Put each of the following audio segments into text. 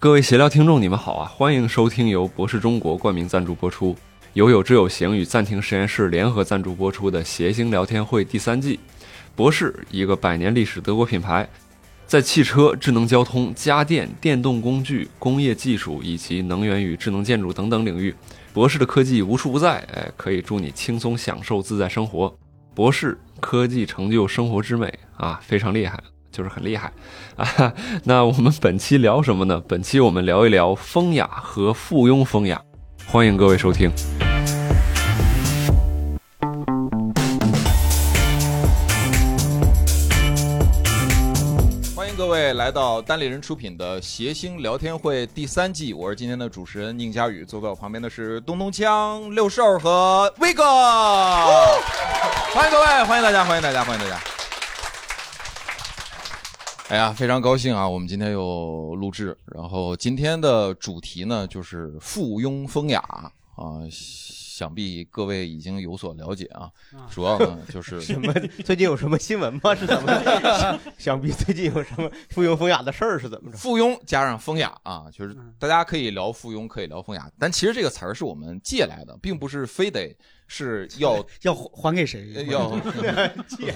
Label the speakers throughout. Speaker 1: 各位闲聊听众，你们好啊！欢迎收听由博士中国冠名赞助播出，由有知有行与暂停实验室联合赞助播出的《谐星聊天会》第三季。博士，一个百年历史德国品牌，在汽车、智能交通、家电、电动工具、工业技术以及能源与智能建筑等等领域，博士的科技无处不在。哎，可以祝你轻松享受自在生活。博士科技成就生活之美啊，非常厉害，就是很厉害 啊。那我们本期聊什么呢？本期我们聊一聊风雅和附庸风雅，欢迎各位收听。
Speaker 2: 欢迎各位来到单立人出品的《谐星聊天会》第三季，我是今天的主持人宁佳宇，坐在我旁边的是东东锵、六兽和威哥。欢迎各位，欢迎大家，欢迎大家，欢迎大家。哎呀，非常高兴啊！我们今天又录制，然后今天的主题呢就是附庸风雅啊、想必各位已经有所了解啊。主要呢就是
Speaker 3: 什么？最近有什么新闻吗？是怎么 的？想必最近有什么附庸风雅的事儿是怎么着？
Speaker 2: 附庸加上风雅啊，就是
Speaker 4: 嗯
Speaker 2: 大家可以聊附庸，可以聊风雅，但其实这个词儿是我们借来的，并不是非得是要
Speaker 4: 要还给谁？
Speaker 2: 要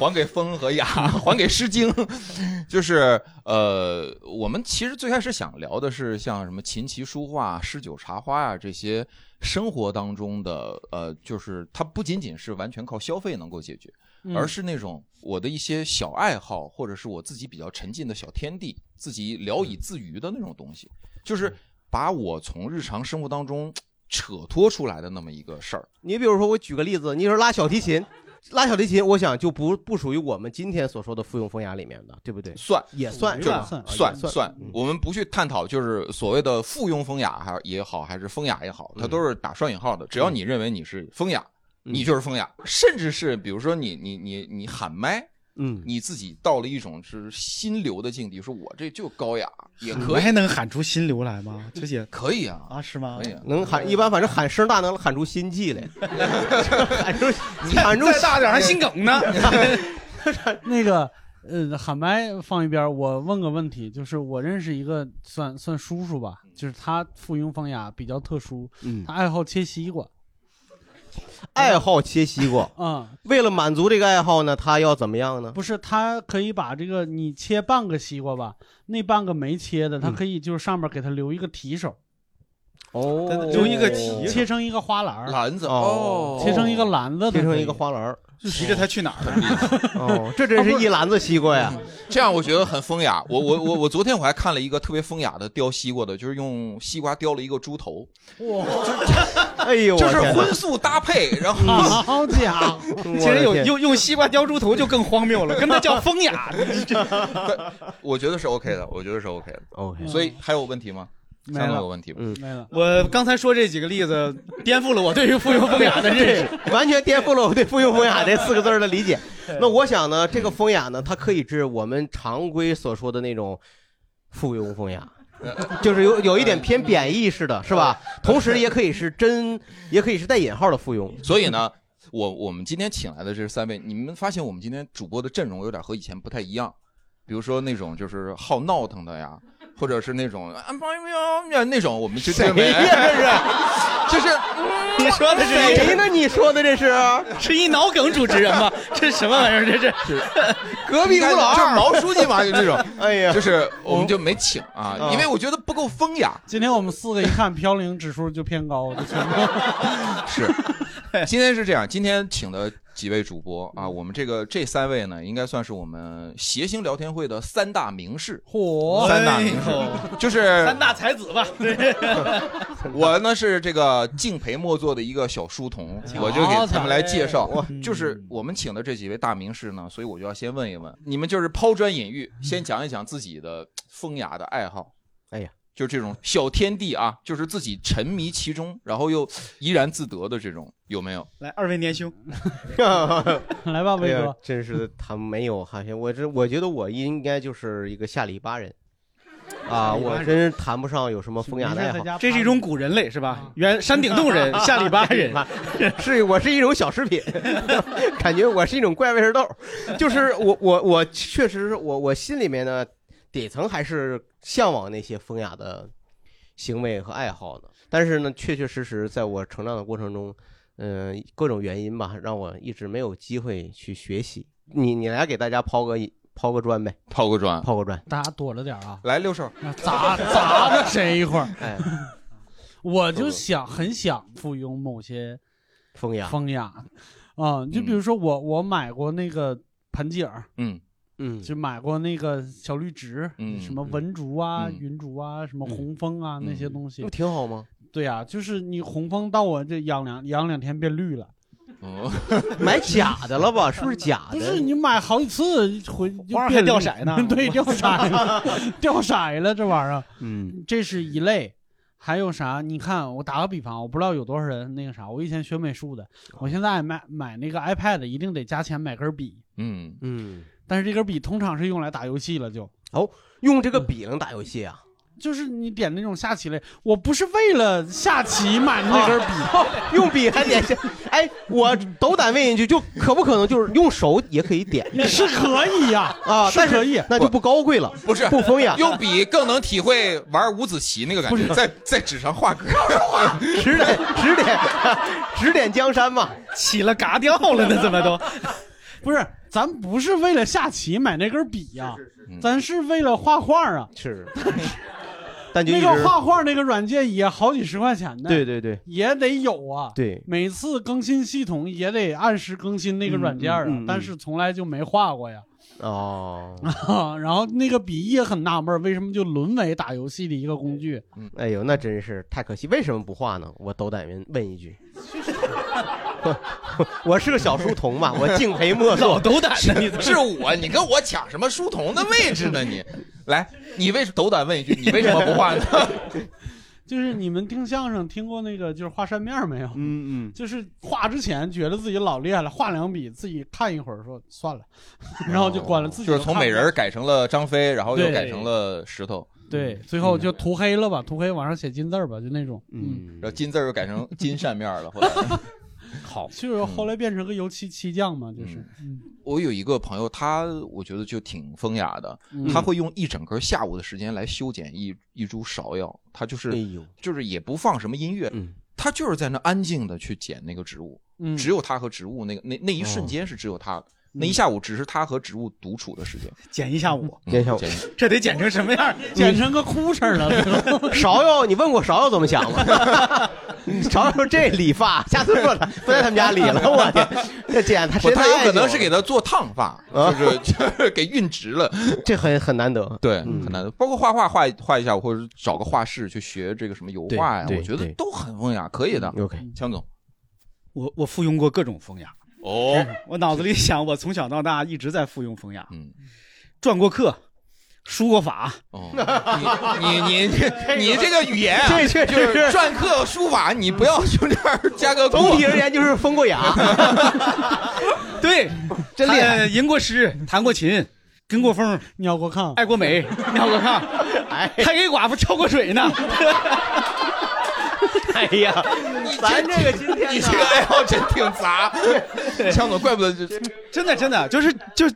Speaker 2: 还给风和雅， 还给《诗经》， 就是呃，我们其实最开始想聊的是像什么琴棋书画、诗酒茶花啊这些生活当中的呃，就是它不仅仅是完全靠消费能够解决，
Speaker 4: 嗯
Speaker 2: 而是那种我的一些小爱好，或者是我自己比较沉浸的小天地，自己聊以自娱的那种东西，就是把我从日常生活当中扯脱出来的那么一个事儿。
Speaker 3: 你比如说，我举个例子，你说拉小提琴，拉小提琴，我想就不不属于我们今天所说的附庸风雅里面的，对不对？
Speaker 2: 算
Speaker 3: 也算
Speaker 2: 就是
Speaker 3: 吧？
Speaker 2: 算
Speaker 3: 啊也
Speaker 2: 算，我们不去探讨就是所谓的附庸风雅还也好，还是风雅也好，它都是打双引号的。只要你认为你是风雅，你就是风雅，甚至是比如说你你你你喊麦。
Speaker 3: 嗯，
Speaker 2: 你自己到了一种是心流的境地，说我这就高雅，也
Speaker 4: 喊
Speaker 2: 可以
Speaker 4: 还，能喊出心流来吗？这也
Speaker 2: 可以啊，
Speaker 4: 啊，是吗
Speaker 2: 可？以啊。
Speaker 3: 能喊一般，反正喊声大能喊出心悸来，喊出喊出
Speaker 4: 再大点儿还心梗呢。
Speaker 5: 那个呃，喊麦放一边儿，我问个问题，就是我认识一个算算叔叔吧，就是他附庸风雅比较特殊，
Speaker 3: 嗯
Speaker 5: 他爱好切西瓜，
Speaker 3: 爱好切西 瓜。
Speaker 5: 嗯，
Speaker 3: 为了满足这个爱好呢，他要怎么样呢？
Speaker 5: 不是，他可以把这个你切半个西瓜吧，那半个没切
Speaker 3: 嗯
Speaker 5: 的，他可以就是上面给他留一个提手，
Speaker 3: 哦
Speaker 4: 留一个蹄
Speaker 5: 切成一个花篮儿，
Speaker 2: 篮子
Speaker 3: 哦
Speaker 5: 切成一个篮子，
Speaker 3: 切成一个，花篮儿。
Speaker 4: 提着他去哪儿了？
Speaker 3: 哦，这真是一篮子西瓜呀！
Speaker 2: 这样我觉得很风雅。我我我我昨天我还看了一个特别风雅的雕西瓜的，就是用西瓜雕了一个猪头，
Speaker 3: 哎呦，我
Speaker 2: 就是
Speaker 3: 天哪
Speaker 2: 荤素搭配，然后
Speaker 5: 好家伙，
Speaker 3: 我的
Speaker 4: 竟然有
Speaker 3: 天
Speaker 4: 用用西瓜雕猪头就更荒谬了，跟他叫 风雅，
Speaker 2: 我觉得是 OK 的，我觉得是 OK 的。
Speaker 3: OK，
Speaker 2: 所以还有问题吗？
Speaker 5: 没
Speaker 2: 三个有
Speaker 5: 了
Speaker 2: 问题吗？
Speaker 3: 嗯，
Speaker 5: 没了，
Speaker 4: 我刚才说这几个例子，颠覆了 我对于附庸风雅的认识。
Speaker 3: 完全颠覆了 我对“附庸风雅”这四个字儿的理解。那我想呢，这个风雅呢，它可以指我们常规所说的那种附庸风雅，
Speaker 4: 哎
Speaker 3: 就是有有一点偏贬义似的，是吧？同时也可以 是真，也可以是带引号的附庸。
Speaker 2: 所以呢，我我们今天请来的这三位，你们发现我们今天主播的阵容有点和以前不太一样，比如说那种就是好闹腾的呀，或者是那种啊喵喵喵那种，我们就
Speaker 3: 谁
Speaker 2: 认 为
Speaker 3: 呀？
Speaker 2: 啊就是嗯
Speaker 4: 你说的
Speaker 3: 这是谁
Speaker 4: 是
Speaker 3: 呢？你说的这是
Speaker 4: 是一脑梗主持人 吗？这什么玩意儿？这是
Speaker 3: 隔壁屋老
Speaker 2: 就是
Speaker 3: 二。
Speaker 2: 毛书记嘛，就这种，
Speaker 3: 哎呀
Speaker 2: 就，是我们就没请啊，
Speaker 3: 嗯
Speaker 2: 因为 我觉得不够风雅。
Speaker 5: 今天我们四个一看 飘零指数就偏高，就全都
Speaker 2: 是，今天是这样，今天请的几位主播啊，我们这个这三位呢，应该算是我们谐星聊天会的三大名士，
Speaker 5: 火，
Speaker 2: 三大
Speaker 4: 哎
Speaker 2: 名士
Speaker 4: 呦
Speaker 2: 就是
Speaker 4: 三大才子 吧？
Speaker 2: 我呢是这个敬陪末座的一个小书童，我就给他们来介绍，就是我们请的这几位大名士呢，所以我就要先问一问你们，就是抛砖引玉，先讲一讲自己的呃风雅的爱好。
Speaker 3: 哎呀，
Speaker 2: 就这种小天地啊，就是自己沉迷其中，然后又呃怡然自得的这种，有没有？
Speaker 4: 来，二位年 兄，
Speaker 5: 来吧，
Speaker 3: 哎
Speaker 5: 威
Speaker 3: 呀
Speaker 5: 哥，，
Speaker 3: 真是的，他没有哈，我这我觉得我应该就是一个下里巴人。啊，我真是谈不上有什么风雅的爱好，
Speaker 4: 这是一种古人类是吧？原山顶洞 人，下里巴人，
Speaker 3: 是我是一种小食品， 感觉我是一种怪味儿豆，就是我我我确实是我我心里面呢底层还是向往那些风雅的行为和爱好的。但是呢，确确实实在我成长的过程中，嗯、各种原因吧，让我一直没有机会去学习。你你来给大家抛个抛个砖呗，
Speaker 2: 抛个砖，
Speaker 3: 抛个砖。
Speaker 5: 大家躲着点儿啊，
Speaker 2: 来六兽，
Speaker 5: 那砸砸着谁一会儿？
Speaker 3: 哎，
Speaker 5: 我就想很想附庸某些
Speaker 3: 风雅，
Speaker 5: 风雅，啊、就比如说我我买过那个盆景儿，
Speaker 2: 嗯
Speaker 3: 嗯，
Speaker 5: 就买过那个小绿植，
Speaker 2: 嗯
Speaker 5: 什么文竹啊、
Speaker 2: 嗯
Speaker 5: 云竹啊、什么红枫啊、那些东西。
Speaker 3: 那不挺好吗？
Speaker 5: 对呀、就是你红枫到我这养两养两天变绿了，
Speaker 2: 哦，
Speaker 3: 买假的了吧？是不是假的？
Speaker 5: 不是你买好几次回就
Speaker 4: 花
Speaker 5: 变
Speaker 4: 儿还
Speaker 5: 绿
Speaker 4: 掉色 呢
Speaker 5: 对，掉色了，掉 色了，这玩意儿。
Speaker 3: 嗯
Speaker 5: 这是一类。还有啥？你看，我打个比方，我不知道有多少人那个啥。我以前学美术的，我现在买买那个 iPad 一定得加钱买根笔，
Speaker 2: 嗯，
Speaker 3: 嗯，哦
Speaker 5: 但是这根笔通常是用来打游戏了就，嗯
Speaker 3: 用这个笔能打游戏啊？
Speaker 5: 就是你点那种下棋类，我不是为了下棋买那
Speaker 3: 啊
Speaker 5: 根笔，
Speaker 3: 用笔还点下？哎，我斗胆问一句，就可不可能就是用手也可以点
Speaker 5: 是可以呀、
Speaker 3: 啊？
Speaker 5: 是
Speaker 3: 但
Speaker 5: 可以。
Speaker 3: 那就不高贵了，
Speaker 2: 不是
Speaker 3: 不风雅。
Speaker 2: 用笔更能体会玩五子棋那个感觉，在在纸上画格，
Speaker 3: 指点指点 指点江山嘛。
Speaker 4: 起了嘎掉了呢，怎么都？
Speaker 5: 不是，咱不是为了下棋买那根笔呀、
Speaker 2: 是
Speaker 5: 咱是为了画画啊。
Speaker 3: 嗯是， 但就一
Speaker 5: 那
Speaker 3: 直
Speaker 5: 个画画那个软件也好几十块钱呢，
Speaker 3: 对对对
Speaker 5: 也得有啊。
Speaker 3: 对，
Speaker 5: 每次更新系统也得按时更新那个软件啊，
Speaker 3: 嗯嗯嗯嗯
Speaker 5: 但是从来就没画过呀。
Speaker 3: 哦，
Speaker 5: 然后那个笔也很纳闷儿，为什么就沦为打游戏的一个工具？
Speaker 3: 哎呦，那真是太可惜，为什么不画呢？我斗胆问问一句。 我我是个小书童嘛，我敬陪莫
Speaker 4: 老
Speaker 3: 座。
Speaker 4: 斗胆呢，你
Speaker 2: 是我，你跟我抢什么书童的位置呢？你来，你为什斗胆问一句，你为什么不画呢？
Speaker 5: 就是你们听相声听过那个就是画扇面儿没有？
Speaker 3: 嗯嗯，
Speaker 5: 就是画之前觉得自己老厉害了，画两笔自己看一会儿说算
Speaker 3: 哦
Speaker 5: 了， 然后就关了自己
Speaker 2: 就
Speaker 5: 都
Speaker 2: 是从
Speaker 5: 看不
Speaker 2: 美人儿改成了张飞，然后又
Speaker 5: 对
Speaker 2: 改成了石头，
Speaker 4: 嗯
Speaker 5: 对，最后就涂黑了吧，涂黑往上写金字儿吧，就那种。嗯，
Speaker 3: 嗯
Speaker 2: 然后金字儿又改成金扇面儿了。后来，
Speaker 3: 好，
Speaker 5: 就是后来变成个油漆漆匠嘛，就是。嗯
Speaker 2: 我有一个朋友，他我觉得就挺风雅的，
Speaker 5: 嗯
Speaker 2: 他会用一整个下午的时间来修剪一一株芍药，他就
Speaker 3: 哎
Speaker 2: 是
Speaker 3: 呦，
Speaker 2: 就是也不放什么音乐，
Speaker 3: 嗯，
Speaker 2: 他就是在那安静的去剪那个植物，
Speaker 5: 嗯
Speaker 2: 只有他和植物那个那那一瞬间是只有他的，那一下午只是他和植物独处的时间。嗯
Speaker 4: 剪一下午，
Speaker 3: 剪一下午
Speaker 2: 剪
Speaker 4: 这得剪成 什么样？
Speaker 2: 嗯
Speaker 5: 剪成个哭声了，最 后
Speaker 3: 芍药，你问过芍药怎么想吗？ 芍药说这理 发，下次不不在他们家理了，我天，这剪他
Speaker 2: 不
Speaker 3: 谁
Speaker 2: 他有可能是
Speaker 3: 给。
Speaker 2: 给他做烫发，
Speaker 3: 啊
Speaker 2: 就是 就是给熨直了。
Speaker 3: 这很很难得。
Speaker 2: 对，
Speaker 3: 嗯
Speaker 2: 很难的。包括画画画一画一下，或者是找个画室去学这个什么油画呀，
Speaker 3: 对对
Speaker 2: 我觉得
Speaker 3: 对嗯
Speaker 2: 都很风雅，可以的。
Speaker 3: OK，
Speaker 4: 嗯
Speaker 2: 强总，
Speaker 4: 我我附庸过各种风雅，
Speaker 2: 哦，
Speaker 4: 我脑子里想，我从小到大一直在附庸风雅，
Speaker 2: 嗯，
Speaker 4: 转过课，输过法，
Speaker 2: 哦，你你你你这个语言啊，
Speaker 3: 这确实
Speaker 2: 就是是篆刻书法，你
Speaker 4: 嗯
Speaker 2: 不要就这 样加个
Speaker 3: 总
Speaker 2: 过
Speaker 3: 体。而言就是风过雅，
Speaker 4: 对，
Speaker 3: 真厉害
Speaker 4: 弹吟过诗，弹过琴，跟过风，
Speaker 5: 尿过炕。
Speaker 4: 爱 过美，尿过炕，
Speaker 3: 哎
Speaker 4: 还给寡妇挑过水呢。
Speaker 3: 哎呀，咱这个今天
Speaker 2: 你
Speaker 3: 呢
Speaker 2: 这个爱好真挺 杂，强总，怪不得就
Speaker 4: 真的，真的，就是就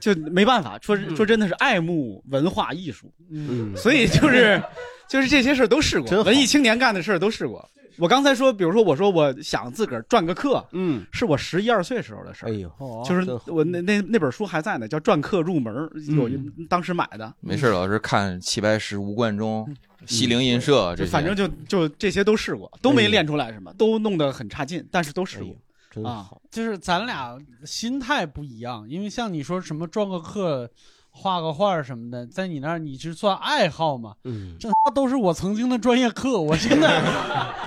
Speaker 4: 就没办法，说说真的是爱慕文化艺术，
Speaker 5: 嗯
Speaker 4: 所以就是就是这些事儿都试
Speaker 3: 真
Speaker 4: 过，
Speaker 3: 好
Speaker 4: 文艺青年干的事儿都试过。我刚才说，比如说，我说我想自个儿转个课，
Speaker 3: 嗯，
Speaker 4: 是我十一二岁时候的事
Speaker 3: 哎
Speaker 4: 儿，
Speaker 3: 呦，
Speaker 5: 哦
Speaker 4: 就是
Speaker 3: 真好嗯
Speaker 4: 我那那那本书还在呢，叫《篆刻入门》，有一当时买的，
Speaker 2: 没事。老师看齐白石、吴冠中、西泠印社这
Speaker 4: 就
Speaker 2: 些，
Speaker 4: 嗯反正就就这些都试过，都没
Speaker 3: 啊哎
Speaker 4: 练出来什么，啊都弄得很差劲，但是都试过。
Speaker 3: 真好，
Speaker 5: 嗯哎就是咱俩心态不一样，因为像你说什么转个课、画个画什么的，在你那儿你是算爱好嘛？
Speaker 3: 嗯，
Speaker 5: 这他妈都是我曾经的专业课，我现在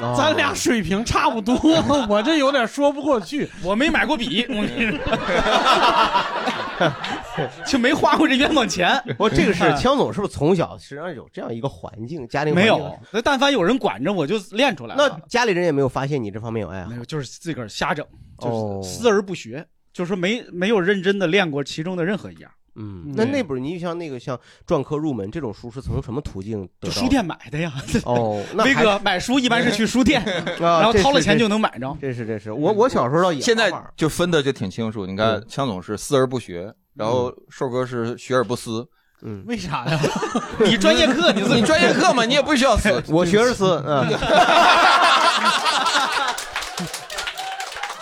Speaker 3: 哦
Speaker 5: 咱俩水平差不多， 我这有点说不过去。
Speaker 4: 我没买过笔，我跟你 说，就没花过这冤 枉钱。啊
Speaker 3: 不，这 个是枪总是不是从小实际上有这样一个环境，家庭环
Speaker 4: 没
Speaker 3: 境
Speaker 4: 有，那但凡有人管着，我就练出来
Speaker 3: 那
Speaker 4: 了。
Speaker 3: 家里人也没有发现你这方面有爱啊好
Speaker 4: 没有，就是自个儿瞎整，
Speaker 3: 哦
Speaker 4: 就是思而不学，就是说没没有认真的练过其中的任何一样，
Speaker 3: 嗯
Speaker 5: 嗯，
Speaker 3: 那那本儿你像那个像篆刻入门这种书是从什么途径得到的？
Speaker 4: 就书店买的呀。
Speaker 3: 哦，那
Speaker 4: 威
Speaker 3: 还
Speaker 4: 哥买书一般是去书店，
Speaker 3: 啊
Speaker 4: 然后
Speaker 3: 这是
Speaker 4: 掏了钱
Speaker 3: 这
Speaker 4: 就是能买着。
Speaker 3: 这是这是我我小时候倒也
Speaker 2: 现在
Speaker 3: 画画
Speaker 2: 就分的就挺清楚。你看
Speaker 3: 嗯，
Speaker 2: 强总是思而不学，然后硕哥是学而不思，
Speaker 3: 嗯，
Speaker 5: 为啥 呀？
Speaker 4: 你专业课你自己
Speaker 2: 你专业课嘛，你也不需要死。
Speaker 3: 我学而 思，嗯。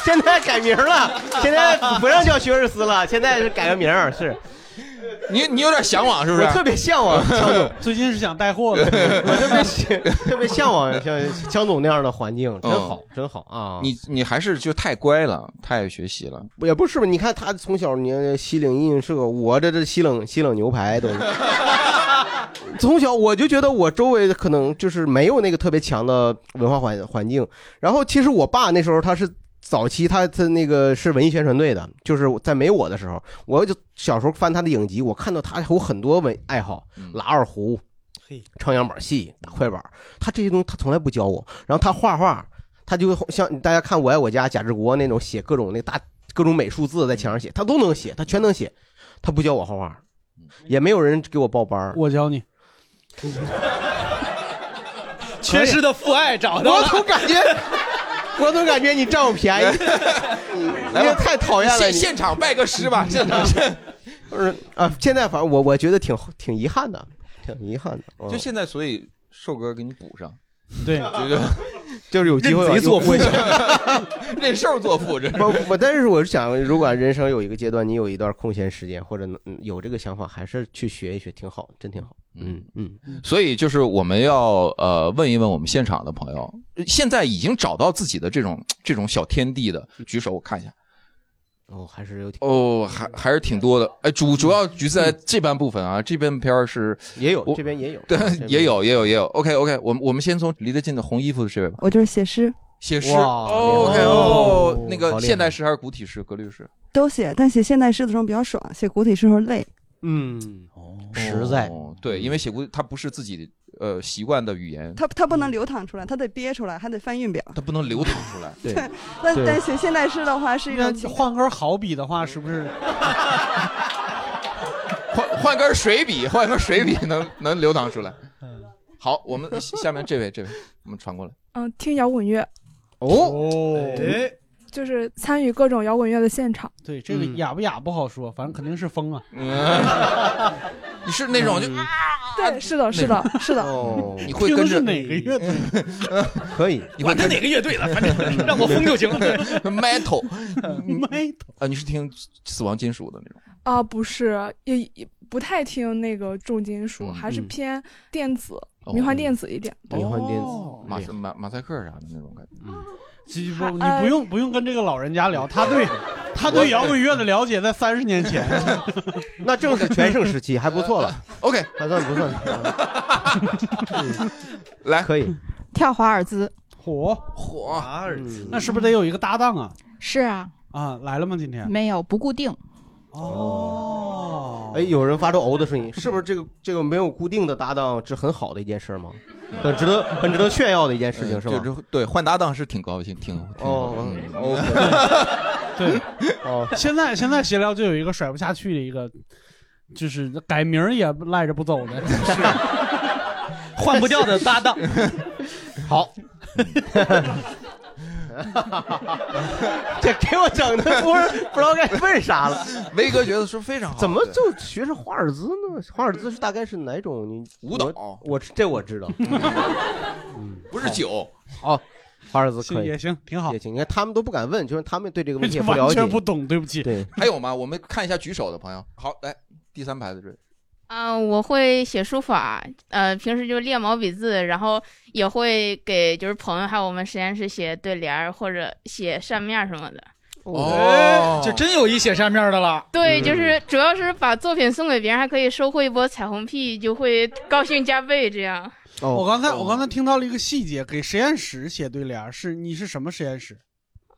Speaker 3: 现在改名了，现在不让叫学而思了，现在是改个名儿，是
Speaker 2: 你你有点向往是不是
Speaker 3: 嗯我？特别向
Speaker 2: 啊
Speaker 3: 往强总，
Speaker 5: 最近是想带货了，
Speaker 3: 我特别 喜特别向往像强总那样的环境，真好，真好啊！
Speaker 2: 嗯你你还是就太乖了，太爱学习了。
Speaker 3: 也不是吧？你看他从小，你看西岭印社，我这这西岭西岭牛排都是。 从小我就觉得我周围可能就是没有那个特别强的文化环环境。然后其实我爸那时候他是早期他他那个是文艺宣传队的，就是在没我的时候，我就小时候翻他的影集，我看到他有很多文爱好，拉二胡
Speaker 4: 嘿、
Speaker 3: 唱样板戏、打快板，他这些东西他从来不教我。然后他画画，他就像大家看《我爱我家》贾志国那种写各种那大各种美术字在墙上写，他都能写，他全能写，他不教我画画。
Speaker 4: 嗯
Speaker 3: 也没有人给我报班儿，
Speaker 5: 我教你。
Speaker 4: 缺失的父爱找到
Speaker 3: 哎我
Speaker 4: 了。
Speaker 3: 总感觉，我总感觉你占我便宜，你也太讨厌了
Speaker 2: 现
Speaker 3: 你。
Speaker 2: 现场拜个师吧，现场现
Speaker 3: 呃啊，现在反正我我觉得挺挺遗憾的，挺遗憾的。 嗯
Speaker 2: 就现在，所以瘦哥给你补上，
Speaker 5: 对，
Speaker 2: 就就
Speaker 3: 就是有机会吧
Speaker 4: 认贼作父
Speaker 3: 我
Speaker 2: 认瘦作父这是。
Speaker 3: 我我，但是我是想，如果人生有一个阶段，你有一段空闲时间，或者能嗯有这个想法，还是去学一学，挺好，真挺好。嗯嗯，
Speaker 2: 所以就是我们要呃问一问我们现场的朋友，呃现在已经找到自己的这种这种小天地的，举手我看一下。
Speaker 3: 哦，还是有挺
Speaker 2: 哦，还还是挺多的。哎，主主要局在这半部分啊，这边片儿是
Speaker 3: 嗯也有
Speaker 2: 我
Speaker 3: 这边也有，
Speaker 2: 对
Speaker 3: 这边
Speaker 2: 也有也有也有。OK OK，我们我们先从离得近的红衣服的这位吧，
Speaker 6: 我就是写诗，
Speaker 2: 写诗。
Speaker 3: 哇
Speaker 2: 哦 OK
Speaker 3: 哦
Speaker 2: 哦，那
Speaker 3: 好
Speaker 2: 个
Speaker 3: 厉害
Speaker 2: 现代诗还是古体诗？格律诗。
Speaker 6: 都写，但写现代诗的时候比较爽，写古体诗的时候累。
Speaker 3: 嗯，实在嗯
Speaker 2: 哦，对，因为写古它不是自己呃习惯的语
Speaker 5: 嗯
Speaker 2: 言，
Speaker 6: 它它不能流淌出来，它得憋出来，还得翻韵表。
Speaker 2: 它不能流淌出来。
Speaker 3: 对，
Speaker 6: 但
Speaker 3: 对
Speaker 6: 但写现代诗的话是一
Speaker 5: 那
Speaker 6: 种情
Speaker 5: 换根好笔的话，是不是
Speaker 2: 换换根水笔，换根水笔 能能流淌出来。
Speaker 3: 嗯
Speaker 2: 好，我们下下面这位这位，我们传过来。
Speaker 7: 嗯，听摇滚乐，
Speaker 3: 哦，
Speaker 5: 哦，
Speaker 7: 就是参与各种摇滚乐的现场。
Speaker 5: 对，这个
Speaker 3: 嗯
Speaker 5: 哑不哑不好说，反正肯定是疯啊。
Speaker 2: 嗯，你是那
Speaker 5: 嗯
Speaker 2: 种就
Speaker 7: 对，是的，是的，是的。
Speaker 3: 哦，
Speaker 2: 你会
Speaker 5: 听
Speaker 2: 跟
Speaker 5: 的
Speaker 2: 着
Speaker 5: 是哪个乐队？
Speaker 2: 嗯
Speaker 3: 可以，
Speaker 2: 你会
Speaker 4: 管他
Speaker 2: 跟
Speaker 4: 哪个乐队了，反正让我疯就行。对
Speaker 2: metal
Speaker 5: 没
Speaker 2: 啊？你是听死亡金属的那种？
Speaker 7: 啊，不是，也也不太听那个重金属，
Speaker 2: 嗯
Speaker 7: 还是
Speaker 3: 嗯
Speaker 7: 偏电子、
Speaker 2: 哦
Speaker 7: 迷幻电子一点。
Speaker 3: 迷幻电子
Speaker 5: 哦
Speaker 2: 马赛马马赛克啥的那种感觉？
Speaker 3: 哦
Speaker 5: 鸡不，你
Speaker 7: 呃
Speaker 5: 不
Speaker 3: 哎
Speaker 5: 用不用跟这个老人家聊，他 对他对摇滚乐的了解在三十年前。
Speaker 3: 那正是全盛时期，还不错 了，
Speaker 2: OK，
Speaker 3: 还算不 算，嗯
Speaker 2: 来，
Speaker 3: 可以。
Speaker 8: 跳华尔兹。
Speaker 5: 嚯，
Speaker 2: 火
Speaker 3: 嗯
Speaker 5: 那是不是得有一个搭档啊？
Speaker 8: 是啊，
Speaker 5: 啊，来了吗？今天
Speaker 8: 没有不固定，
Speaker 5: 哦
Speaker 3: 哎，，有人发出哦的声音，是不是这个这个没有固定的搭档是很好的一件事吗？很值得很值得炫耀的一件事情是吧？
Speaker 2: 对这对，换搭档嗯是挺高兴，挺挺
Speaker 3: 哦
Speaker 2: 嗯
Speaker 3: 哦
Speaker 5: 对，
Speaker 3: 哦，
Speaker 5: 现在现在闲聊就有一个甩不下去的一个，就是改名儿也赖着不走的，
Speaker 4: 换不掉的搭档，
Speaker 3: 好。这给我整的不是不知道该问啥 了，
Speaker 2: 威哥觉得说非常好，
Speaker 3: 怎么
Speaker 2: 对
Speaker 3: 就学成华尔兹呢？华尔兹是大概是哪种？你
Speaker 2: 舞
Speaker 3: 我
Speaker 2: 蹈
Speaker 3: 我这我知道，
Speaker 2: 不是酒？
Speaker 3: 哦华尔兹
Speaker 5: 行
Speaker 3: 可
Speaker 5: 也
Speaker 3: 以
Speaker 5: 行，挺好
Speaker 3: 也。行。你看他们都不敢问，就是他们对这个问题也不
Speaker 5: 完
Speaker 3: 了解
Speaker 5: 全。不懂，对不起。
Speaker 3: 对，
Speaker 2: 还有吗？我们看一下举手的朋友。好，来第三排的这位。
Speaker 9: 啊、我会写书法，呃，平时就练毛笔字，然后也会给就是朋友还有我们实验室写对联儿或者写扇面儿什么的。
Speaker 2: 哦，
Speaker 4: 就真有一写扇面的了。
Speaker 3: 哦
Speaker 9: 对，
Speaker 5: 嗯
Speaker 9: 就是主要是把作品送给别人，还可以收获一波彩虹屁，就会高兴加倍。这样，
Speaker 5: 我
Speaker 3: 哦，
Speaker 5: 刚才我刚才听到了一个细节，给实验室写对联儿是你是什么实验室？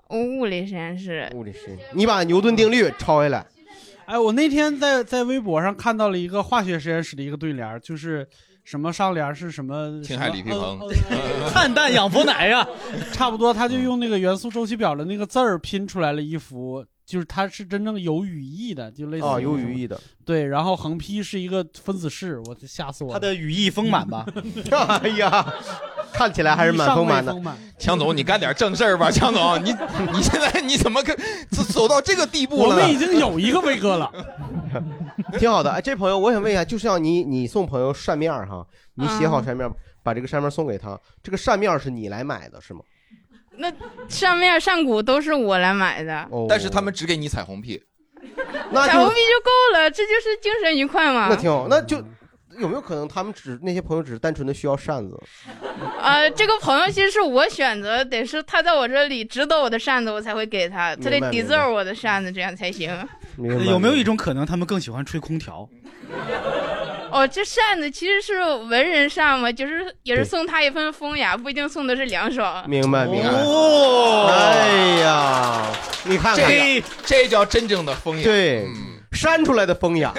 Speaker 9: 我哦物理实验室，
Speaker 3: 物理实验，你把牛顿定律抄下来。
Speaker 5: 哎，我那天在在微博上看到了一个化学实验室的一个对联儿，就是什么上联儿是什么
Speaker 2: 青海
Speaker 5: 什么
Speaker 2: 李平衡
Speaker 5: 呃呃
Speaker 4: 碳氮氧氟氖 呀，
Speaker 5: 啊差不多，他就用那个元素周期表的那个字儿拼出来了一幅，就是它是真正有语义的，就类似
Speaker 3: 哦，
Speaker 5: 于
Speaker 3: 有
Speaker 5: 那种
Speaker 3: 语义的，
Speaker 5: 对，然后横批是一个分子式，我这吓死我
Speaker 4: 它
Speaker 5: 了。
Speaker 4: 的语义丰满吧？
Speaker 3: 哎呀，看起来还是蛮丰满的。
Speaker 5: 丰满。
Speaker 2: 强总，你干点正事儿吧，强总，你你现在你怎么跟走走到这个地步
Speaker 5: 我
Speaker 2: 了
Speaker 5: 们
Speaker 2: 呢？
Speaker 5: 已经有一个威哥了，
Speaker 3: 挺好的。哎，这朋友，我想问一下，就像你你送朋友扇面儿哈，你写好
Speaker 9: 嗯
Speaker 3: 扇面儿，把这个扇面儿送给他，这个扇面儿是你来买的是吗？
Speaker 9: 那扇面扇骨都是我来买的，
Speaker 3: 哦，
Speaker 2: 但是他们只给你彩虹屁，
Speaker 3: 那
Speaker 9: 彩虹
Speaker 3: 就
Speaker 9: 屁就够了，这就是精神愉快嘛。
Speaker 3: 那挺好，那就有没有可能他们只那些朋友只是单纯的需要扇子？
Speaker 9: 呃，这个朋友其实是我选择，得是他在我这里指导我的扇子，我才会给他，他得
Speaker 4: 明白明白
Speaker 9: deserve 我的扇子，这样才行。
Speaker 10: 哎
Speaker 4: 有没有一种可能，他们更喜欢吹空调？
Speaker 9: 哦，这扇子其实是文人扇嘛，就是也是
Speaker 4: 对
Speaker 9: 送他一份风雅，不一定送的是凉爽。
Speaker 3: 明白明白。
Speaker 4: 哦
Speaker 3: 哎呀，你看看
Speaker 2: 这这叫真正的风雅。
Speaker 3: 对
Speaker 2: 嗯
Speaker 3: 扇出来的风 雅，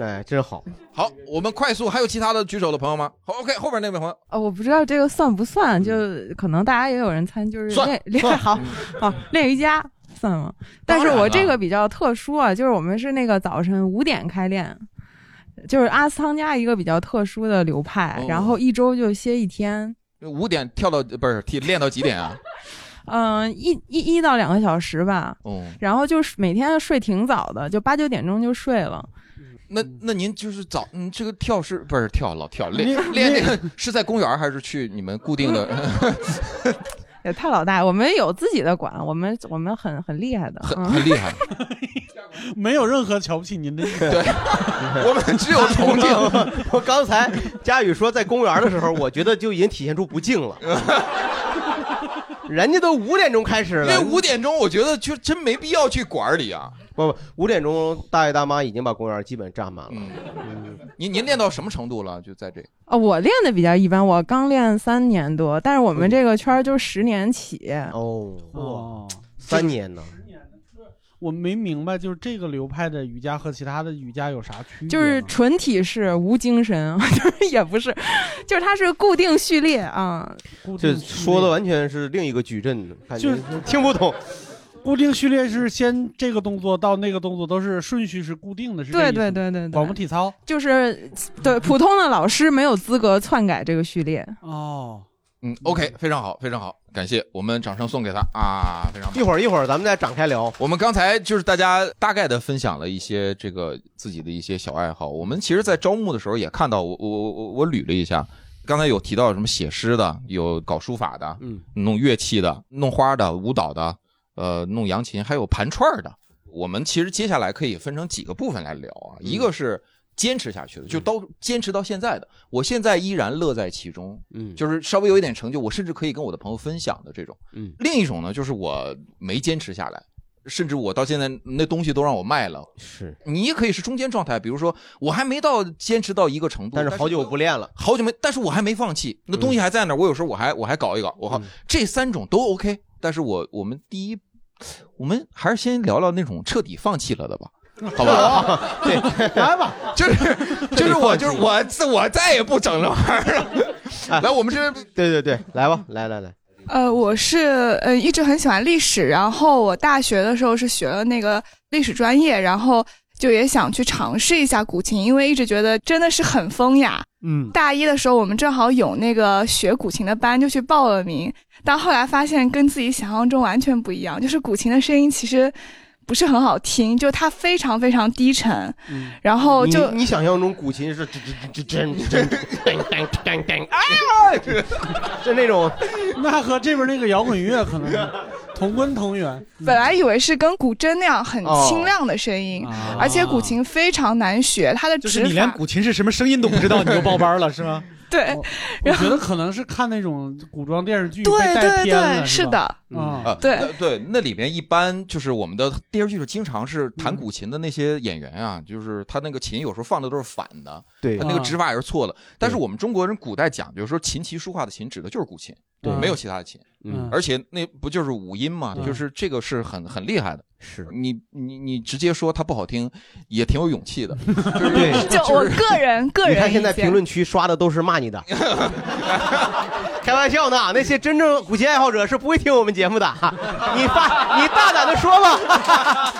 Speaker 3: 哎，真好。
Speaker 2: 好，我们快速还有其他的举手的朋友吗？好，OK，后边那位朋友，
Speaker 11: 呃，我不知道这个算不算，就可能大家也有人参，就是
Speaker 2: 嗯算
Speaker 11: 练练
Speaker 2: 算
Speaker 11: 好好练瑜伽算吗？但是
Speaker 12: 当然
Speaker 11: 我这
Speaker 12: 了
Speaker 11: 个比较特殊啊，就是我们是那个早晨五点开练，就是阿斯汤加一个比较特殊的流派，
Speaker 2: 哦
Speaker 11: 然后一周就歇一天，
Speaker 2: 五点跳到不是踢练到几点 啊？
Speaker 11: 嗯、一一一到两个小时吧，
Speaker 2: 哦，
Speaker 11: 然后就是每天睡挺早的，就八九点钟就睡了。
Speaker 2: 那那您就是早，嗯，这个跳是不是跳老跳练
Speaker 11: 你
Speaker 2: 练
Speaker 11: 你
Speaker 2: 那个是在公园儿还是去你们固定的？
Speaker 11: 也太老大，我们有自己的馆，我们我们很很厉害的，嗯很
Speaker 2: 很厉害。
Speaker 5: 没有任何瞧不起您的意思。对，
Speaker 2: 我们只有
Speaker 3: 同情。 我刚才佳宇说在公园的时候，我觉得就已经体现出不敬 了。人家都五点钟开始了，
Speaker 2: 因为五点钟我觉得就真没必要去馆儿里啊。
Speaker 3: 不不，五点钟大爷大妈已经把公园基本占满了。
Speaker 2: 嗯
Speaker 3: 嗯
Speaker 2: 您您练到什么程度了？就在这
Speaker 11: 哦，我练的比较一般，我刚练三年多，但是我们这个圈儿就十年起。
Speaker 3: 哦，
Speaker 5: 哇，
Speaker 3: 三年呢，
Speaker 5: 我没明白，就是这个流派的瑜伽和其他的瑜伽有啥区别？
Speaker 3: 啊
Speaker 11: 就是纯体式无精神， 就是也不是，就是它是固定序列啊。
Speaker 3: 这说的完全是另一个矩阵，感觉
Speaker 5: 就是
Speaker 3: 听不懂。
Speaker 5: 固定序列是先这个动作到那个动作都是顺序是固定的，是这
Speaker 11: 对
Speaker 5: 意思
Speaker 11: 对
Speaker 5: 吗
Speaker 11: 对对对
Speaker 5: 广播体操
Speaker 11: 就是对普通的老师没有资格篡改这个序列。
Speaker 5: 哦，
Speaker 2: 嗯，OK，非常好，非常好，感谢，我们掌声送给他啊，非常棒。
Speaker 3: 一会儿一会儿咱们再展开 聊。
Speaker 2: 我们刚才就是大家大概的分享了一些这个自己的一些小爱好。我们其实，在招募的时候也看到，我我我我我捋了一下，刚才有提到什么写诗的，有搞书法的，
Speaker 3: 嗯，
Speaker 2: 弄乐器的，弄花的，舞蹈的，呃，弄扬琴，还有盘串儿的。我们其实接下来可以分成几个部分来聊啊，
Speaker 3: 嗯
Speaker 2: 一个是坚持下去的，就到坚持到现在的，我现在依然乐在其中，
Speaker 3: 嗯，
Speaker 2: 就是稍微有一点成就，我甚至可以跟我的朋友分享的这种。
Speaker 3: 嗯，
Speaker 2: 另一种呢，就是我没坚持下来。甚至我到现在那东西都让我卖了，
Speaker 3: 是
Speaker 2: 你也可 以是中间状态，比如说我还没到坚持到一个程度，
Speaker 3: 但是好久
Speaker 2: 我
Speaker 3: 不练了，
Speaker 2: 好久没，但是我还没放弃，那东西还在那儿，我有时候我还我还搞一搞，我好、
Speaker 3: 嗯
Speaker 2: 这三种都 OK，但是我我们第一，我们还是先聊聊那种彻底放弃了 的吧。好吧， 对，
Speaker 3: 来 吧，
Speaker 2: 就是就是我就是我我再也不整这玩意儿了。来，我们这
Speaker 3: 哎对对对，来吧，来来来，
Speaker 12: 呃，我是呃一直很喜欢历史，然后我大学的时候是学了那个历史专业，然后就也想去尝试一下古琴，因为一直觉得真的是很风雅。
Speaker 5: 嗯
Speaker 12: 大一的时候我们正好有那个学古琴的班，就去报了名，但后来发现跟自己想象中完全不一样，就是古琴的声音其实不是很好听，就它非常非常低沉，
Speaker 3: 嗯
Speaker 12: 然后哦就
Speaker 3: 你你想象中古琴是真真真真真真 真真，哎呀， 是那种，
Speaker 5: 那和这边那个摇滚乐可 能是同根同源。
Speaker 12: 本来以为是跟古筝那样很
Speaker 5: 哦
Speaker 12: 清亮的声音，而且古琴非常难学，它的
Speaker 4: 就是
Speaker 12: 指
Speaker 4: 你连
Speaker 12: 法
Speaker 4: 古琴是什么声音都不知道，你就报班了是 吗？
Speaker 12: 对，
Speaker 5: 我觉得可能是看那种古装电视剧被
Speaker 12: 对
Speaker 5: 带
Speaker 12: 对
Speaker 5: 偏了，
Speaker 12: 对，是
Speaker 5: 吧
Speaker 12: 的，
Speaker 5: 嗯
Speaker 2: 啊，
Speaker 12: 对
Speaker 2: 那对，那里面一般就是我们的电视剧里经常是
Speaker 3: 嗯
Speaker 2: 弹古琴的那些演员啊，就是他那个琴有时候放的都是反的，
Speaker 3: 对
Speaker 2: 他那个
Speaker 3: 啊
Speaker 2: 指法也是错的。但是我们中国人古代讲究说琴棋书画的琴指的就是古琴，
Speaker 3: 对
Speaker 2: 没有其他的琴，
Speaker 3: 嗯
Speaker 2: 而且那不就是五音嘛，
Speaker 3: 嗯
Speaker 2: 就是这个是很很厉害的。
Speaker 3: 是
Speaker 2: 你你你直接说它不好听，也挺有勇气 的。
Speaker 3: 对
Speaker 12: 就我个人个人
Speaker 3: 你看现在
Speaker 12: 意见
Speaker 3: 评论区刷的都是骂你的，开玩笑呢，那些真正古琴爱好者是不会听我们节目的，你发你大胆的说吧，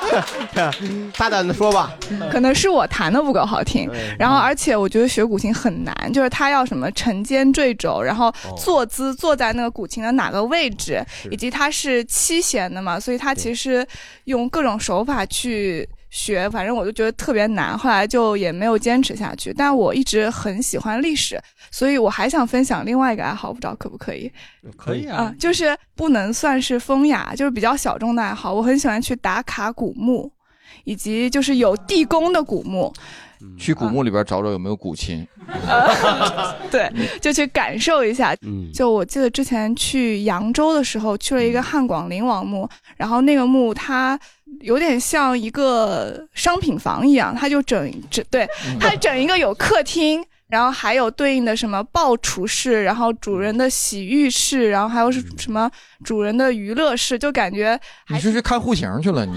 Speaker 3: 大胆的说吧，
Speaker 12: 嗯
Speaker 3: 嗯
Speaker 12: 可能是我弹的不够好听，然后而且我觉得学古琴很难，就是它要什么沉肩坠肘，然后坐
Speaker 3: 哦
Speaker 12: 姿坐在那个古琴的哪个位置，以及它是七弦的嘛，所以它其实用各种手法去学，反正我就觉得特别难，后来就也没有坚持下去。但我一直很喜欢历史，所以我还想分享另外一个爱好，不知道可不可以？
Speaker 5: 可
Speaker 13: 哎
Speaker 5: 以
Speaker 12: 啊、就是不能算是风雅，就是比较小众的爱好。我很喜欢去打卡古墓，以及就是有地宫的古墓，
Speaker 2: 去古墓里边找找有没有古琴。
Speaker 12: 对，就去感受一下。
Speaker 2: 嗯
Speaker 12: 就我记得之前去扬州的时候，去了一个汉广陵王墓，然后那个墓它有点像一个商品房一样，它就整整对，它整一个有客厅。然后还有对应的什么爆厨室，然后主人的洗浴室，然后还有是什么主人的娱乐室，就感觉
Speaker 2: 你是去看户型去 了？你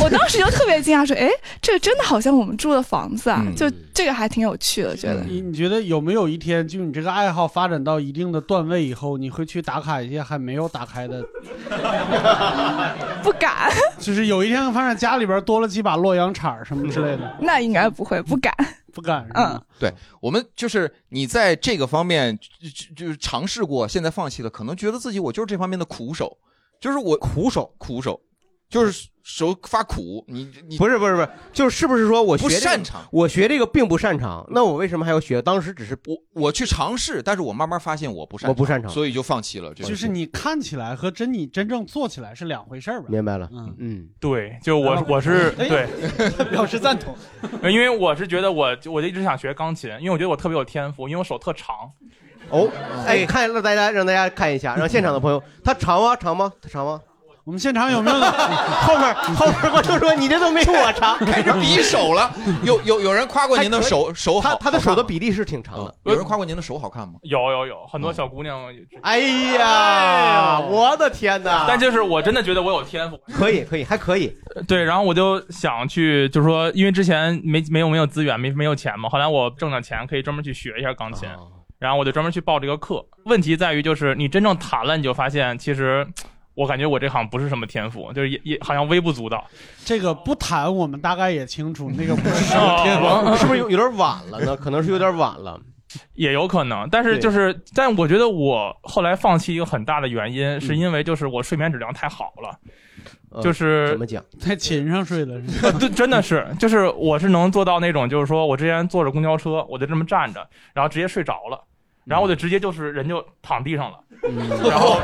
Speaker 12: 我当时就特别惊讶，说：“哎，这真的好像我们住的房子啊！”就这个还挺有趣的，觉得。
Speaker 5: 你你觉得有没有一天，就你这个爱好发展到一定的段位以后，你会去打卡一些还没有打开的？
Speaker 12: 不敢。
Speaker 5: 就是有一天发现家里边多了几把洛阳铲儿什么之类的，
Speaker 12: 那应该不会，不敢，
Speaker 5: 不敢。
Speaker 12: 嗯，
Speaker 2: 对我们就是你在这个方面就就就是尝试过，现在放弃了，可能觉得自己我就是这方面的苦手，就是我
Speaker 3: 苦手，
Speaker 2: 苦手，就是手发苦。你你
Speaker 3: 不是不是不是，就是是不是说我学、
Speaker 2: 不
Speaker 3: 这个、
Speaker 2: 擅长，
Speaker 3: 我学这个并不擅长，那我为什么还要学？当时只是
Speaker 2: 我我去尝试，但是我慢慢发现我不擅
Speaker 3: 我不擅长
Speaker 2: 所以就放弃了。这个
Speaker 5: 就是你看起来和真你真正做起来是两回事儿吧？
Speaker 3: 明白了，
Speaker 5: 嗯
Speaker 3: 嗯，
Speaker 14: 对，就我我是
Speaker 5: 哎
Speaker 14: 对，
Speaker 5: 表示赞同。
Speaker 14: 因为我是觉得我我就一直想学钢琴，因为我觉得我特别有天赋，因为我手特长。嗯
Speaker 3: 哦，哎，看让大家让大家看一下，让现场的朋友，他长吗？长吗？他长吗？
Speaker 5: 我们现场有没有
Speaker 3: 后面后面观众说你这都没有我长，哎
Speaker 2: 开始比手了。有有有人夸过您的手手好，哦
Speaker 3: 他他的手的比例是挺长的。
Speaker 2: 有人夸过您的手好看吗？
Speaker 14: 有有有，很多小姑娘也知。
Speaker 3: 嗯
Speaker 14: 哎
Speaker 3: 哎呀，我的天哪！
Speaker 14: 但就是我真的觉得我有天赋，
Speaker 3: 可以可以还可以，
Speaker 14: 对，然后我就想去，就是说，因为之前没没有没有资源，没没有钱嘛，后来我挣了钱，可以专门去学一下钢琴，
Speaker 3: 哦
Speaker 14: 然后我就专门去报这个课。问题在于，就是你真正弹了，你就发现其实。我感觉我这行不是什么天赋，就是也也好像微不足道。
Speaker 5: 这个不谈，我们大概也清楚那个不是
Speaker 14: 哦
Speaker 3: 是不是有有点晚了呢？可能是有点晚了。
Speaker 14: 也有可能，但是
Speaker 3: 对
Speaker 14: 就是，但我觉得我后来放弃一个很大的原因，是因为就是我睡眠质量太好了，就是
Speaker 3: 嗯怎么讲？
Speaker 5: 在琴上睡的 是吧？
Speaker 14: 呃对，真的是，就是我是能做到那种，就是说我之前坐着公交车，我就这么站着，然后直接睡着了，然后我就直接就是人就躺地上了，
Speaker 3: 嗯
Speaker 14: 然后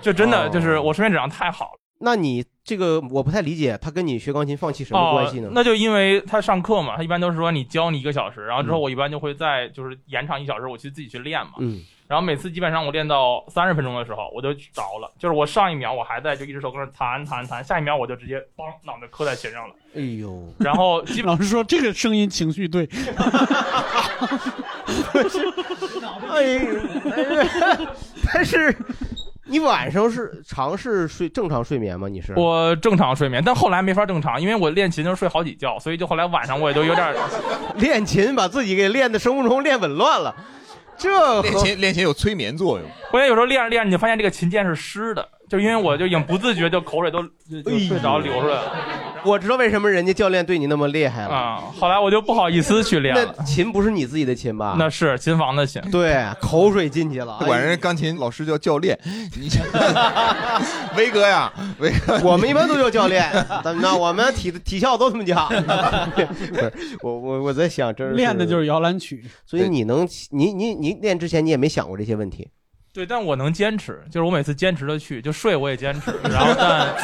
Speaker 14: 就真
Speaker 3: 哦
Speaker 14: 的就是我睡眠质量太好了。
Speaker 3: 那你这个我不太理解，他跟你学钢琴放弃什么
Speaker 14: 哦，
Speaker 3: 关系呢？
Speaker 14: 那就因为他上课嘛，他一般都是说你教你一个小时，然后之后我一般就会再就是延长一小时，我去自己去练嘛。
Speaker 3: 嗯，
Speaker 14: 然后每次基本上我练到三十分钟的时候，我就着了，就是我上一秒我还在就一只手跟那弹弹弹，下一秒我就直接梆脑袋磕在琴上了。
Speaker 3: 哎呦，
Speaker 14: 然后基
Speaker 5: 老师说这个声音情绪对，
Speaker 3: 哎呦， 但是你晚上是尝试睡正常睡眠吗？你是
Speaker 14: 我正常睡眠，但后来没法正常，因为我练琴就睡好几觉，所以就后来晚上我也都有点。
Speaker 3: 练琴把自己给练的生物钟练紊乱了，这
Speaker 14: 练琴
Speaker 2: 练琴有催眠作用。
Speaker 14: 关键有时候练着练着，你就发现这个琴键是湿的，就因为我就已经不自觉就口水都就就睡着流出来了。
Speaker 3: 我知道为什么人家教练对你那么厉害了
Speaker 14: 啊！后来我就不好意思去练了。
Speaker 3: 哎那琴不是你自己的琴吧？
Speaker 14: 那是琴房的琴。
Speaker 3: 对，口水进去了。
Speaker 2: 管人家钢琴老师叫教练，你 威哥呀，威哥，
Speaker 3: 我们一般都叫教练，怎么着？我们体体校都这么叫。不是 我我我在想，真是
Speaker 5: 练的就是摇篮曲。
Speaker 3: 所以你能，你你你练之前你也没想过这些问题。
Speaker 14: 对，但我能坚持，就是我每次坚持的去，就睡我也坚持，然后 但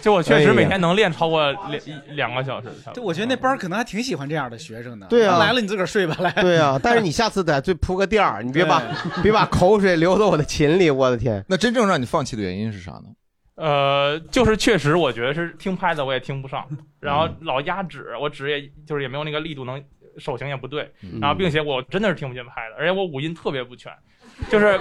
Speaker 14: 就我
Speaker 2: 哎
Speaker 14: 确实每天能练超过两一两个小时。差不多
Speaker 10: 对， 我觉得那班儿可能还挺喜欢这样的学生的。
Speaker 3: 对啊
Speaker 10: 来了你自个儿睡吧，来。
Speaker 3: 对啊，但是你下次得最铺个垫儿，你别把
Speaker 10: 对
Speaker 3: 别把口水流到我的琴里，我的天！
Speaker 2: 那真正让你放弃的原因是啥呢？
Speaker 14: 呃，就是确实，我觉得是听拍子我也听不上，然后老压指，我指也就是也没有那个力度能，手型也不对，然后并且我真的是听不见拍的，而且我五音特别不全，就是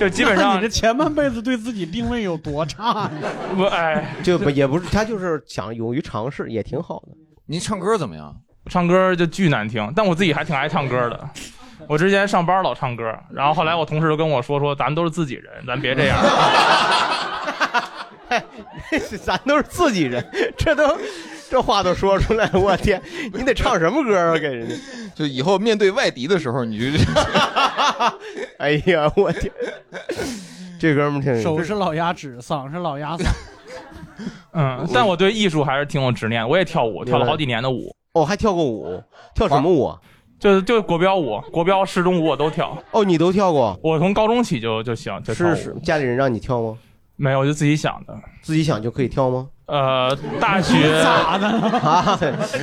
Speaker 14: 就基本
Speaker 5: 那
Speaker 14: 上
Speaker 5: 你这前半辈子对自己定位有多差呀？
Speaker 14: 我哎，
Speaker 3: 就不也不是，他就是想勇于尝试，也挺好的。
Speaker 2: 您唱歌怎么样？
Speaker 14: 唱歌就巨难听，但我自己还挺爱唱歌的。我之前上班老唱歌，然后后来我同事就跟我说说，咱们都是自己人，咱别这样。
Speaker 3: 咱都是自己人，这都这话都说出来了，我天！你得唱什么歌啊？给人家，
Speaker 2: 就以后面对外敌的时候，你就，
Speaker 3: 哎呀，我 天！这哥们儿挺
Speaker 5: 手是老鸭指，嗓是老鸭嗓。
Speaker 14: 嗯，但我对艺术还是挺有执念，我也跳舞，跳了好几年的舞。
Speaker 3: 哦，还跳过舞？跳什么舞？啊
Speaker 14: 就就国标舞、国标、十钟舞我都跳。
Speaker 3: 哦，你都跳过？
Speaker 14: 我从高中起就就想就是
Speaker 3: 是家里人让你跳吗？
Speaker 14: 没有，我就自己想的。
Speaker 3: 自己想就可以跳吗？
Speaker 14: 呃，大学
Speaker 3: 咋的啊？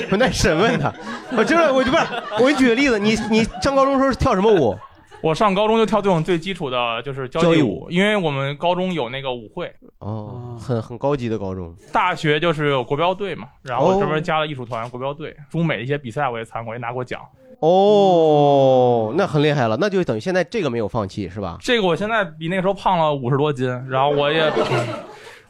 Speaker 3: 我那审问他，我真的我就不是，我给你举个例子，你你上高中时候是跳什么舞？
Speaker 14: 我上高中就跳这种嗯最基础的，就是交
Speaker 3: 交
Speaker 14: 际
Speaker 3: 际
Speaker 14: 舞，因为我们高中有那个舞会。
Speaker 3: 哦，很很高级的高中。
Speaker 14: 大学就是有国标队嘛，然后
Speaker 3: 哦
Speaker 14: 这边加了艺术团、国标队，中美一些比赛我也参过，也拿过奖。
Speaker 3: 哦，那很厉害了，那就等于现在这个没有放弃是吧？
Speaker 14: 这个我现在比那个时候胖了五十多斤，然后我 也，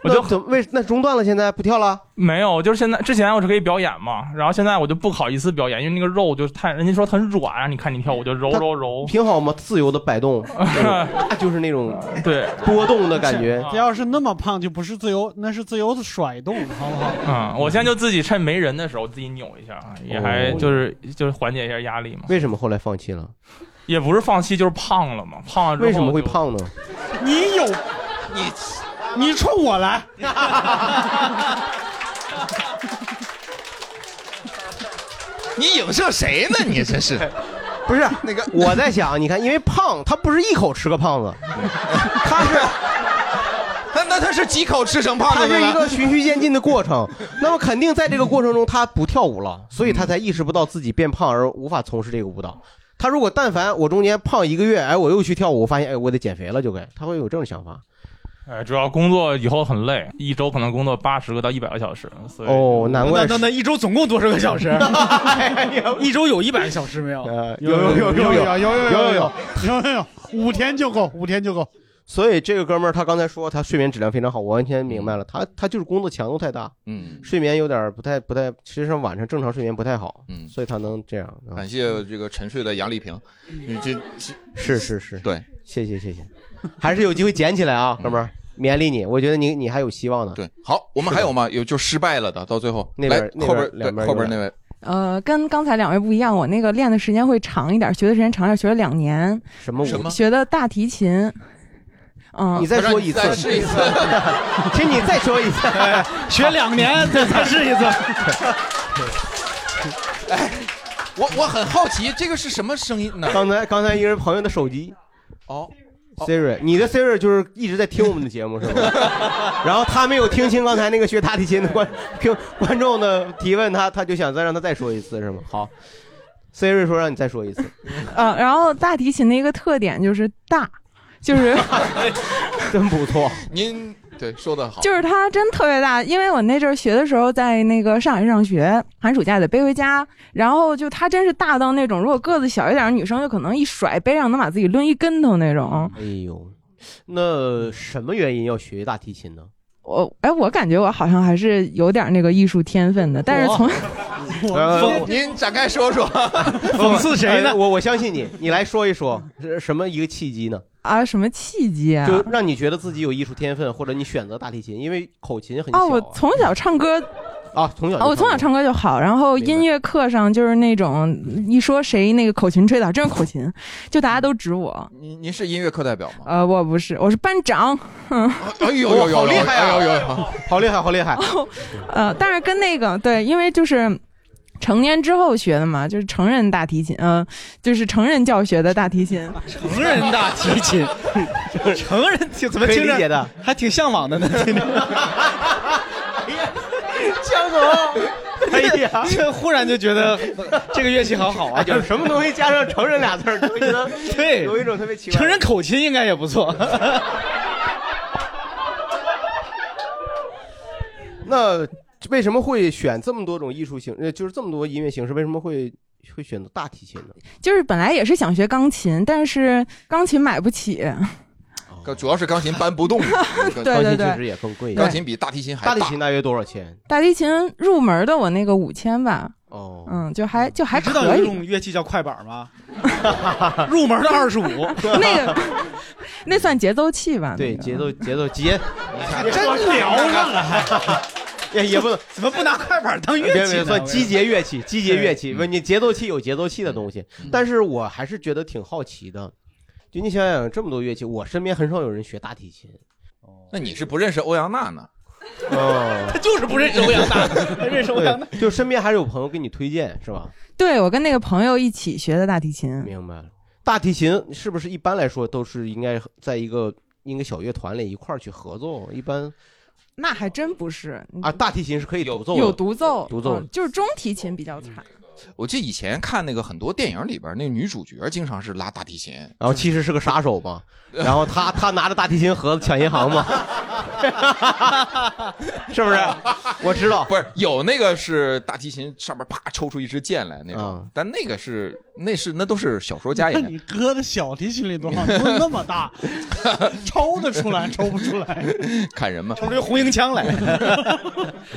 Speaker 14: 我就
Speaker 3: 怎么为那中啊断了？现在不跳了？
Speaker 14: 没有，就是现在之前我是可以表演嘛，然后现在我就不好意思表演，因为那个肉就是太，人家说很软，你看你跳舞就揉揉揉，
Speaker 3: 挺好吗？自由的 摆动，啊就是那种
Speaker 14: 对
Speaker 3: 波动的感觉。
Speaker 14: 啊
Speaker 5: 这要是那么胖，就不是自由，那是自由的甩动，好不好？
Speaker 14: 嗯，我现在就自己趁没人的时候自己扭一下，啊也还
Speaker 3: 哦
Speaker 14: 就是就是缓解一下压力嘛，
Speaker 3: 为什么后来放弃了？
Speaker 14: 也不是放弃，就是胖了嘛，胖了之后
Speaker 3: 为什么会
Speaker 14: 就
Speaker 3: 胖呢？
Speaker 5: 你有，你你冲我来，
Speaker 2: 你影射谁呢？你这是
Speaker 3: 不是那个？我在想，你看，因为胖，他不是一口吃个胖子，
Speaker 2: 那那他是几口吃成胖
Speaker 3: 他是
Speaker 2: 子的
Speaker 3: 一个
Speaker 2: 呢？
Speaker 3: 循序渐进的过程。那么肯定在这个过程中，他不跳舞了，所以他才意识不到自己变胖而无法从事这个舞蹈。他如果但凡我中间胖一个月，哎，我又去跳舞，发现哎，我得减肥了，就该他会有这种想法。
Speaker 14: 哎，主要工作以后很累，一周可能工作八十个到一百个小时，所以
Speaker 3: 哦难怪
Speaker 14: 那
Speaker 3: 是
Speaker 14: 那
Speaker 10: 一周总共多少个 小时？一周有一百个小时没有？
Speaker 3: 哎呃有
Speaker 5: 有
Speaker 3: 有有有
Speaker 5: 有有
Speaker 3: 有有
Speaker 5: 有有有有，五天就够，五天就够。
Speaker 3: 所以这个哥们儿他刚才说他睡眠质量非常好，我完全明白了，他他就是工作强度太大，
Speaker 2: 嗯，
Speaker 3: 睡眠有点儿不太不太，实际上晚上正常睡眠不太好，嗯，所以他能这样。啊
Speaker 2: 感谢这个沉睡的杨丽萍，你这这
Speaker 3: 是是是，
Speaker 2: 对，
Speaker 3: 谢谢谢谢，还是有机会捡起来啊，哥们儿，勉励你，我觉得你你还有希望的。
Speaker 2: 嗯对，好，我们还有吗？有就失败了的，到最后
Speaker 3: 那边
Speaker 2: 来
Speaker 3: 那边
Speaker 2: 后边
Speaker 3: 两边
Speaker 2: 对后边
Speaker 3: 有点
Speaker 2: 那位，
Speaker 11: 呃，跟刚才两位不一样，我那个练的时间会长一点，学的时间长一点，学了两年。
Speaker 3: 什么舞什么
Speaker 11: 学的大提琴。嗯，
Speaker 3: 你再说一次，请你 再说一次，
Speaker 5: 学两年再再试一次。
Speaker 2: 我我很好奇这个是什么声音呢？
Speaker 3: 刚才刚才一人朋友的手机
Speaker 2: 哦，
Speaker 3: Siri，你的 Siri 就是一直在听我们的节 目是吗？然后他没有听清刚才那个学大提琴的观听观众的提问，他他就想再让他再说一次是吗？好，Siri 说让你再说一次，
Speaker 11: 呃，然后大提琴的一个特点就是大， 就是
Speaker 3: 真不错。
Speaker 2: 您对说的好，
Speaker 11: 就是它真特别大，因为我那阵儿学的时候在那个上海上学，寒暑假得背回家，然后就它真是大到那种，如果个子小一点儿的女生，就可能一甩背上能把自己抡一跟头那种。
Speaker 3: 哎呦，那什么原因要学大提琴呢？
Speaker 11: 我哎，我感觉我好像还是有点那个艺术天分的，但是从
Speaker 3: 呃
Speaker 2: 您展开 说说，
Speaker 3: 讽刺谁呢？我我相信你，你来说一说是什么一个契机呢？
Speaker 11: 啊什么契机啊？
Speaker 3: 就让你觉得自己有艺术天分，或者你选择大提琴，因为口琴很小
Speaker 11: 哦，我从小唱歌
Speaker 3: 啊，从小就
Speaker 11: 啊，我从小唱歌就好，然后音乐课上就是那种一说谁那个口琴吹的好，真是 口琴，就大家都指我。
Speaker 2: 您您是音乐课代表吗？
Speaker 11: 呃，我不是，我是班长。嗯，
Speaker 2: 哎呦呦呦呦，
Speaker 11: 好厉害啊
Speaker 2: 哎呦 呦呦，
Speaker 3: 好厉害，好厉害！
Speaker 11: 呃，但是跟那个对，因为就是。成年之后学的嘛，就是成人大提琴，嗯、就是成人教学的大 提琴。
Speaker 10: 成人大提琴，成人听怎么
Speaker 3: 可以
Speaker 10: 听着
Speaker 3: 理解的，
Speaker 10: 还挺向往 的呢。听着
Speaker 3: 江总，哎呀，
Speaker 10: 这忽然就觉得这个乐器好好啊，
Speaker 3: 就是什么东西加上“成人”俩字儿，就会觉 得
Speaker 10: 对
Speaker 3: 有一种特别奇怪。
Speaker 10: 成人口琴应该也不 错。
Speaker 3: 那为什么会选这么多种艺术形，呃，就是这么多音乐形式，为什么会会选择大提琴呢？
Speaker 11: 就是本来也是想学钢琴，但是钢琴买不起。
Speaker 2: 主要是钢琴搬不动，
Speaker 11: 对对
Speaker 3: 钢琴
Speaker 11: 对
Speaker 3: 确实也更贵，
Speaker 2: 钢琴比大提琴还
Speaker 3: 大提琴大约多少钱？
Speaker 11: 大提琴入门的我那个五千吧，
Speaker 3: 哦，
Speaker 11: 嗯，就还就还
Speaker 10: 知道有
Speaker 11: 可
Speaker 10: 一
Speaker 11: 以。
Speaker 10: 种乐器叫快板 吗？入门的二十五，
Speaker 11: 那个那算节奏器吧？
Speaker 3: 对，节 奏节奏节，
Speaker 10: 真聊上
Speaker 3: 了还。也也不能，
Speaker 10: 怎么不拿快板当乐器
Speaker 3: 别
Speaker 10: 呢？
Speaker 3: 别算击节乐器，击节乐器，不，你节奏器有节奏器的东西，但是我还是觉得挺好奇的。就你想想，这么多乐器，我身边很少有人学大提琴。
Speaker 2: 那你是不认识欧阳娜娜？
Speaker 3: 哦，
Speaker 10: 他就是不认识欧阳娜，他认识欧阳娜。
Speaker 3: 对，就身边还是有朋友给你推荐，是吧？
Speaker 11: 对我跟那个朋友一起学的大提琴，
Speaker 3: 明白了。大提琴是不是一般来说都是应该在一个应该小乐团里一块儿去合奏？一般
Speaker 11: 那还真不是嗯
Speaker 3: 啊，大提琴是可以独奏的，嗯
Speaker 11: 有独奏，
Speaker 3: 独奏
Speaker 11: 嗯就是中提琴比较惨。
Speaker 2: 我记得以前看那个很多电影里边，那个女主角经常是拉大提琴，
Speaker 3: 然后其实是个杀手嘛，然后他他拿着大提琴盒子抢银行 嘛，是不是？我知道，
Speaker 2: 不是有那个是大提琴上面啪抽出一支箭来那
Speaker 3: 嗯
Speaker 2: 种，但那个是那是那都是小说
Speaker 3: 哎
Speaker 2: 家演
Speaker 5: 那
Speaker 2: 的。
Speaker 5: 你哥的小提琴里多好，你问那么大， 抽得出来，抽不出 来，
Speaker 2: 砍人嘛，
Speaker 5: 抽出红缨枪来。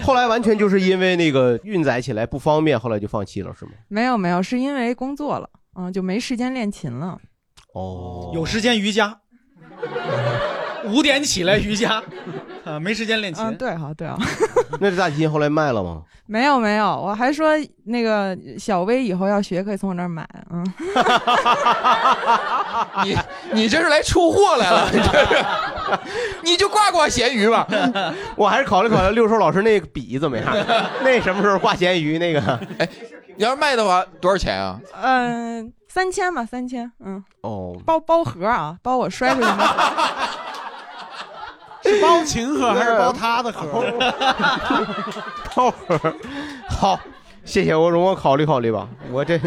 Speaker 3: 后来完全就是因为那个运载起来不方便，后来就放弃了，是吗？
Speaker 11: 没有没有，是因为工作了，嗯，就没时间练琴了。
Speaker 3: 哦，
Speaker 4: 有时间瑜伽，五点起来瑜伽，啊，没时间练琴。
Speaker 11: 嗯，对哈、对哈、
Speaker 3: 那这大提琴后来卖了吗？
Speaker 11: 没有没有，我还说那个小薇以后要学可以从我这儿买，嗯，
Speaker 2: 你你这是来出货来了，你这是，你就挂挂闲鱼吧。
Speaker 3: 我还是考虑考虑六兽老师那个笔怎么样？ 那什么时候挂咸鱼那个？
Speaker 2: 哎，你要是卖的话多少钱啊？
Speaker 11: 嗯，三千吧，三千，嗯，
Speaker 3: 哦，
Speaker 11: 包包盒啊，包我摔出去的。
Speaker 5: 是包琴盒还是包他的盒？
Speaker 3: 套盒， 好，谢谢我容我考虑考虑吧。我这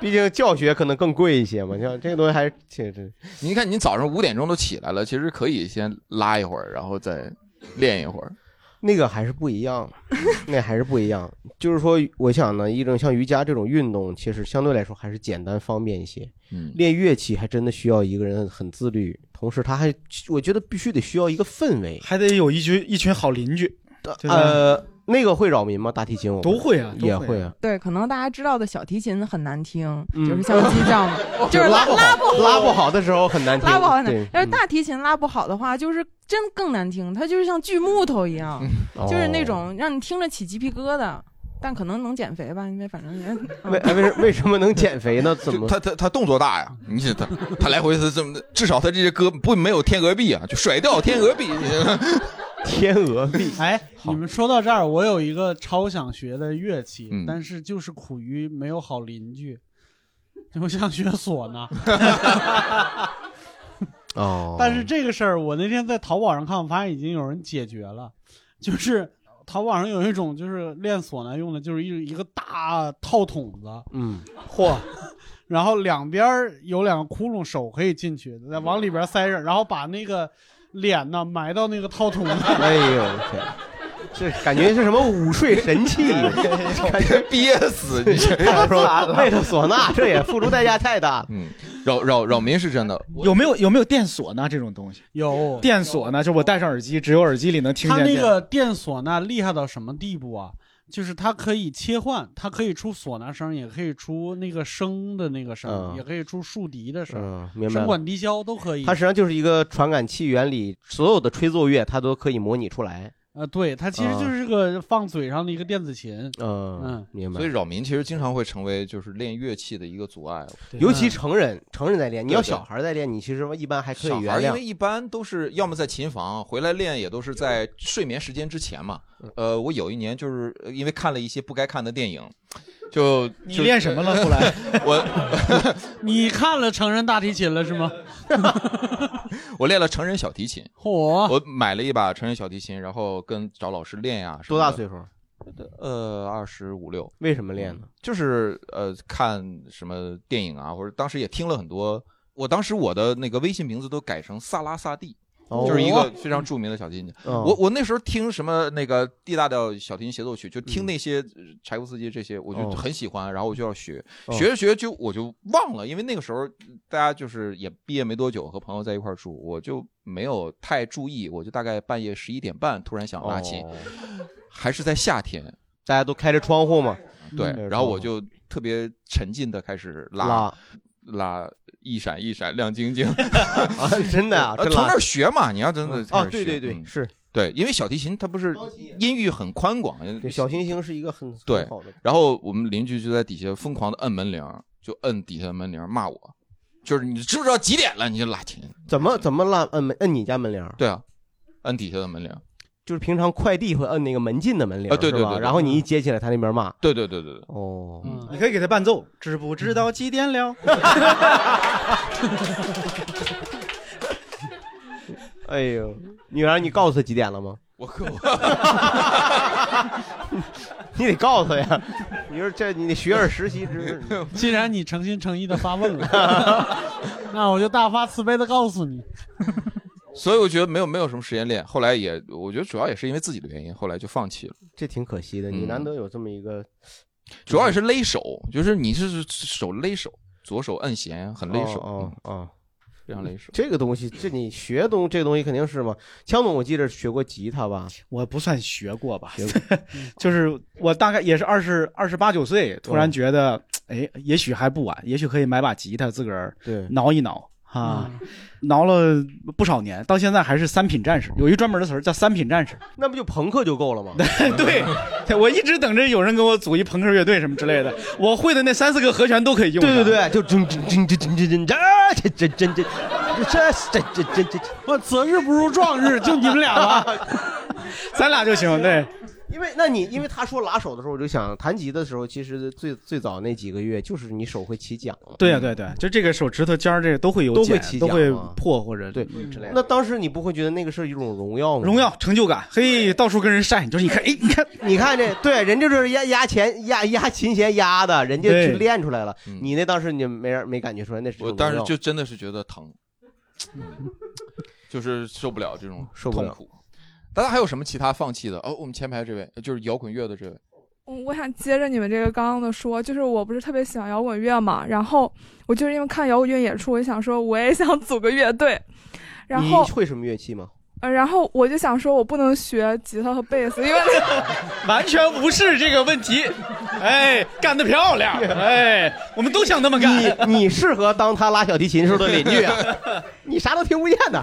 Speaker 3: 毕竟教学可能更贵一些嘛，像这个东西还是挺这。
Speaker 2: 您看，您早上五点钟都起来了，其实可以先拉一会儿，然后再练一会儿。
Speaker 3: 那个还是不一样，嗯那还是不一样。就是说，我想呢，一种像瑜伽这种运动，其实相对来说还是简单方便一些。
Speaker 2: 嗯，
Speaker 3: 练乐器还真的需要一个人很自律，同时他还，我觉得必须得需要一个氛围，
Speaker 4: 还得有一群一群好邻居。对吧
Speaker 3: 呃，那个会扰民吗？大提琴我们
Speaker 4: 都会啊都
Speaker 3: 也
Speaker 4: 会啊
Speaker 3: 会啊。
Speaker 11: 对，可能大家知道的小提琴很难听，
Speaker 3: 嗯
Speaker 11: 就是像击掌， 就是
Speaker 3: 拉
Speaker 11: 不
Speaker 3: 拉
Speaker 11: 不好，
Speaker 3: 拉不好的时候很难听，
Speaker 11: 拉不好
Speaker 3: 对嗯
Speaker 11: 呢。要是大提琴拉不好的话，就是真更难听，它就是像锯木头一样，
Speaker 3: 哦
Speaker 11: 就是那种让你听着起鸡皮疙瘩。但可能能减肥吧，因为反正也
Speaker 3: 为哎为什为什么能减肥呢？怎么
Speaker 2: 他他他动作大呀？你这他他来回他这么，至少他这些歌不没有天鹅臂啊，就甩掉天鹅臂。
Speaker 3: 天鹅臂，
Speaker 5: 哎，你们说到这儿，我有一个超想学的乐器，
Speaker 2: 嗯
Speaker 5: 但是就是苦于没有好邻居。我想学唢 呐，
Speaker 3: 哦
Speaker 5: 但是这个事儿，我那天在淘宝上看，我发现已经有人解决了，就是淘宝上有一种就是练唢呐用的，就是一一个大套筒子，
Speaker 3: 嗯，
Speaker 5: 嚯， 然后两边儿有两个窟窿，手可以进去，再往里边塞着，然后把那个脸呢埋到那个套筒里。
Speaker 3: 哎呦我天，这感觉是什么 午睡神器，感觉
Speaker 2: 憋死你！
Speaker 3: 哎说为了唢呐，这也付出代价太 大。
Speaker 2: 嗯，扰扰扰民是真的。
Speaker 4: 有没有有没有电唢呐这种东西？
Speaker 5: 有
Speaker 4: 电唢呐，就我戴上耳机，只有耳机里能听
Speaker 5: 它
Speaker 4: 见
Speaker 5: 那
Speaker 4: 电。
Speaker 5: 个电唢呐厉害到什么地步啊？就是它可以切换，它可以出唢呐声，也可以出那个笙的那个声，
Speaker 3: 嗯
Speaker 5: 也可以出竖笛的声，
Speaker 3: 嗯明白
Speaker 5: 笙
Speaker 3: 了
Speaker 5: 管笛箫都可以。
Speaker 3: 它实际上就是一个传感器原理，所有的吹奏乐它都可以模拟出来。
Speaker 5: 呃，对，它其实就是个放嘴上的一个电子琴。
Speaker 3: 嗯，明白
Speaker 2: 所以。扰民其实经常会成为就是练乐器的一个阻碍，
Speaker 3: 尤其成人，成人在练，你要
Speaker 2: 对对
Speaker 3: 小孩在练，你其实一般还可
Speaker 2: 小
Speaker 3: 以原
Speaker 2: 孩儿因为
Speaker 3: 谅。
Speaker 2: 一般都是要么在琴房回来练，也都是在睡眠时间之前嘛。
Speaker 4: 嗯
Speaker 2: 呃，我有一年就是呃因为看了一些不该看的电影，就
Speaker 4: 你练什么了后来？
Speaker 2: 我
Speaker 5: 你看了成人大提琴了是 吗？
Speaker 2: 我练了成人小提琴，
Speaker 5: 嚯！
Speaker 2: 我买了一把成人小提琴，然后跟找老师练呀。
Speaker 3: 多大岁数？
Speaker 2: 呃，二十五六。
Speaker 3: 为什么练呢？
Speaker 2: 就是呃，看什么电影啊，或者当时也听了很多。我当时我的那个微信名字都改成萨拉萨蒂，
Speaker 3: 哦
Speaker 2: 就是一个非常著名的小提琴家。
Speaker 3: 嗯
Speaker 2: 我我那时候听什么那个 D 大调小提琴协奏曲，就
Speaker 3: 嗯
Speaker 2: 听那些呃柴可夫斯基这些，我就
Speaker 3: 哦
Speaker 2: 很喜欢，然后我就要学，
Speaker 3: 哦
Speaker 2: 学着学着就我就忘了，因为那个时候大家就是也毕业没多久，和朋友在一块儿住，我就没有太注意，我就大概半夜十一点半突然想拉琴，
Speaker 3: 哦
Speaker 2: 还是在夏天，
Speaker 3: 大家都开着窗户嘛。
Speaker 2: 对
Speaker 3: 嗯，
Speaker 2: 然后我就特别沉浸的开始拉拉一闪一闪亮晶晶，
Speaker 3: 啊，真的啊，
Speaker 2: 呃
Speaker 3: 真
Speaker 2: 从
Speaker 3: 拉
Speaker 2: 那儿学嘛，你要真的
Speaker 3: 嗯
Speaker 2: 开始
Speaker 3: 啊对
Speaker 2: 学
Speaker 3: 对对
Speaker 2: 嗯
Speaker 3: 是
Speaker 2: 对，因为小提琴它不是音域很宽广，
Speaker 3: 对小行星是一个很
Speaker 2: 对
Speaker 3: 很好的。，
Speaker 2: 然后我们邻居就在底下疯狂的摁门铃儿，就摁底下的门铃儿骂我，就是你知不知道几点了？你就拉琴，
Speaker 3: 怎么怎么拉摁门摁你家门铃儿？
Speaker 2: 对啊，摁底下的门铃儿，
Speaker 3: 就是平常快递会摁那个门禁的门铃，
Speaker 2: 啊对
Speaker 3: 是
Speaker 2: 对
Speaker 3: 吧
Speaker 2: 对对
Speaker 3: 然后你一接起来，他那边骂，
Speaker 2: 对对对对嗯对，
Speaker 3: 哦，
Speaker 4: 你可以给他伴奏，知不知道几点了？
Speaker 3: 哎呦，女儿，你告诉他几点了吗？
Speaker 2: 我可
Speaker 3: 你得告诉他呀，你说这你得学点实习知识。
Speaker 5: 既然你诚心诚意的发 问了，那我就大发慈悲的告诉你，
Speaker 2: 所以我觉得没有没有什么时间练，后来也我觉得主要也是因为自己的原因，后来就放弃了。
Speaker 3: 这挺可惜的，你
Speaker 2: 嗯
Speaker 3: 难得有这么一个，
Speaker 2: 主要也是勒手，就是你是手勒手，左手摁弦很勒手，嗯
Speaker 3: 哦哦
Speaker 2: 非常勒手。
Speaker 3: 这个东西，这你学东这个东西肯定是嘛。枪总，我记着学过吉他吧？
Speaker 4: 我不算学过吧， 就是我大概也是二十二十八九岁，突
Speaker 3: 嗯
Speaker 4: 然觉得，哎，也许还不晚，也许可以买把吉他自个儿
Speaker 3: 对
Speaker 4: 挠一挠啊，
Speaker 5: 嗯
Speaker 4: 挠了不少年，到现在还是三品战士，有一专门的词儿叫三品战士。
Speaker 3: 那不就朋克就够了吗？
Speaker 4: 对， 我一直等着有人给我组一朋克乐队什么之类的，我会的那三四个和弦都可以用。
Speaker 3: 对对对，就真真真真真真真哎这这真真这这这这这，
Speaker 5: 我择日不如撞日，就你们俩 吧，
Speaker 4: 咱俩就行。对，
Speaker 3: 因为 那你因为他说拉手的时候，我就想弹吉的时候，其实最最早那几个月就是你手会起茧了。
Speaker 4: 对呀、对对，就这个手指头尖儿这个都会有
Speaker 3: 都
Speaker 4: 茧
Speaker 3: 会起
Speaker 4: 都
Speaker 3: 茧
Speaker 4: 会
Speaker 3: 嘛
Speaker 4: 破或者
Speaker 3: 对
Speaker 4: 之类的。
Speaker 3: 那当时你不会觉得那个是一种荣耀吗？
Speaker 4: 荣耀成就感，嘿，到处跟人晒，就是你看，哎，你看，
Speaker 3: 你看这，对，人家就是压压钱压压琴弦压的，人家
Speaker 4: 对
Speaker 3: 去练出来了。你那当时你没人没感觉出来那是一种
Speaker 2: 嗯我
Speaker 3: 荣耀。
Speaker 2: 当时就真的是觉得 疼，就是受不了这种
Speaker 3: 受不了
Speaker 2: 痛苦。大家还有什么其他放弃的？哦，我们前排这位就是摇滚乐的这位，
Speaker 7: 嗯我想接着你们这个刚刚的说，就是我不是特别喜欢摇滚乐嘛，然后我就是因为看摇滚乐演出，我就想说我也想组个乐队，然
Speaker 3: 你
Speaker 7: 后
Speaker 3: 会什么乐器吗？
Speaker 7: 呃，然后我就想说我不能学吉他和贝斯，因为那个
Speaker 4: 完全无视这个问题，哎，干得漂 亮，哎，我们都想那么干。
Speaker 3: 你适合当他拉小提琴时候的邻居啊， 你啥都听不见的。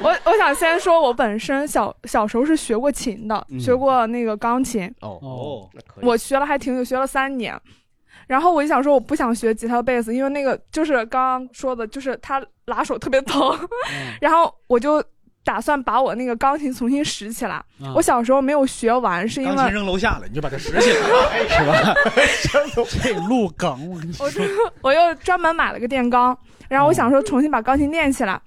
Speaker 7: 我我想先说，我本身小小时候是学过琴的，
Speaker 3: 嗯
Speaker 7: 学过那个钢琴，
Speaker 3: 哦哦，那可以。
Speaker 7: 我学了还挺久，学了三年。然后我就想说，我不想学吉他、贝斯，因为那个就是刚刚说的，就是他拉手特别疼。
Speaker 4: 嗯
Speaker 7: 然后我就打算把我那个钢琴重新拾起来。
Speaker 4: 嗯
Speaker 7: 我小时候没有学完，是因
Speaker 4: 钢
Speaker 7: 为
Speaker 4: 琴扔楼下了，你就把它拾 起来，
Speaker 3: 哎
Speaker 4: 是吧？
Speaker 5: 这路梗，我跟你
Speaker 7: 我就我又专门买了个电钢，然后我
Speaker 4: 哦
Speaker 7: 想说重新把钢琴练起来，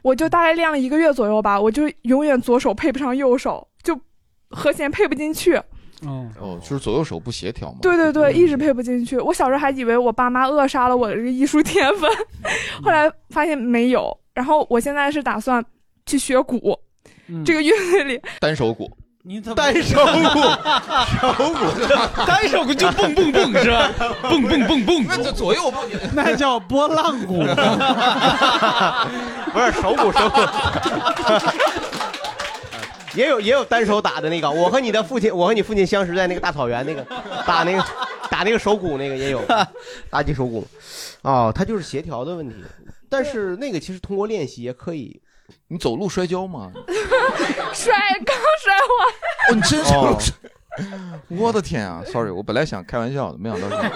Speaker 7: 我就大概练了一个月左右吧，我就永远左手配不上右手，就和弦配不进去。
Speaker 5: 哦
Speaker 2: 哦，就是左右手不协
Speaker 3: 哦
Speaker 2: 调嘛。
Speaker 7: 对对
Speaker 3: 嗯
Speaker 7: 对，一直配不进去。我小时候还以为我爸妈扼杀了我的这个艺术天 分，
Speaker 3: 嗯
Speaker 7: 后来发现没有。然后我现在是打算去学鼓，
Speaker 3: 嗯
Speaker 7: 这个乐队里
Speaker 2: 单手鼓，
Speaker 5: 你怎么
Speaker 3: 单手鼓，手鼓，
Speaker 4: 单手鼓就蹦蹦蹦是吧？蹦蹦蹦蹦，
Speaker 2: 那就左右蹦，
Speaker 5: 那叫波哦浪鼓，
Speaker 3: 不是手鼓手鼓， 也有也有单手打的那个。我和你的父亲，我和你父亲相识在那个大草原，那个打那个打那个手鼓那个 也有，打击手鼓。哦，它就是协调的问题，但是那个其实通过练习也可以。
Speaker 2: 你走路摔跤吗？
Speaker 7: 摔刚摔完，
Speaker 2: 哦，你真走
Speaker 3: 哦
Speaker 2: 路摔。 我的天啊！Sorry，我本来想开玩笑的，没想到是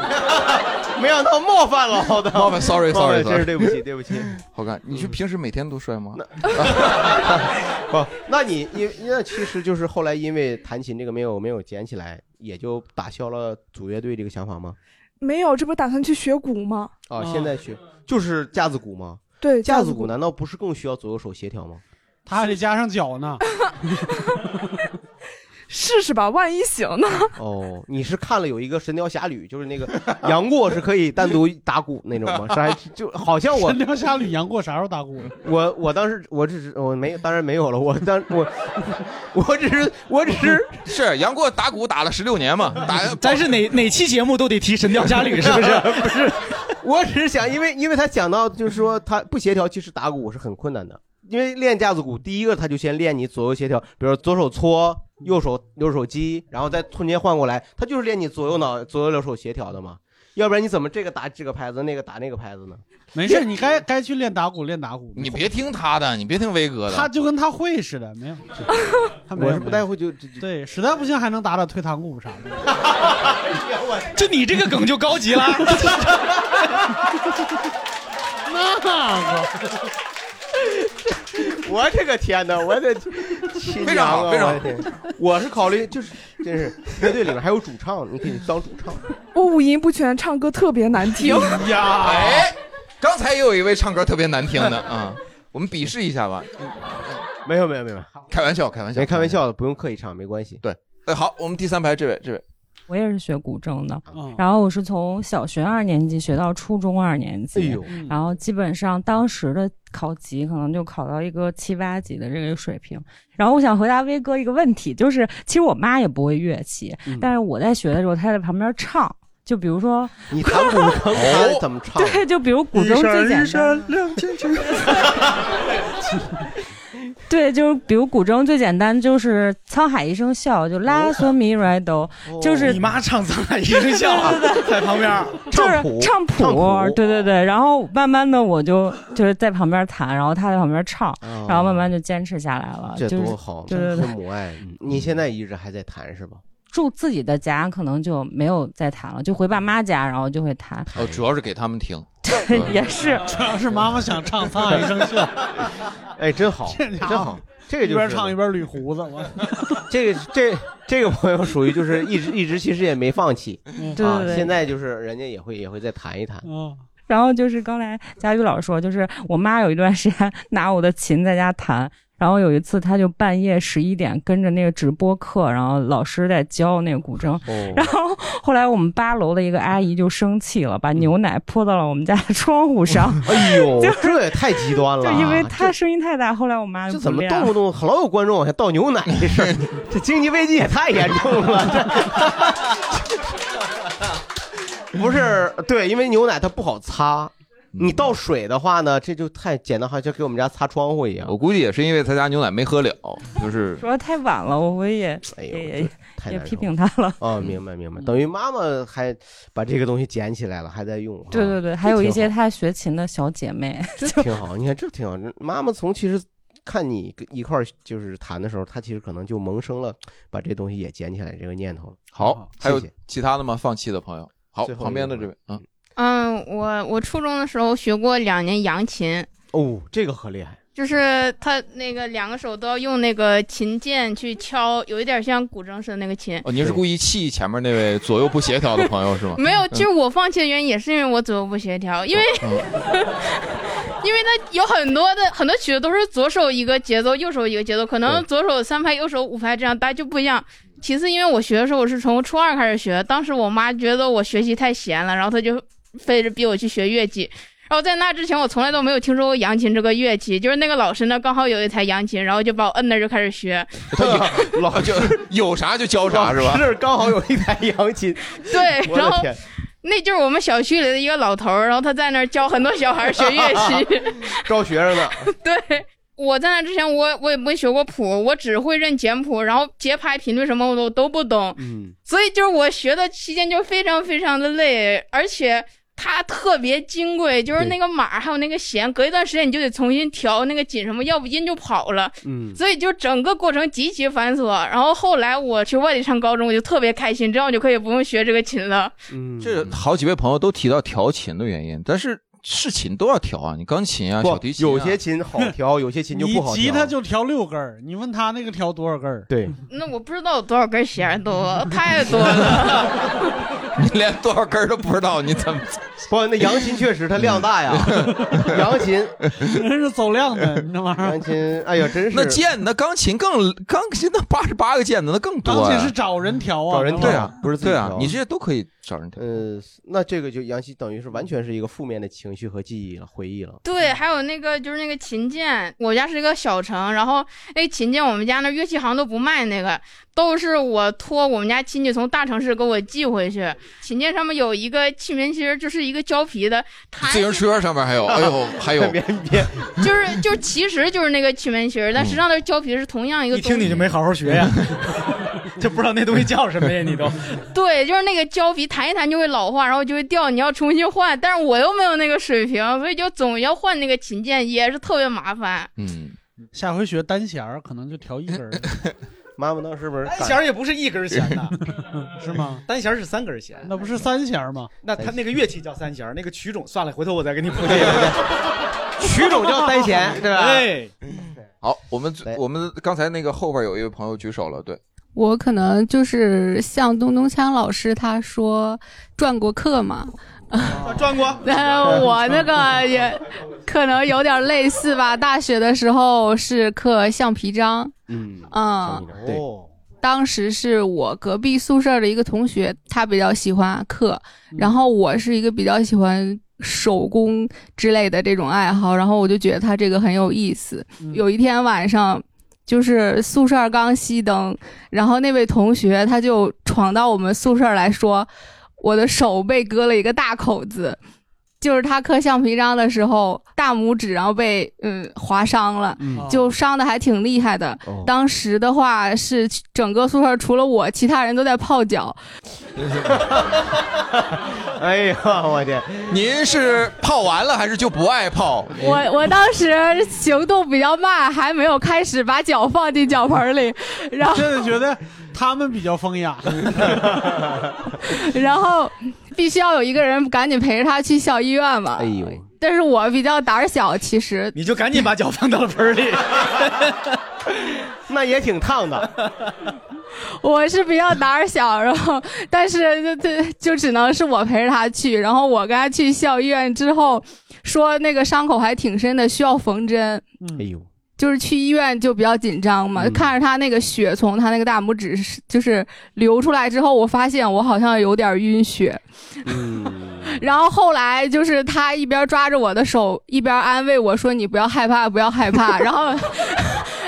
Speaker 3: 没想到冒犯了，好的，
Speaker 2: 冒犯，sorry，sorry，
Speaker 3: 冒犯
Speaker 2: sorry
Speaker 3: 真是对不起，对不起。
Speaker 2: 好看。你是平时每天都摔吗？
Speaker 3: 不，哦那你你那其实就是后来因为弹琴这个没有没有捡起来，也就打消了组乐队这个想法吗？
Speaker 7: 没有，这不是打算去学鼓吗？
Speaker 3: 啊，现在学就是架子鼓
Speaker 7: 哦
Speaker 3: 吗？
Speaker 7: 对
Speaker 3: 架
Speaker 7: 架
Speaker 3: 子
Speaker 7: 子
Speaker 3: 鼓
Speaker 7: 鼓
Speaker 3: 难道不是更需要左右手协调吗？
Speaker 5: 他还得加上脚呢。
Speaker 7: 试试吧，万一行呢？
Speaker 3: 哦，你 是看了有一个《神雕侠侣》，就是 那个杨过是可以单独打鼓那种吗？ 是还就好像我
Speaker 5: 神雕侠侣杨过啥时候打鼓？
Speaker 3: 我我当时我只是我没当然没有了，我当我 我只是我只是
Speaker 2: 是杨过打鼓打了十六年嘛，打
Speaker 4: 咱是哪哪期节目都得提《神雕侠侣》，是不是？
Speaker 3: 不是， 我只是想，因为因为他讲到就是说他不协调，其实打鼓是很困难的，因为练架子鼓，第一个他就先练你左右协调，比如说左手搓，右手右手击，然后再瞬间换过来，他就是练你左右脑左右两手协调的嘛，要不然你怎么这个打这个拍子，那个打那个拍子呢？
Speaker 5: 没事，你该该去练打鼓，练打鼓。
Speaker 2: 你别听他的，你别听威哥的。
Speaker 5: 他就跟他会似的，没 有，他没有
Speaker 3: 我是不太会就
Speaker 5: 对，实在不行还能打打退堂鼓啥的。
Speaker 4: 就你这个梗就 高级了。
Speaker 5: 那个，
Speaker 3: 我这个天哪，我的
Speaker 2: 非常好非常好。
Speaker 3: 亲娘啊我的天我是考虑就是真是乐队里面还有主唱，你可以当主唱。
Speaker 7: 我五音不全，唱歌特别难听。
Speaker 2: 呀， 哎，刚才也有一位唱歌特别难听的啊，我们比试一下吧。
Speaker 3: 没有没有没有，
Speaker 2: 开玩笑开玩笑，
Speaker 3: 没开玩笑的，不用刻意唱，没关系。
Speaker 2: 对，哎好，我们第三排这位这位，
Speaker 15: 我也是学古筝的，然后我是从小学二年级学到初中二年级，
Speaker 16: 哎呦
Speaker 15: 然后基本上当时的考级可能就考到一个七八级的这个水平。然后我想回答威哥一个问题，就是其实我妈也不会乐器，但是我在学的时候，她在旁边唱。就比如说，
Speaker 3: 你弹古筝弹怎么唱？
Speaker 15: 对，就比如古筝最简单。
Speaker 3: 亮晶 晶。
Speaker 15: 对，就是比如古筝最简单，就是“沧海一声笑”，就拉索米来哆，就是
Speaker 4: 你妈唱《沧海一声笑》在旁边，
Speaker 15: 就是唱谱，啊对对
Speaker 3: 哦
Speaker 15: 对。然后慢慢的，我就就是在旁边弹，然后他在旁边唱，然后慢慢就坚持下来了。
Speaker 3: 哦这
Speaker 15: 啊就是
Speaker 3: 多好，
Speaker 15: 对对
Speaker 3: 这
Speaker 15: 对嗯
Speaker 3: 母爱。你现在一直还在弹是吧？
Speaker 15: 住自己的家，可能就没有再弹了，就回爸妈家，然后就会弹。
Speaker 2: 哦，主要是给他们听，
Speaker 15: 也是，
Speaker 5: 主要 是妈妈想唱《沧海一声笑》，
Speaker 3: 哎，真好，
Speaker 5: 这
Speaker 3: 真
Speaker 5: 家伙
Speaker 3: 好，这个
Speaker 5: 一
Speaker 3: 就
Speaker 5: 边
Speaker 3: 是
Speaker 5: 唱一边捋胡子，我
Speaker 3: 这个这这个朋友属于就是一直一直其实也没放弃
Speaker 15: 嗯对
Speaker 3: 啊
Speaker 15: 对，对
Speaker 3: 现在就是人家也会也会再弹一弹，
Speaker 5: 嗯
Speaker 15: 然后就是刚才佳宇老师说，就是我妈有一段时间拿我的琴在家弹，然后有一次她就半夜十一点跟着那个直播课，然后老师在教那个古筝，
Speaker 3: 嗯
Speaker 15: 然后后来我们八楼的一个阿姨就生气了，
Speaker 3: 嗯
Speaker 15: 把牛奶泼到了我们家的窗 户上，
Speaker 3: 哎呦
Speaker 15: 就，
Speaker 3: 这也太极端了，
Speaker 15: 就因为她声音太大，后来我妈就
Speaker 3: 这
Speaker 15: 不
Speaker 3: 怎么
Speaker 15: 练
Speaker 3: 动
Speaker 15: 了
Speaker 3: 不动老有观众往下倒牛奶这事儿， 这经济危机也太严重了。这 不是对，因为牛奶它不好擦，
Speaker 2: 嗯
Speaker 3: 你倒水的话呢，这就太简单，好像就给我们家擦窗户一样。
Speaker 2: 我估计也是因为他家牛奶没喝了，就是
Speaker 15: 主要太晚了，我我也也也
Speaker 3: 哎太
Speaker 15: 也
Speaker 3: 难
Speaker 15: 批评她了。
Speaker 3: 哦，明白明白，等于妈妈还把这个东西捡起来了，还在用。
Speaker 15: 对对对，还有
Speaker 3: 这
Speaker 15: 一
Speaker 3: 挺
Speaker 15: 些她学琴的小姐妹，
Speaker 3: 好挺好，你看这挺好。妈妈从其实看你跟一块儿就是谈的时候，她其实可能就萌生了把这东西也捡起来这个念头了。
Speaker 2: 好，还有
Speaker 3: 谢谢
Speaker 2: 其他的吗？放弃的朋友，好，
Speaker 3: 最后一个
Speaker 2: 旁边的这位，嗯，
Speaker 9: 嗯，我我初中的时候学过两年扬琴，
Speaker 3: 哦，这个很厉害。
Speaker 9: 就是他那个两个手都要用那个琴键去敲，有一点像古筝似的那个琴。？
Speaker 2: 哦，您是故意气前面那位左右不协调的朋友是吗
Speaker 9: 没有，就是
Speaker 2: 嗯
Speaker 9: 我放弃的原因也是因为我左右不协调，因为、
Speaker 2: 嗯
Speaker 9: 因为它有很多的很多曲子都是左手一个节奏，右手一个节奏，可能左手三拍，右手五拍这样，大家就不一样。其次，因为我学的时候我是从初二开始学，当时我妈觉得我学习太闲了，然后她就非着逼我去学乐器。然后在那之前，我从来都没有听说过扬琴这个乐器。就是那个老师呢，刚好有一台扬琴，然后就把我摁那儿就开始学。
Speaker 2: 老就 有啥就教啥是吧？
Speaker 3: 是刚好有一台扬琴，
Speaker 9: 对，
Speaker 2: 我的
Speaker 9: 然后
Speaker 2: 天
Speaker 9: 那就是我们小区里的一个老头儿，然后他在那儿教很多小孩儿学 乐器。
Speaker 3: 招学生呢。
Speaker 9: 对，我在那之前我我也没学过谱，我只会认简谱，然后节拍、频率什么我都都不懂，
Speaker 3: 嗯，
Speaker 9: 所以就是我学的期间就非常非常的累，而且。它特别金贵，就是那个码还有那个弦，隔一段时间你就得重新调那个紧什么，要不音就跑了。
Speaker 3: 嗯
Speaker 9: 所以就整个过程极其繁琐。然后后来我去外地上高中，我就特别开心，这样我就可以不用学这个琴了。
Speaker 3: 嗯
Speaker 2: 这好几位朋友都提到调琴的原因，但是是琴都要调啊，你钢琴啊、
Speaker 3: 不
Speaker 2: 小提琴啊，
Speaker 3: 有些琴好调，有些琴就
Speaker 5: 你
Speaker 3: 不好
Speaker 5: 吉他
Speaker 3: 调。
Speaker 5: 就调六根儿，你问他那个调多少根儿？
Speaker 3: 对，
Speaker 9: 那我不知道有多少根弦儿多，太多了。
Speaker 2: 你连多少根儿都不知道，你怎么？
Speaker 3: 不，那扬琴确实它量大 呀，扬 琴
Speaker 5: 真是走量的，那玩意儿。
Speaker 3: 扬琴，哎呀，真是
Speaker 2: 那键那钢琴更钢琴那八十八个键的那更多、啊，
Speaker 5: 钢琴是找人调啊，
Speaker 2: 对啊，
Speaker 3: 不是自己
Speaker 2: 对啊
Speaker 3: 调，
Speaker 2: 你这些都可以找人调。
Speaker 3: 呃，那这个就杨希等于是完全是一个负面的情绪和记忆了，回忆 了。
Speaker 4: 嗯
Speaker 9: 对，还有那个就是那个琴键，我家是一个小城，然后那琴键我们家那乐器行都不卖那个，都是我托我们家亲戚从大城市给我寄回去。琴键上面有一个气门芯儿，就是一个胶皮的，
Speaker 2: 自行车上面还有，哎呦，还有， 别
Speaker 3: 别，
Speaker 9: 就是就是其实就是那个气门芯儿，但实际上那个胶皮是同样一个
Speaker 4: 一
Speaker 9: 东西。
Speaker 4: 听你就没好好学呀，就不知道那东西叫什么呀， 你都。
Speaker 9: 对，就是那个胶皮弹一弹就会老化，然后就会掉，你要重新换。但是我又没有那个水平，所以就总要换那个琴键，也是特别麻烦。
Speaker 2: 嗯，
Speaker 5: 下回学单弦儿，可能就调一根儿。
Speaker 3: 妈妈当时不是
Speaker 4: 哎单弦儿也不是一根弦 呐，
Speaker 5: 嗯是吗？
Speaker 4: 单弦儿是三根弦，
Speaker 5: 那不是三弦儿吗？
Speaker 4: 那他那个乐器叫三弦儿，那个曲种算了，回头我再给你补这个。
Speaker 3: 曲种叫三弦， 对吧？
Speaker 4: 哎，
Speaker 2: 好，我们我们刚才那个后边有一位朋友举手了，对，
Speaker 16: 我可能就是像东东锵老师他说转过课嘛，
Speaker 4: 哦转过。
Speaker 16: 那 我那个也可能有点类似吧。大学的时候是刻橡皮章，
Speaker 3: 嗯
Speaker 16: 嗯，
Speaker 3: 对，
Speaker 16: 当时是我隔壁宿舍的一个同学，他比较喜欢刻，然后我是一个比较喜欢手工之类的这种爱好，然后我就觉得他这个很有意思。有一天晚上。就是宿舍刚熄灯，然后那位同学他就闯到我们宿舍来说，我的手被割了一个大口子，就是他刻橡皮章的时候，大拇指然后被嗯划伤了，
Speaker 17: 嗯
Speaker 16: 就伤的还挺厉害的。
Speaker 17: 哦
Speaker 16: 当时的话是整个宿舍除了我，其他人都在泡脚，
Speaker 3: 哎呀，我天！
Speaker 2: 您是泡完了还是就不爱泡？
Speaker 3: 哎
Speaker 16: 我我当时行动比较慢，还没有开始把脚放进脚盆里，然后
Speaker 5: 真的觉得他们比较风 雅。
Speaker 16: 然后必须要有一个人赶紧陪着他去校医院嘛。
Speaker 3: 哎呦，
Speaker 16: 但是我比较胆儿小，其实
Speaker 4: 你就赶紧把脚放到了 盆里。
Speaker 3: 那也挺烫的。
Speaker 16: 我是比较胆儿小，然后 但是就就就只能是我陪着他去，然后我跟他去校医院之后，说那个伤口还挺深的，需要缝针。
Speaker 3: 哎呦，
Speaker 16: 就是去医院就比较紧张嘛，
Speaker 3: 嗯
Speaker 16: 看着他那个血从他那个大拇指是就是流出来之后，我发现我好像有点晕血。
Speaker 3: 嗯
Speaker 16: 然后后来就是他一边抓着我的手，一边安慰我说：“你不要害怕，不要害怕。” 然后，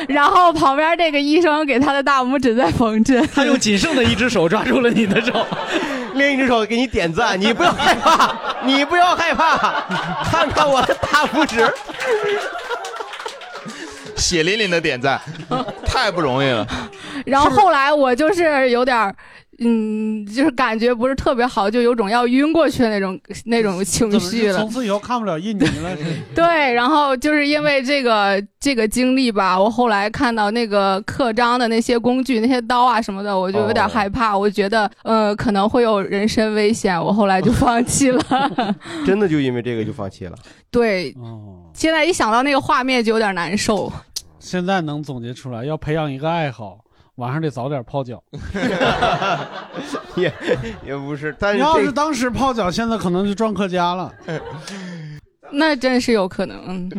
Speaker 16: 然后旁边这个医生给他的大拇指在缝 针。
Speaker 4: 他用仅剩的一只手抓住了你的手，
Speaker 3: 另一只手给你点赞，你不要害怕，你不要害怕，看看我的大拇指。
Speaker 2: 血淋淋的点赞，太不容易了。
Speaker 16: 然后后来我就是有点儿，嗯，就是感觉不是特别好，就有种要晕过去的那种那种情绪了
Speaker 5: 从。此以后看不了印尼了。是
Speaker 16: 对，然后就是因为这个这个经历吧，我后来看到那个刻章的那些工具、那些刀啊什么的，我就有点害怕，我觉得呃可能会有人身危险，我后来就放弃了。
Speaker 3: 真的就因为这个就放 弃了。
Speaker 16: 对，现在一想到那个画面就有点难受。
Speaker 5: 现在能总结出来，要培养一个爱好，晚上得早点泡 脚。
Speaker 3: 也也不是，但是
Speaker 5: 你要
Speaker 3: 这
Speaker 5: 是当时泡脚，现在可能就撞客家了。
Speaker 4: 哎
Speaker 16: 那真是有可能，嗯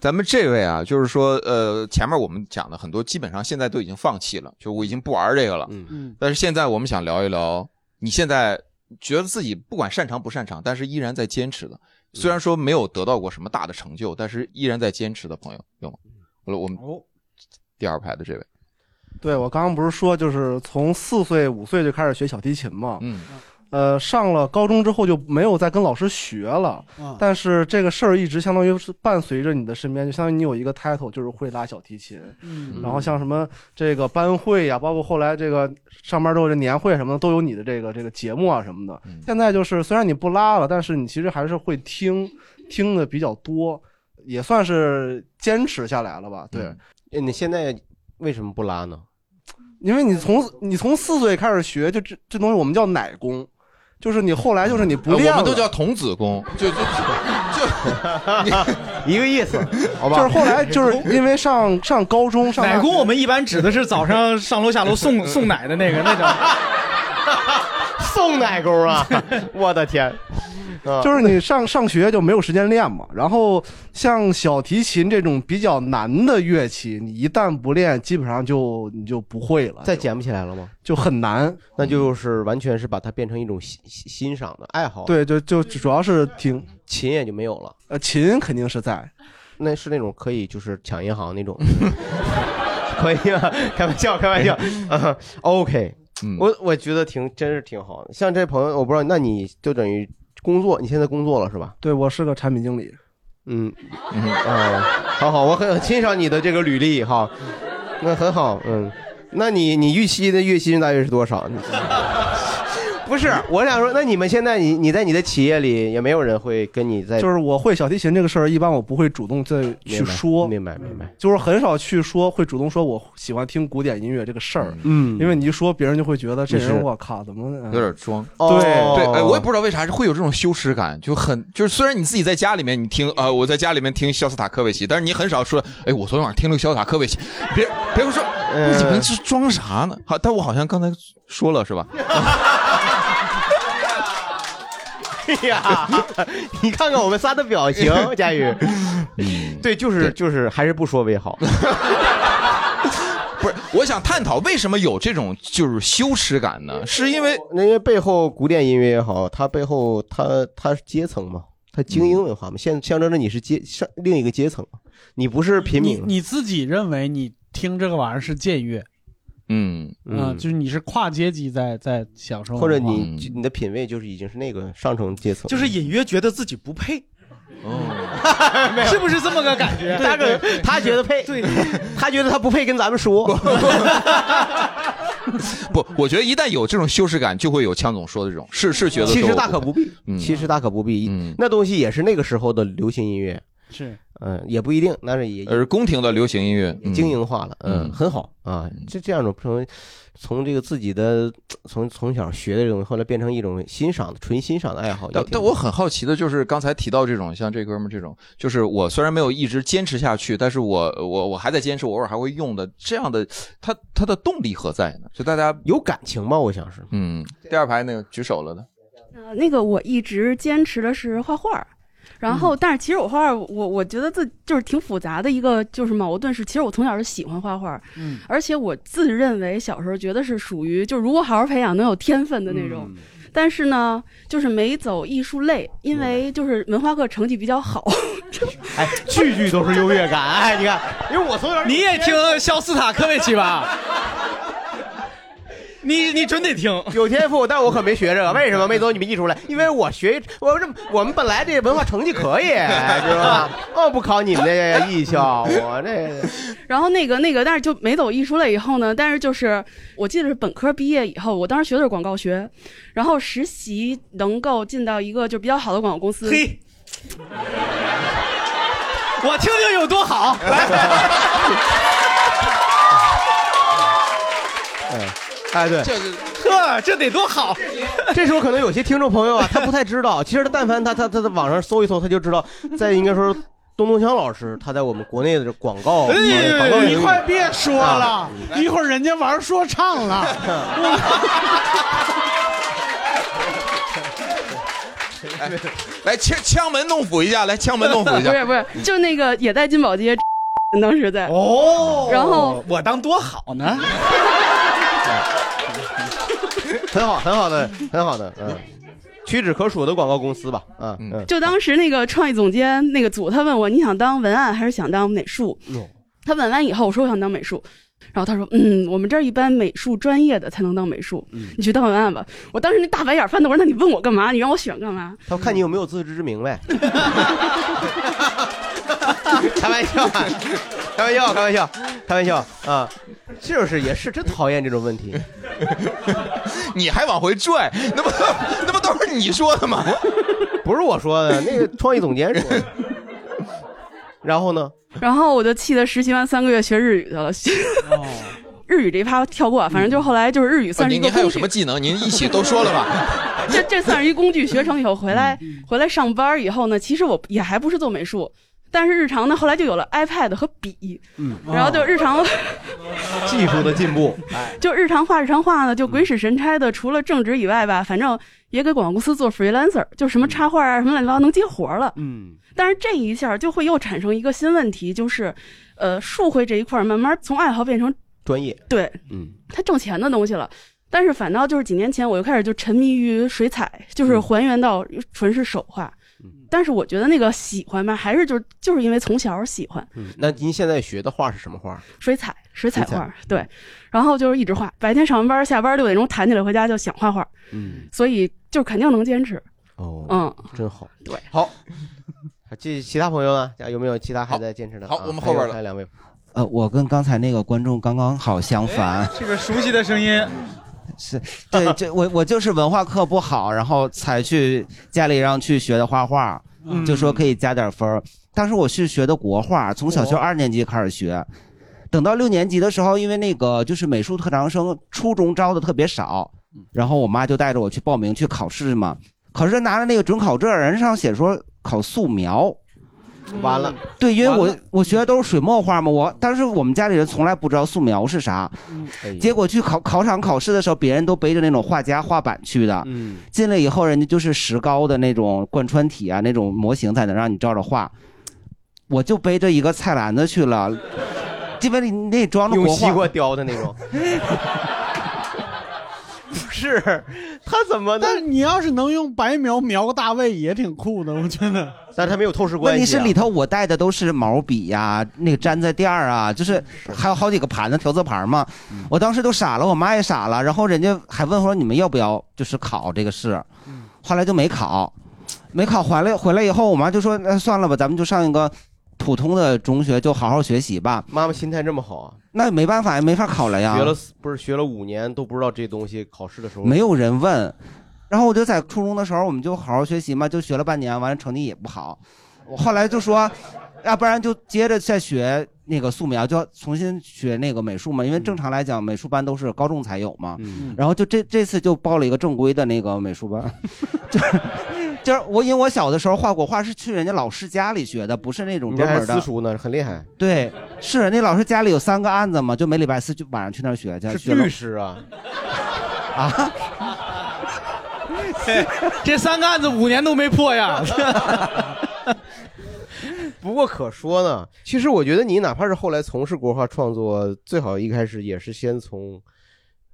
Speaker 2: 咱们这位啊，就是说，呃，前面我们讲的很多，基本上现在都已经放弃了，就我已经不玩这个了。
Speaker 5: 嗯
Speaker 2: 但是现在我们想聊一聊，你现在觉得自己不管擅长不擅长，但是依然在坚持的，虽然说没有得到过什么大的成就，但是依然在坚持的朋友有吗？我我们第二排的这位，
Speaker 18: 对我刚刚不是说，就是从四岁五岁就开始学小提琴嘛，
Speaker 2: 嗯，
Speaker 18: 呃，上了高中之后就没有再跟老师学了，
Speaker 3: 啊
Speaker 5: 嗯
Speaker 18: 但是这个事儿一直相当于是伴随着你的身边，就相当于你有一个 title 就是会拉小提琴，
Speaker 5: 嗯
Speaker 18: 然后像什么这个班会呀、包括后来这个上班之后这年会什么的，都有你的这个这个节目啊什么的。现在就是虽然你不拉了，但是你其实还是会听，听的比较多，也算是坚持下来了吧？对。
Speaker 3: 对，哎你现在为什么不拉呢？
Speaker 18: 因为你从你从四岁开始学，就这这东西我们叫奶功，就是你后来就是你不
Speaker 2: 呃
Speaker 18: 练了、
Speaker 2: 我们都叫童子功，就就
Speaker 3: 一个意 思，好
Speaker 18: 就是后来 就是因为上上高中上
Speaker 4: 奶工我们一般指的是早上上楼下 楼送送奶的那个那种。
Speaker 3: 送奶功 啊！ 我的 天，啊
Speaker 18: 就是你上上学就没有时间练嘛。然后像小提琴这种比较难的乐器，你一旦不练，基本上就你就不会了，
Speaker 3: 再捡不起来了吗？
Speaker 18: 就很难。
Speaker 3: 那就是完全是把它变成一种欣欣欣赏的爱好。，啊
Speaker 18: 对，就就主要是听
Speaker 3: 琴也就没有了。
Speaker 18: 呃，琴肯定是在，
Speaker 3: 那是那种可以就是抢银行那种。 可以啊，开玩笑，开玩 笑。啊 OK，我我觉得挺真是挺好的。像这朋友，我不知道，那你就等于工作，你现在工作了是吧？
Speaker 18: 对我是个产品经理。
Speaker 3: 嗯嗯啊，好好，我很欣赏你的这个履历哈， 那很好，嗯，那你你预期的月薪大约是多少？你不不是，我想说，那你们现在你你在你的企业里也没有人会跟你在
Speaker 18: 就是我会小提琴这个事儿，一般我不会主动再去说，
Speaker 3: 明白明白，
Speaker 18: 就是很少去说，会主动说我喜欢听古典音乐这个事儿，
Speaker 3: 嗯
Speaker 18: 因为你一说，别人就会觉得这
Speaker 2: 你
Speaker 18: 人
Speaker 2: 是
Speaker 18: 我靠，怎么 嗯
Speaker 2: 有点装。
Speaker 18: 对
Speaker 3: 哦
Speaker 2: 对，哎，我也不知道为啥会有这种羞耻感，就很就是虽然你自己在家里面你听啊、呃我在家里面听肖斯塔科维奇，但是你很少说，哎，我昨天晚上听了个肖斯塔科维奇，别别说，
Speaker 3: 呃
Speaker 2: 你们是装啥呢？好，但我好像刚才说了是吧？
Speaker 3: 哎呀，你看看我们仨的表 情，佳宇，
Speaker 2: 嗯
Speaker 3: 对，就是就是，还是不说为 好。
Speaker 2: 不是，我想探讨为什么有这种就是羞耻感呢？是因为
Speaker 3: 那些背后古典音乐也好，它背后它它是阶层嘛，它精英文化嘛，现象征着你是阶上另一个阶层，你不是平
Speaker 5: 你
Speaker 3: 民。
Speaker 5: 你自己认为你听这个玩意儿是僭越，
Speaker 2: 嗯
Speaker 5: 啊就是你是跨阶级在在享受文化，
Speaker 3: 或者你你的品味就是已经是那个上层阶层，
Speaker 4: 嗯就是隐约觉得自己不配，
Speaker 3: 有
Speaker 4: 是不是这么个感觉？
Speaker 3: 他可他觉得配，对， 他觉得他不配跟咱们 说。
Speaker 2: 不，我觉得一旦有这种羞耻感，就会有枪总说的这种，是是觉得
Speaker 3: 其实
Speaker 2: 说
Speaker 3: 大可不必，
Speaker 2: 嗯
Speaker 3: 其实大可不必，那东西也是那个时候的流行音乐，
Speaker 5: 是
Speaker 3: 嗯，也不一定，但是也
Speaker 2: 而宫廷的流行音乐嗯
Speaker 3: 经营化了，嗯，
Speaker 2: 嗯
Speaker 3: 很好啊。这这样一种从从这个自己的从从小学的这种，后来变成一种欣赏的纯欣赏的爱好。
Speaker 2: 但但我很好奇的就是，刚才提到这种像这哥们儿这种，就是我虽然没有一直坚持下去，但是我我我还在坚持，我偶尔还会用的这样的，它它的动力何在呢？就大家
Speaker 3: 有感情吗？我想是，
Speaker 2: 嗯，第二排那个举手了 的，
Speaker 17: 呃，那个我一直坚持的是画画儿，然后但是其实我画画儿，我我觉得自就是挺复杂的一个就是矛盾是，其实我从小是喜欢画画儿，
Speaker 5: 嗯
Speaker 17: 而且我自认为小时候觉得是属于就如果好好培养能有天分的那种。但是呢，就是没走艺术类，因为就是文化课成绩比较好，
Speaker 3: 哎，句句都是优越感，哎，你看，因为我从小
Speaker 4: 你也听肖斯塔科维奇吧？
Speaker 3: 你你准得听，有天赋，但我可没学这个，为什么没走你们艺术类？因为我学我这我们本来这文化成绩可以，知道吧？哦，不考你们 这艺校，我这
Speaker 17: 然后那个那个，但是就没走艺术类以后呢，但是就是我记得是本科毕业以后，我当时学的是广告学，然后实习能够进到一个就比较好的广告公司。
Speaker 4: 嘿，我听听有多 好，来，
Speaker 3: 哎哎对，
Speaker 2: 这是
Speaker 4: 呵，这得多好！
Speaker 3: 这时候可能有些听众朋友啊，他不太知道，其实他但凡他他他在网上搜一搜，他就知道，在应该说。东东强老师，他在我们国内的这广告，
Speaker 5: 哎
Speaker 3: 广告领域
Speaker 5: 你快别说
Speaker 3: 啊
Speaker 5: 了，一会儿人家玩说唱了。
Speaker 2: 哎来枪枪门弄斧一下，来枪门弄斧一下，
Speaker 17: 不是不是，就那个也在金宝街， 当时在
Speaker 4: 哦
Speaker 17: 然后
Speaker 4: 我当多好呢，
Speaker 3: 很好，很好的，很好的，嗯，屈指可数的广告公司吧，嗯嗯，
Speaker 17: 就当时那个创意总监那个组，他问我你想当文案还是想当美术？他问完以后，我说我想当美术，然后他说嗯，我们这儿一般美术专业的才能当美术，
Speaker 2: 嗯
Speaker 17: 你去当文案吧。我当时那大白眼翻的，我说那你问我干嘛？你让我选干嘛？
Speaker 3: 他看你有没有自知之明 呗。开玩笑啊，开玩笑，开玩笑， 开玩笑啊！就是也是真讨厌这种问题，
Speaker 2: 你还往回拽，那不那不都是你说的吗？
Speaker 3: 不是我说的，那个创意总监说的。然后
Speaker 2: 哦
Speaker 3: 呢？
Speaker 17: 然后我就气得实习完三个月学日语去了。
Speaker 2: 哦
Speaker 17: 日语这一趴跳过，反正就后来就是日语算是一
Speaker 2: 您
Speaker 17: 个
Speaker 2: 嗯哦您还
Speaker 17: 工
Speaker 2: 有什
Speaker 17: 具，
Speaker 2: 么技能？您一起都说了 吧？
Speaker 17: 这这算是一工具。学成以后回来
Speaker 2: 嗯
Speaker 17: 回来上班以后呢，其实我也还不是做美术，但是日常呢后来就有了 iPad 和笔，
Speaker 3: 嗯
Speaker 17: 然后就日常、
Speaker 3: 技术的进步，哎，
Speaker 17: 就日常画日常画呢，就鬼使神差的，除了正职以外吧，反正也给广告公司做 freelancer，就什么插画啊什么乱七八糟能接活儿了。
Speaker 3: 嗯，
Speaker 17: 但是这一下就会又产生一个新问题，就是，呃，术会这一块儿慢慢从爱好变成
Speaker 3: 专业，
Speaker 17: 对，
Speaker 3: 嗯，
Speaker 17: 它挣钱的东西了。但是反倒就是几年前我又开始就沉迷于水彩，就是还原到纯是手画。但是我觉得那个喜欢吧，还是就是就是因为从小喜欢
Speaker 3: 嗯，那您现在学的画是什么画？
Speaker 17: 水彩，水彩
Speaker 3: 水彩，
Speaker 17: 画
Speaker 3: 嗯
Speaker 17: 对。然后就是一直画，白天上完班，下班六点钟弹起来回家就想画画，
Speaker 3: 嗯，
Speaker 17: 所以就肯定能坚持。
Speaker 3: 哦，
Speaker 17: 嗯，
Speaker 3: 真好，
Speaker 17: 对，
Speaker 3: 好。这其他朋友呢？有没有其他还在坚持的？
Speaker 2: 好
Speaker 3: 啊
Speaker 2: 我们后边
Speaker 3: 还有
Speaker 2: 了
Speaker 3: 还有两位。
Speaker 19: 呃，我跟刚才那个观众刚刚好相反，
Speaker 4: 这个熟悉的声音，
Speaker 19: 是对， 这我我就是文化课不好，然后才去家里让去学的画画，
Speaker 20: 嗯
Speaker 19: 就说可以加点分儿。当时我是学的国画，从小学二年级开始学，等到六年级的时候，因为那个就是美术特长生，初中招的特别少，然后我妈就带着我去报名去考试嘛。考试拿着那个准考证，人上写说考素描，
Speaker 3: 完了，
Speaker 19: 对，因为我我学的都是水墨画嘛，我当时我们家里人从来不知道素描是啥，
Speaker 3: 嗯哎
Speaker 19: 结果去考考场考试的时候，别人都背着那种画夹画板去的，
Speaker 3: 嗯，
Speaker 19: 进来以后人家就是石膏的那种贯穿体啊，那种模型才能让你照着画，我就背着一个菜篮子去了，基本里那装的
Speaker 3: 用
Speaker 19: 国
Speaker 3: 西瓜
Speaker 19: 画，
Speaker 3: 雕的那种。 不是，他怎么？
Speaker 5: 但是你要是能用白描描个大卫也挺酷的，我觉得。
Speaker 3: 但他没有透视啊
Speaker 19: 问题是里头我带的都是毛笔呀、那个粘在垫儿啊，就是还有好几个盘子调色盘嘛，
Speaker 3: 嗯
Speaker 19: 我当时都傻了，我妈也傻了，然后人家还问说你们要不要就是考这个试，
Speaker 3: 嗯
Speaker 19: 后来就没考，没考回来回来以后，我妈就说那算了吧，咱们就上一个普通的中学，就好好学习吧。
Speaker 3: 妈妈心态这么好啊？
Speaker 19: 那没办法，也没法考了呀。
Speaker 3: 学了四不是学了五年都不知道这东西，考试的时候
Speaker 19: 没有人问。然后我就在初中的时候，我们就好好学习嘛，就学了半年，完了成绩也不好。我后来就说，要不然就接着再学那个素描，就要重新学那个美术嘛，因为正常来讲，美术班都是高中才有嘛。
Speaker 3: 嗯
Speaker 19: 然后就这这次就报了一个正规的那个美术班， 就是就是我因为我小的时候画国画是去人家老师家里学的，不是那种
Speaker 3: 你这
Speaker 19: 专
Speaker 3: 还
Speaker 19: 门的
Speaker 3: 私。塾呢，很厉害，
Speaker 19: 对，是那老师家里有三个案子嘛，就每礼拜四就晚上去那儿学去。
Speaker 3: 是
Speaker 19: 学了
Speaker 3: 律师啊。
Speaker 19: 啊，
Speaker 4: 这三个案子五年都没破呀。
Speaker 3: 不过可说呢，其实我觉得你哪怕是后来从事国画创作，最好一开始也是先从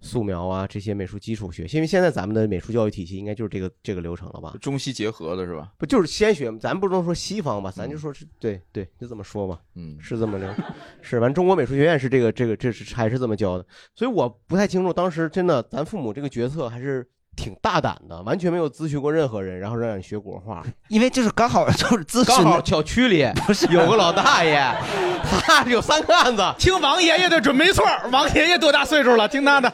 Speaker 3: 素描啊这些美术基础学，因为现在咱们的美术教育体系应该就是这个这个流程了吧？
Speaker 2: 中西结合的是吧？
Speaker 3: 不就是先学？咱不能说西方吧，咱就说是对对，就这么说吧，
Speaker 2: 嗯，
Speaker 3: 是这么着， 是。完，中国美术学院是这个这个这是还是这么教的，所以我不太清楚，当时真的咱父母这个决策还是挺大胆的，完全没有咨询过任何人，然后让你学国画，
Speaker 19: 因为就是刚好就是咨询，
Speaker 3: 刚好小区里不是有个老大爷，他有三个案子，
Speaker 4: 听王爷爷的准没错，王爷爷多大岁数了？听他的。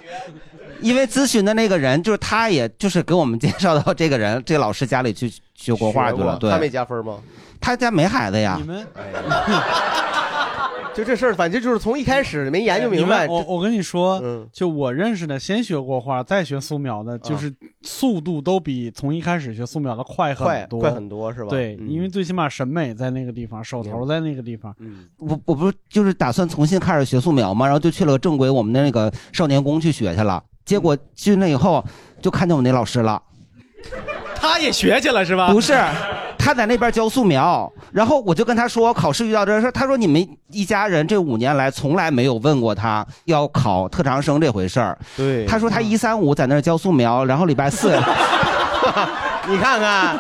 Speaker 19: 因为咨询的那个人就是他，也就是给我们介绍到这个人，这老师家里去学国画去了。对，
Speaker 3: 他没加分吗？
Speaker 19: 他家没孩子呀。
Speaker 5: 们，
Speaker 3: 就这事儿，反正就是从一开始没研究
Speaker 5: 你们
Speaker 3: 明白。
Speaker 5: 我我跟你
Speaker 3: 嗯
Speaker 5: 说，就我认识的，先学国画，再学素描
Speaker 3: 啊
Speaker 5: 的，就是速度都比从一开始学素描的快
Speaker 3: 快
Speaker 5: 很多，
Speaker 3: 快很多是吧
Speaker 5: 对，
Speaker 3: 嗯
Speaker 5: 因为最起码审美在那个地方，手头在那个地方。
Speaker 3: 嗯
Speaker 19: 我我不是就是打算重新开始学素描嘛，然后就去了正规我们的那个少年宫去学去了。结果去那以后就看见我那老师了，
Speaker 4: 他也学去了是吧？
Speaker 19: 不是，他在那边教素描，然后我就跟他说考试遇到这事儿，他说你们一家人这五年来从来没有问过他要考特长生这回事儿。
Speaker 3: 对
Speaker 19: 他说他一三五在那儿教素描，然后礼拜四。
Speaker 3: 你看看，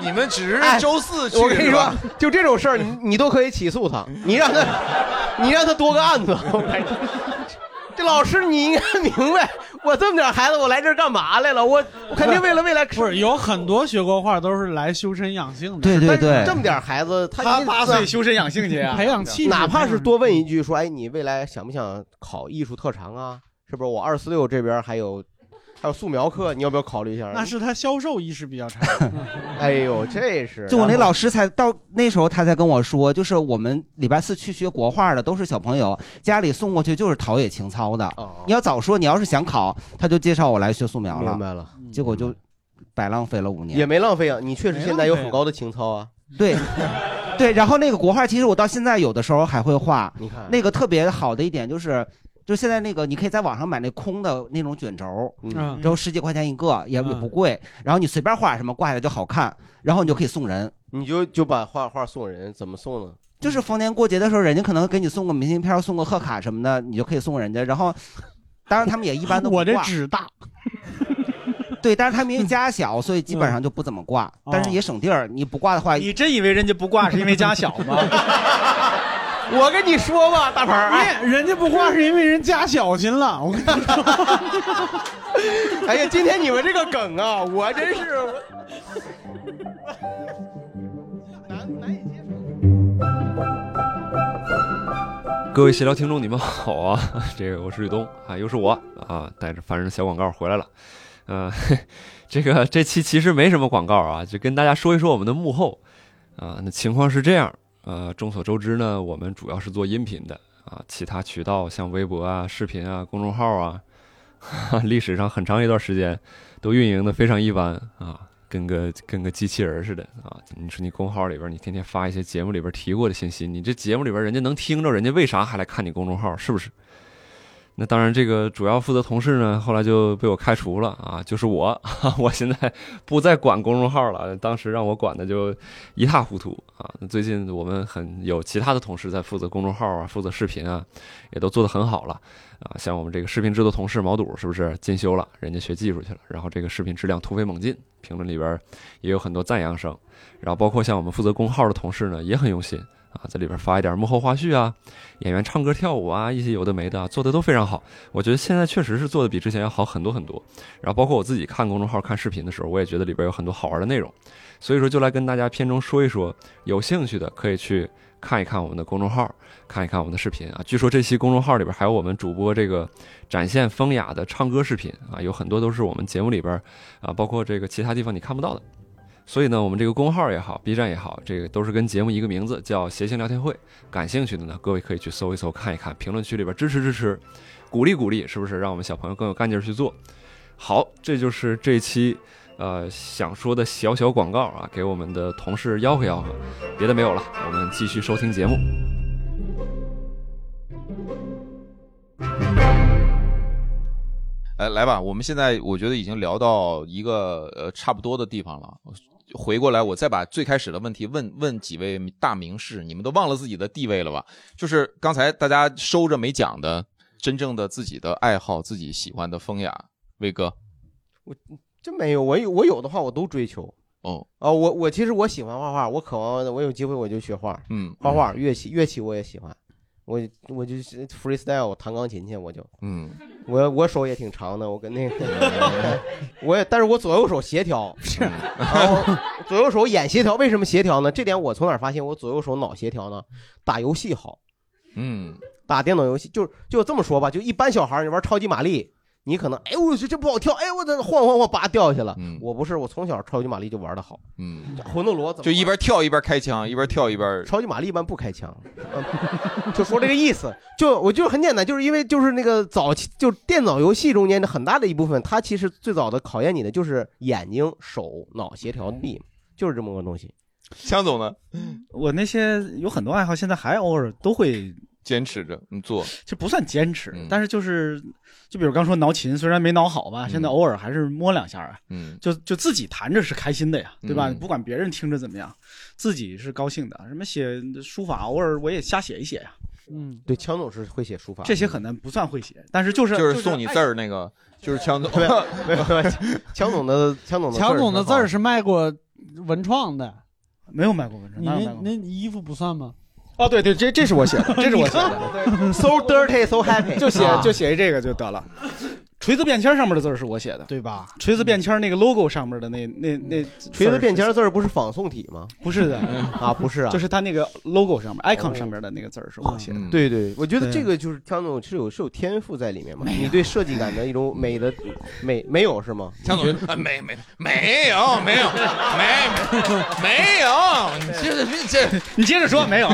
Speaker 2: 你们只是周四去，
Speaker 3: 哎我跟你
Speaker 2: 是
Speaker 3: 说
Speaker 2: 吧，
Speaker 3: 就这种事儿，你你都可以起诉他，你让他，你让他多个案子。我跟你说这老师你应该明白，我这么点孩子，我来这儿干嘛来了？我我肯定为了未来。
Speaker 5: 不是有很多学国画都是来修身养性的。
Speaker 3: 但是这么点孩子，
Speaker 5: 他
Speaker 3: 他
Speaker 5: 八岁修身养性去啊培养气质
Speaker 3: 哪怕是多问一句说，哎，你未来想不想考艺术特长啊？是不是？我二四六这边还有还有素描课，你要不要考虑一下？
Speaker 5: 那是他销售意识比较差。
Speaker 3: 哎呦，这 是
Speaker 19: 就我那
Speaker 3: 然后
Speaker 19: 老师才到那时候，他才跟我说，就是我们礼拜四去学国画的都是小朋友，家里送过去就是陶冶情操的。
Speaker 3: 哦
Speaker 19: 你要早说，你要是想考，他就介绍我来学素描了。
Speaker 3: 明白了，嗯
Speaker 19: 结果就白浪费了五年。
Speaker 3: 也没浪费啊，你确实现在有很高的情操啊。
Speaker 19: 对，对。然后那个国画，其实我到现在有的时候还会画。
Speaker 3: 你看
Speaker 19: 那个特别好的一点就是。就现在那个，你可以在网上买那空的那种卷轴，
Speaker 3: 嗯
Speaker 19: 然后十几块钱一个，也也不贵。然后你随便画什么挂下来就好看，然后你就可以送人。
Speaker 3: 你就就把画画送人，怎么送呢？
Speaker 19: 就是逢年过节的时候，人家可能给你送个明信片、送个贺卡什么的，你就可以送人家。然后，当然他们也一般都不挂
Speaker 5: 我这纸大，
Speaker 19: 对，但是他们因为家小，所以基本上就不怎么挂，
Speaker 5: 嗯
Speaker 19: 但是也省地儿。你不挂的话，
Speaker 4: 你真以为人家不挂是因为家小吗？
Speaker 3: 我跟你说吧，大哎鹏，
Speaker 5: 人人家不画是因为人家小心了。 我跟你
Speaker 3: 哎呀，今天你们这个梗啊，我真是。
Speaker 1: 各位闲聊听众，你们好啊！ 这个我是吕东啊，又是我啊，带着烦人的小广告回来了。呃， 嘿这个这期其实没什么广告啊，就跟大家说一说我们的幕后啊。那情况是这样，呃，众所周知呢，我们主要是做音频的啊，其他渠道像微博啊、视频啊、公众号啊， 历史上很长一段时间都运营的非常一般啊，跟个跟个机器人儿似的啊。你说你公号里边儿，你天天发一些节目里边儿提过的信息，你这节目里边儿人家能听着，人家为啥还来看你公众号？是不是？那当然，这个主要负责同事呢，后来就被我开除了啊，就是我， 我现在不再管公众号了，当时让我管的就一塌糊涂啊。那最近我们很有其他的同事在负责公众号啊，负责视频啊，也都做得很好了啊。像我们这个视频制作同事毛肚，是不是进修了？人家学技术去了，然后这个视频质量突飞猛进，评论里边也有很多赞扬声。然后包括像我们负责公号的同事呢，也很用心啊，在里边发一点幕后花絮啊，演员唱歌跳舞啊，一些有的没的啊、做的都非常好。我觉得现在确实是做的比之前要好很多很多。然后包括我自己看公众号、看视频的时候，我也觉得里边有很多好玩的内容。所以说，就来跟大家片中说一说，有兴趣的可以去看一看我们的公众号，看一看我们的视频啊。据说这期公众号里边还有我们主播这个展现风雅的唱歌视频啊，有很多都是我们节目里边啊，包括这个其他地方你看不到的。所以呢，我们这个公号也好，B 站也好，这个都是跟节目一个名字，叫“谐星聊天会”。感兴趣的呢，各位可以去搜一搜，看一看，评论区里边支持支持，鼓励鼓励，是不是让我们小朋友更有干劲儿去做？好，这就是这期呃想说的小小广告啊，给我们的同事吆喝吆喝，别的没有了，我们继续收听节目。
Speaker 2: 哎，来吧，我们现在我觉得已经聊到一个呃差不多的地方了。回过来，我再把最开始的问题问问几位大名士，你们都忘了自己的地位了吧？就是刚才大家收着没讲的，真正的自己的爱好，自己喜欢的风雅，魏哥，
Speaker 3: 真没有，我有我有的话我都追求。
Speaker 2: 哦，
Speaker 3: 啊、我我其实我喜欢画画，我渴望我有机会我就学画，
Speaker 2: 嗯
Speaker 3: 画画、乐器、乐器我也喜欢，我我就是 freestyle 弹钢琴去，我就，
Speaker 2: 嗯，
Speaker 3: 我我手也挺长的，我跟那个， 我也，但是我左右手协 调，是，
Speaker 2: 啊
Speaker 3: 左右手眼协调，为什么协调呢？这点我从哪儿发现我左右手脑协调呢？打游戏好，
Speaker 2: 嗯，
Speaker 3: 打电脑游戏，就是就这么说吧，就一般小孩儿你玩超级玛丽，你可能哎我去这不好跳，哎我这晃晃晃叭掉下去了。我不是，我从小超级玛丽就玩的好，
Speaker 2: 嗯，
Speaker 3: 魂斗罗怎么
Speaker 2: 就一边跳一边开枪，一边跳一边。
Speaker 3: 超级玛丽一般不开枪，就说这个意思。就我就是很简单，就是因为就是那个早期就是电脑游戏中间的很大的一部分，它其实最早的考验你的就是眼睛、手、脑协调力，就是这么个东西。
Speaker 2: 强总呢？
Speaker 4: 我那些有很多爱好，现在还偶尔都会
Speaker 2: 坚持着嗯做，
Speaker 4: 这不算坚持，但是就是就比如刚说挠琴，虽然没挠好吧，现在偶尔还是摸两下啊，
Speaker 2: 嗯，
Speaker 4: 就就自己弹着是开心的呀，对吧？
Speaker 2: 嗯
Speaker 4: 不管别人听着怎么样，自己是高兴的。什么写书法，偶尔我也瞎写一写呀，
Speaker 5: 嗯，
Speaker 3: 对，强总是会写书法，
Speaker 4: 这些可能不算会写，但是就是
Speaker 2: 就是送你字儿那个，就是强总，没有
Speaker 3: 没有，强总的强总
Speaker 5: 强总的字儿是卖过文创的，
Speaker 4: 没有卖过文
Speaker 5: 你
Speaker 4: 哪有
Speaker 5: 那那衣服不算 吗？
Speaker 10: 哦，对对，这这是我写的，这是我写
Speaker 3: 的，so dirty so happy，
Speaker 10: 就写
Speaker 4: 啊
Speaker 10: 就写一这个就得了。锤子便签上面的字儿是我写的，
Speaker 5: 对吧？嗯
Speaker 10: 锤子便签那个 logo 上面的那那那
Speaker 3: 锤子便
Speaker 10: 儿
Speaker 3: 签字儿不是仿宋体吗？
Speaker 10: 不是的
Speaker 3: 啊，不是啊，嗯
Speaker 10: 就是它那个 logo 上面 icon 上面的那个字儿是我写的。
Speaker 2: 嗯
Speaker 3: 对对，我觉得这个就是强总是有是有天赋在里面嘛，你对设计感的一种美的美没有是吗？
Speaker 2: 强总啊，没没没有没有没没有，你这这这，
Speaker 4: 你接着说，没有。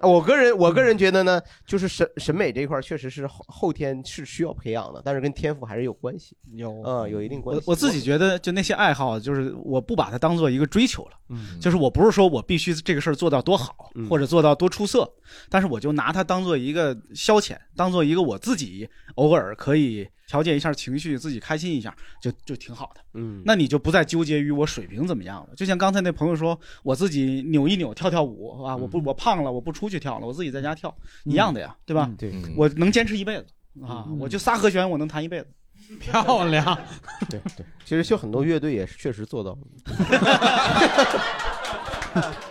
Speaker 3: 我个人我个人觉得呢，就是审审美这一块儿确实是后后天是需要培养的，但是跟天赋还是有关系，
Speaker 5: 有
Speaker 3: 嗯有一定关
Speaker 4: 我
Speaker 3: 系。
Speaker 4: 我自己觉得，就那些爱好，就是我不把它当做一个追求了，
Speaker 3: 嗯
Speaker 4: 就是我不是说我必须这个事儿做到多好，
Speaker 3: 嗯
Speaker 4: 或者做到多出色，但是我就拿它当做一个消遣，当做一个我自己偶尔可以调节一下情绪，自己开心一下，就就挺好的。
Speaker 3: 嗯
Speaker 4: 那你就不再纠结于我水平怎么样了。就像刚才那朋友说，我自己扭一扭，跳跳舞啊，
Speaker 3: 嗯
Speaker 4: 我不我胖了，我不出去跳了，我自己在家跳一样的呀，对吧？
Speaker 3: 嗯
Speaker 4: 嗯
Speaker 3: 对
Speaker 2: 嗯
Speaker 4: 我能坚持一辈子啊，我就仨和弦，我能弹一辈子。
Speaker 5: 嗯漂亮，
Speaker 3: 对对，其实就很多乐队也是确实做到了。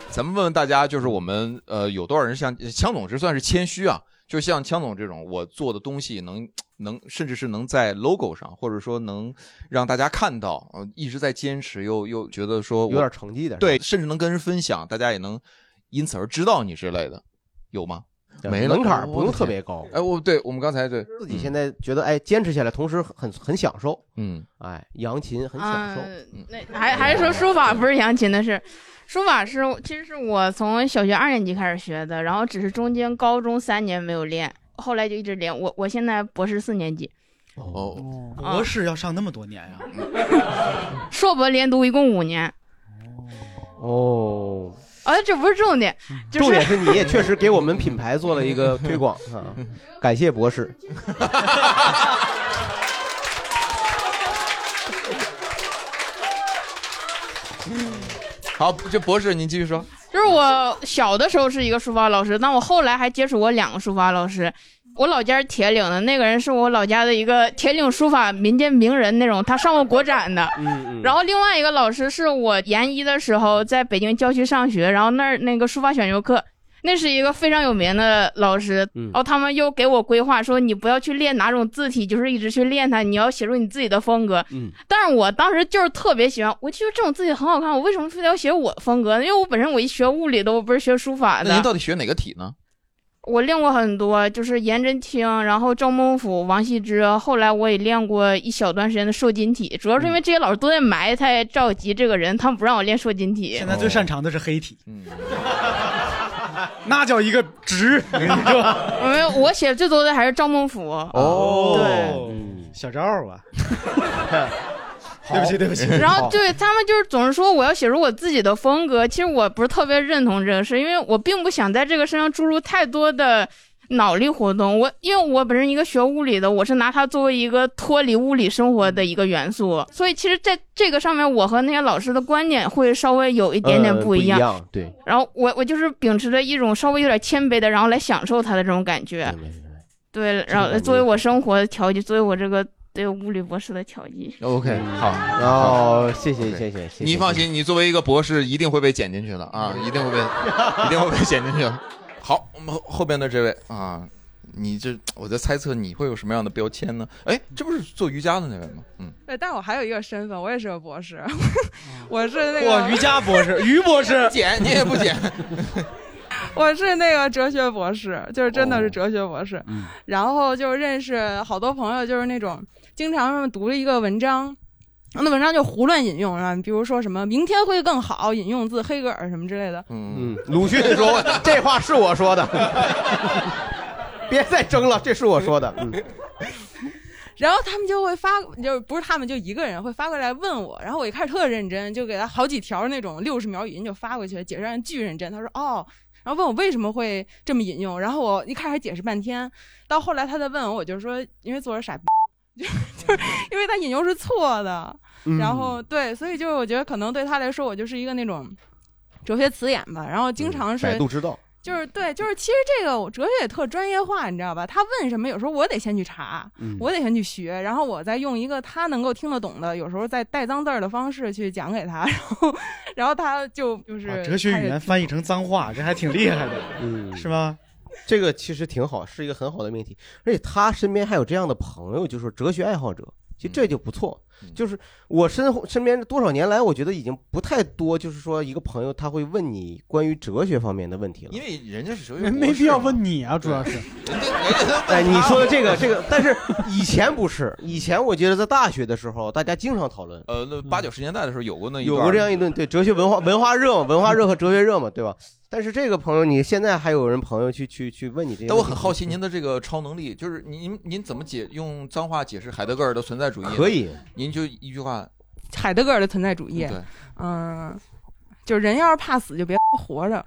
Speaker 2: 咱们问问大家，就是我们呃有多少人像强总这算是谦虚啊？就像强总这种，我做的东西能能，甚至是能在 logo 上，或者说能让大家看到，呃，一直在坚持，又又觉得说我
Speaker 3: 有点成绩的是吧
Speaker 2: 对，甚至能跟人分享，大家也能因此而知道你之类的，有吗？
Speaker 3: 对
Speaker 2: 没了，
Speaker 3: 门槛儿不
Speaker 2: 我的
Speaker 3: 用特
Speaker 2: 天
Speaker 3: 别高
Speaker 2: 哎，我对我们刚才对
Speaker 3: 自己现在觉得哎，坚持下来，同时很很享受，
Speaker 2: 嗯，
Speaker 3: 哎，扬琴很享
Speaker 9: 啊
Speaker 3: 受，，
Speaker 9: 那还还是说书法不是扬琴的事，书法是其实是我从小学二年级开始学的，然后只是中间高中三年没有练，后来就一直练。我我现在博士四年级，
Speaker 2: 哦，
Speaker 4: 博士要上那么多年呀、
Speaker 9: 硕博连读一共五年，
Speaker 3: 哦，
Speaker 9: 啊，这不是重点，就
Speaker 3: 嗯重
Speaker 9: 是
Speaker 3: 点是你也确实给我们品牌做了一 个推广啊，感谢博士。
Speaker 2: 好，这博士您继续说。
Speaker 3: 啊
Speaker 9: 就是我小的时候是一个书法老师，但我后来还接触过两个书法老师。我老家是铁岭的，那个人是我老家的一个铁岭书法民间名人那种，他上过国展的。
Speaker 3: 嗯
Speaker 9: 然后另外一个老师是我研一的时候在北京郊区上学，然后那儿那个书法选修课，那是一个非常有名的老师。
Speaker 3: 嗯
Speaker 9: 然后他们又给我规划说，你不要去练哪种字体，就是一直去练它，你要写出你自己的风格。
Speaker 3: 嗯
Speaker 9: 但是我当时就是特别喜欢，我觉得这种字体很好看，我为什么非得要写我风格呢？因为我本身我一学物理的，我不是学书法
Speaker 2: 那您到
Speaker 9: 的。
Speaker 2: 底学哪个体呢？
Speaker 9: 我练过很多，就是颜真卿，然后赵孟俯、王羲之，后来我也练过一小段时间的瘦金体，主要是因为这些老师都在埋汰赵吉这个人，他们不让我练瘦金体。
Speaker 4: 现在最擅长的是黑体，
Speaker 3: 哦嗯
Speaker 4: 那叫一个值，我跟你 说。
Speaker 9: 我没有，我写最多的还是赵孟俯。
Speaker 4: 哦，小赵 啊，对不起，对不 起。
Speaker 9: 然后对他们就是总是说我要写出我自己的风格，其实我不是特别认同这个事，因为我并不想在这个身上注入太多的脑力活动。我因为我本身一个学物理的，我是拿它作为一个脱离物理生活的一个元素，所以其实在这个上面，我和那些老师的观点会稍微有一点点
Speaker 3: 呃
Speaker 9: 不
Speaker 3: 一
Speaker 9: 一样。
Speaker 3: 样，对，
Speaker 9: 然后我我就是秉持着一种稍微有点谦卑的，然后来享受它的这种感觉。对，然后作为我生活的调剂，作为我这个对物理博士的调剂。
Speaker 2: OK，好，
Speaker 3: 嗯哦，谢谢谢谢谢谢，
Speaker 2: 嗯你放心，你作为一个博士，一定会被剪进去的啊，一定 会被，一定会被剪进去的。好，我们后后边的这位啊，你这我在猜测你会有什么样的标签呢？哎，这不是做瑜伽的那位吗？嗯，
Speaker 11: 对，但我还有一个身份，我也是个博士， 我是那
Speaker 4: 哇，
Speaker 11: 个
Speaker 4: 瑜伽博士，于博士，
Speaker 2: 剪你也 不剪，
Speaker 11: 我是那个哲学博士，就是真的是哲学博士。然后就认识好多朋友，就是那种经常他们读了一个文章，那文章就胡乱引用啊，比如说什么“明天会更好”，引用自黑格尔什么之类的。
Speaker 3: 嗯，鲁迅说 这话是我说的， 别再争了，这是我说的。嗯，
Speaker 11: 然后他们就会发，就是不是他们就一个人会发过来问我，然后我一开始特认真，就给他好几条那种六十秒语音就发过去，解释得巨认真。他说哦，然后问我为什么会这么引用，然后我一开始还解释半天，到后来他再问我，我就说因为作者傻逼，
Speaker 3: 嗯
Speaker 11: 就就是因为他引用是错的，
Speaker 21: 嗯
Speaker 11: 然后对，所以就是我觉得可能对他来说，我就是一个那种哲学词典吧，然后经常是、
Speaker 3: 嗯百度知道，
Speaker 11: 就是对，就是其实这个我哲学也特专业化，你知道吧？他问什么，有时候我得先去查，
Speaker 3: 嗯
Speaker 11: 我得先去学，然后我再用一个他能够听得懂的，有时候再带脏字儿的方式去讲给他，然后然后他就就是、
Speaker 4: 哲学语言翻译成脏话，这还挺厉害的。
Speaker 3: 嗯，
Speaker 4: 是吗？
Speaker 3: 这个其实挺好，是一个很好的命题，而且他身边还有这样的朋友，就是哲学爱好者，其实这就不错。就是我身后身边多少年来，我觉得已经不太多，就是说一个朋友他会问你关于哲学方面的问题了。
Speaker 2: 因为人家是哲学
Speaker 5: 没
Speaker 2: 博
Speaker 5: 没
Speaker 2: 士
Speaker 5: 必 要问你啊，主要是。
Speaker 3: 哎，你说的这个这个，但是以前不 是，以前我觉得在大学的时候，大家经常讨论，
Speaker 2: 呃，那八九十年代的时候有过那一
Speaker 3: 有
Speaker 2: 段
Speaker 3: 过这样一顿对哲学文化文化热嘛，文化热和哲学热嘛，对吧？但是这个朋友，你现在还有人朋友去去去问你这些问题，
Speaker 2: 但我很好奇您的这个超能力，就是您您怎么解用脏话解释海德格尔的存在主义呢？
Speaker 3: 可以
Speaker 2: 您就一句话，
Speaker 11: 海德格尔的存在主义，
Speaker 2: 对
Speaker 11: 嗯、就是人要是怕死就别活着，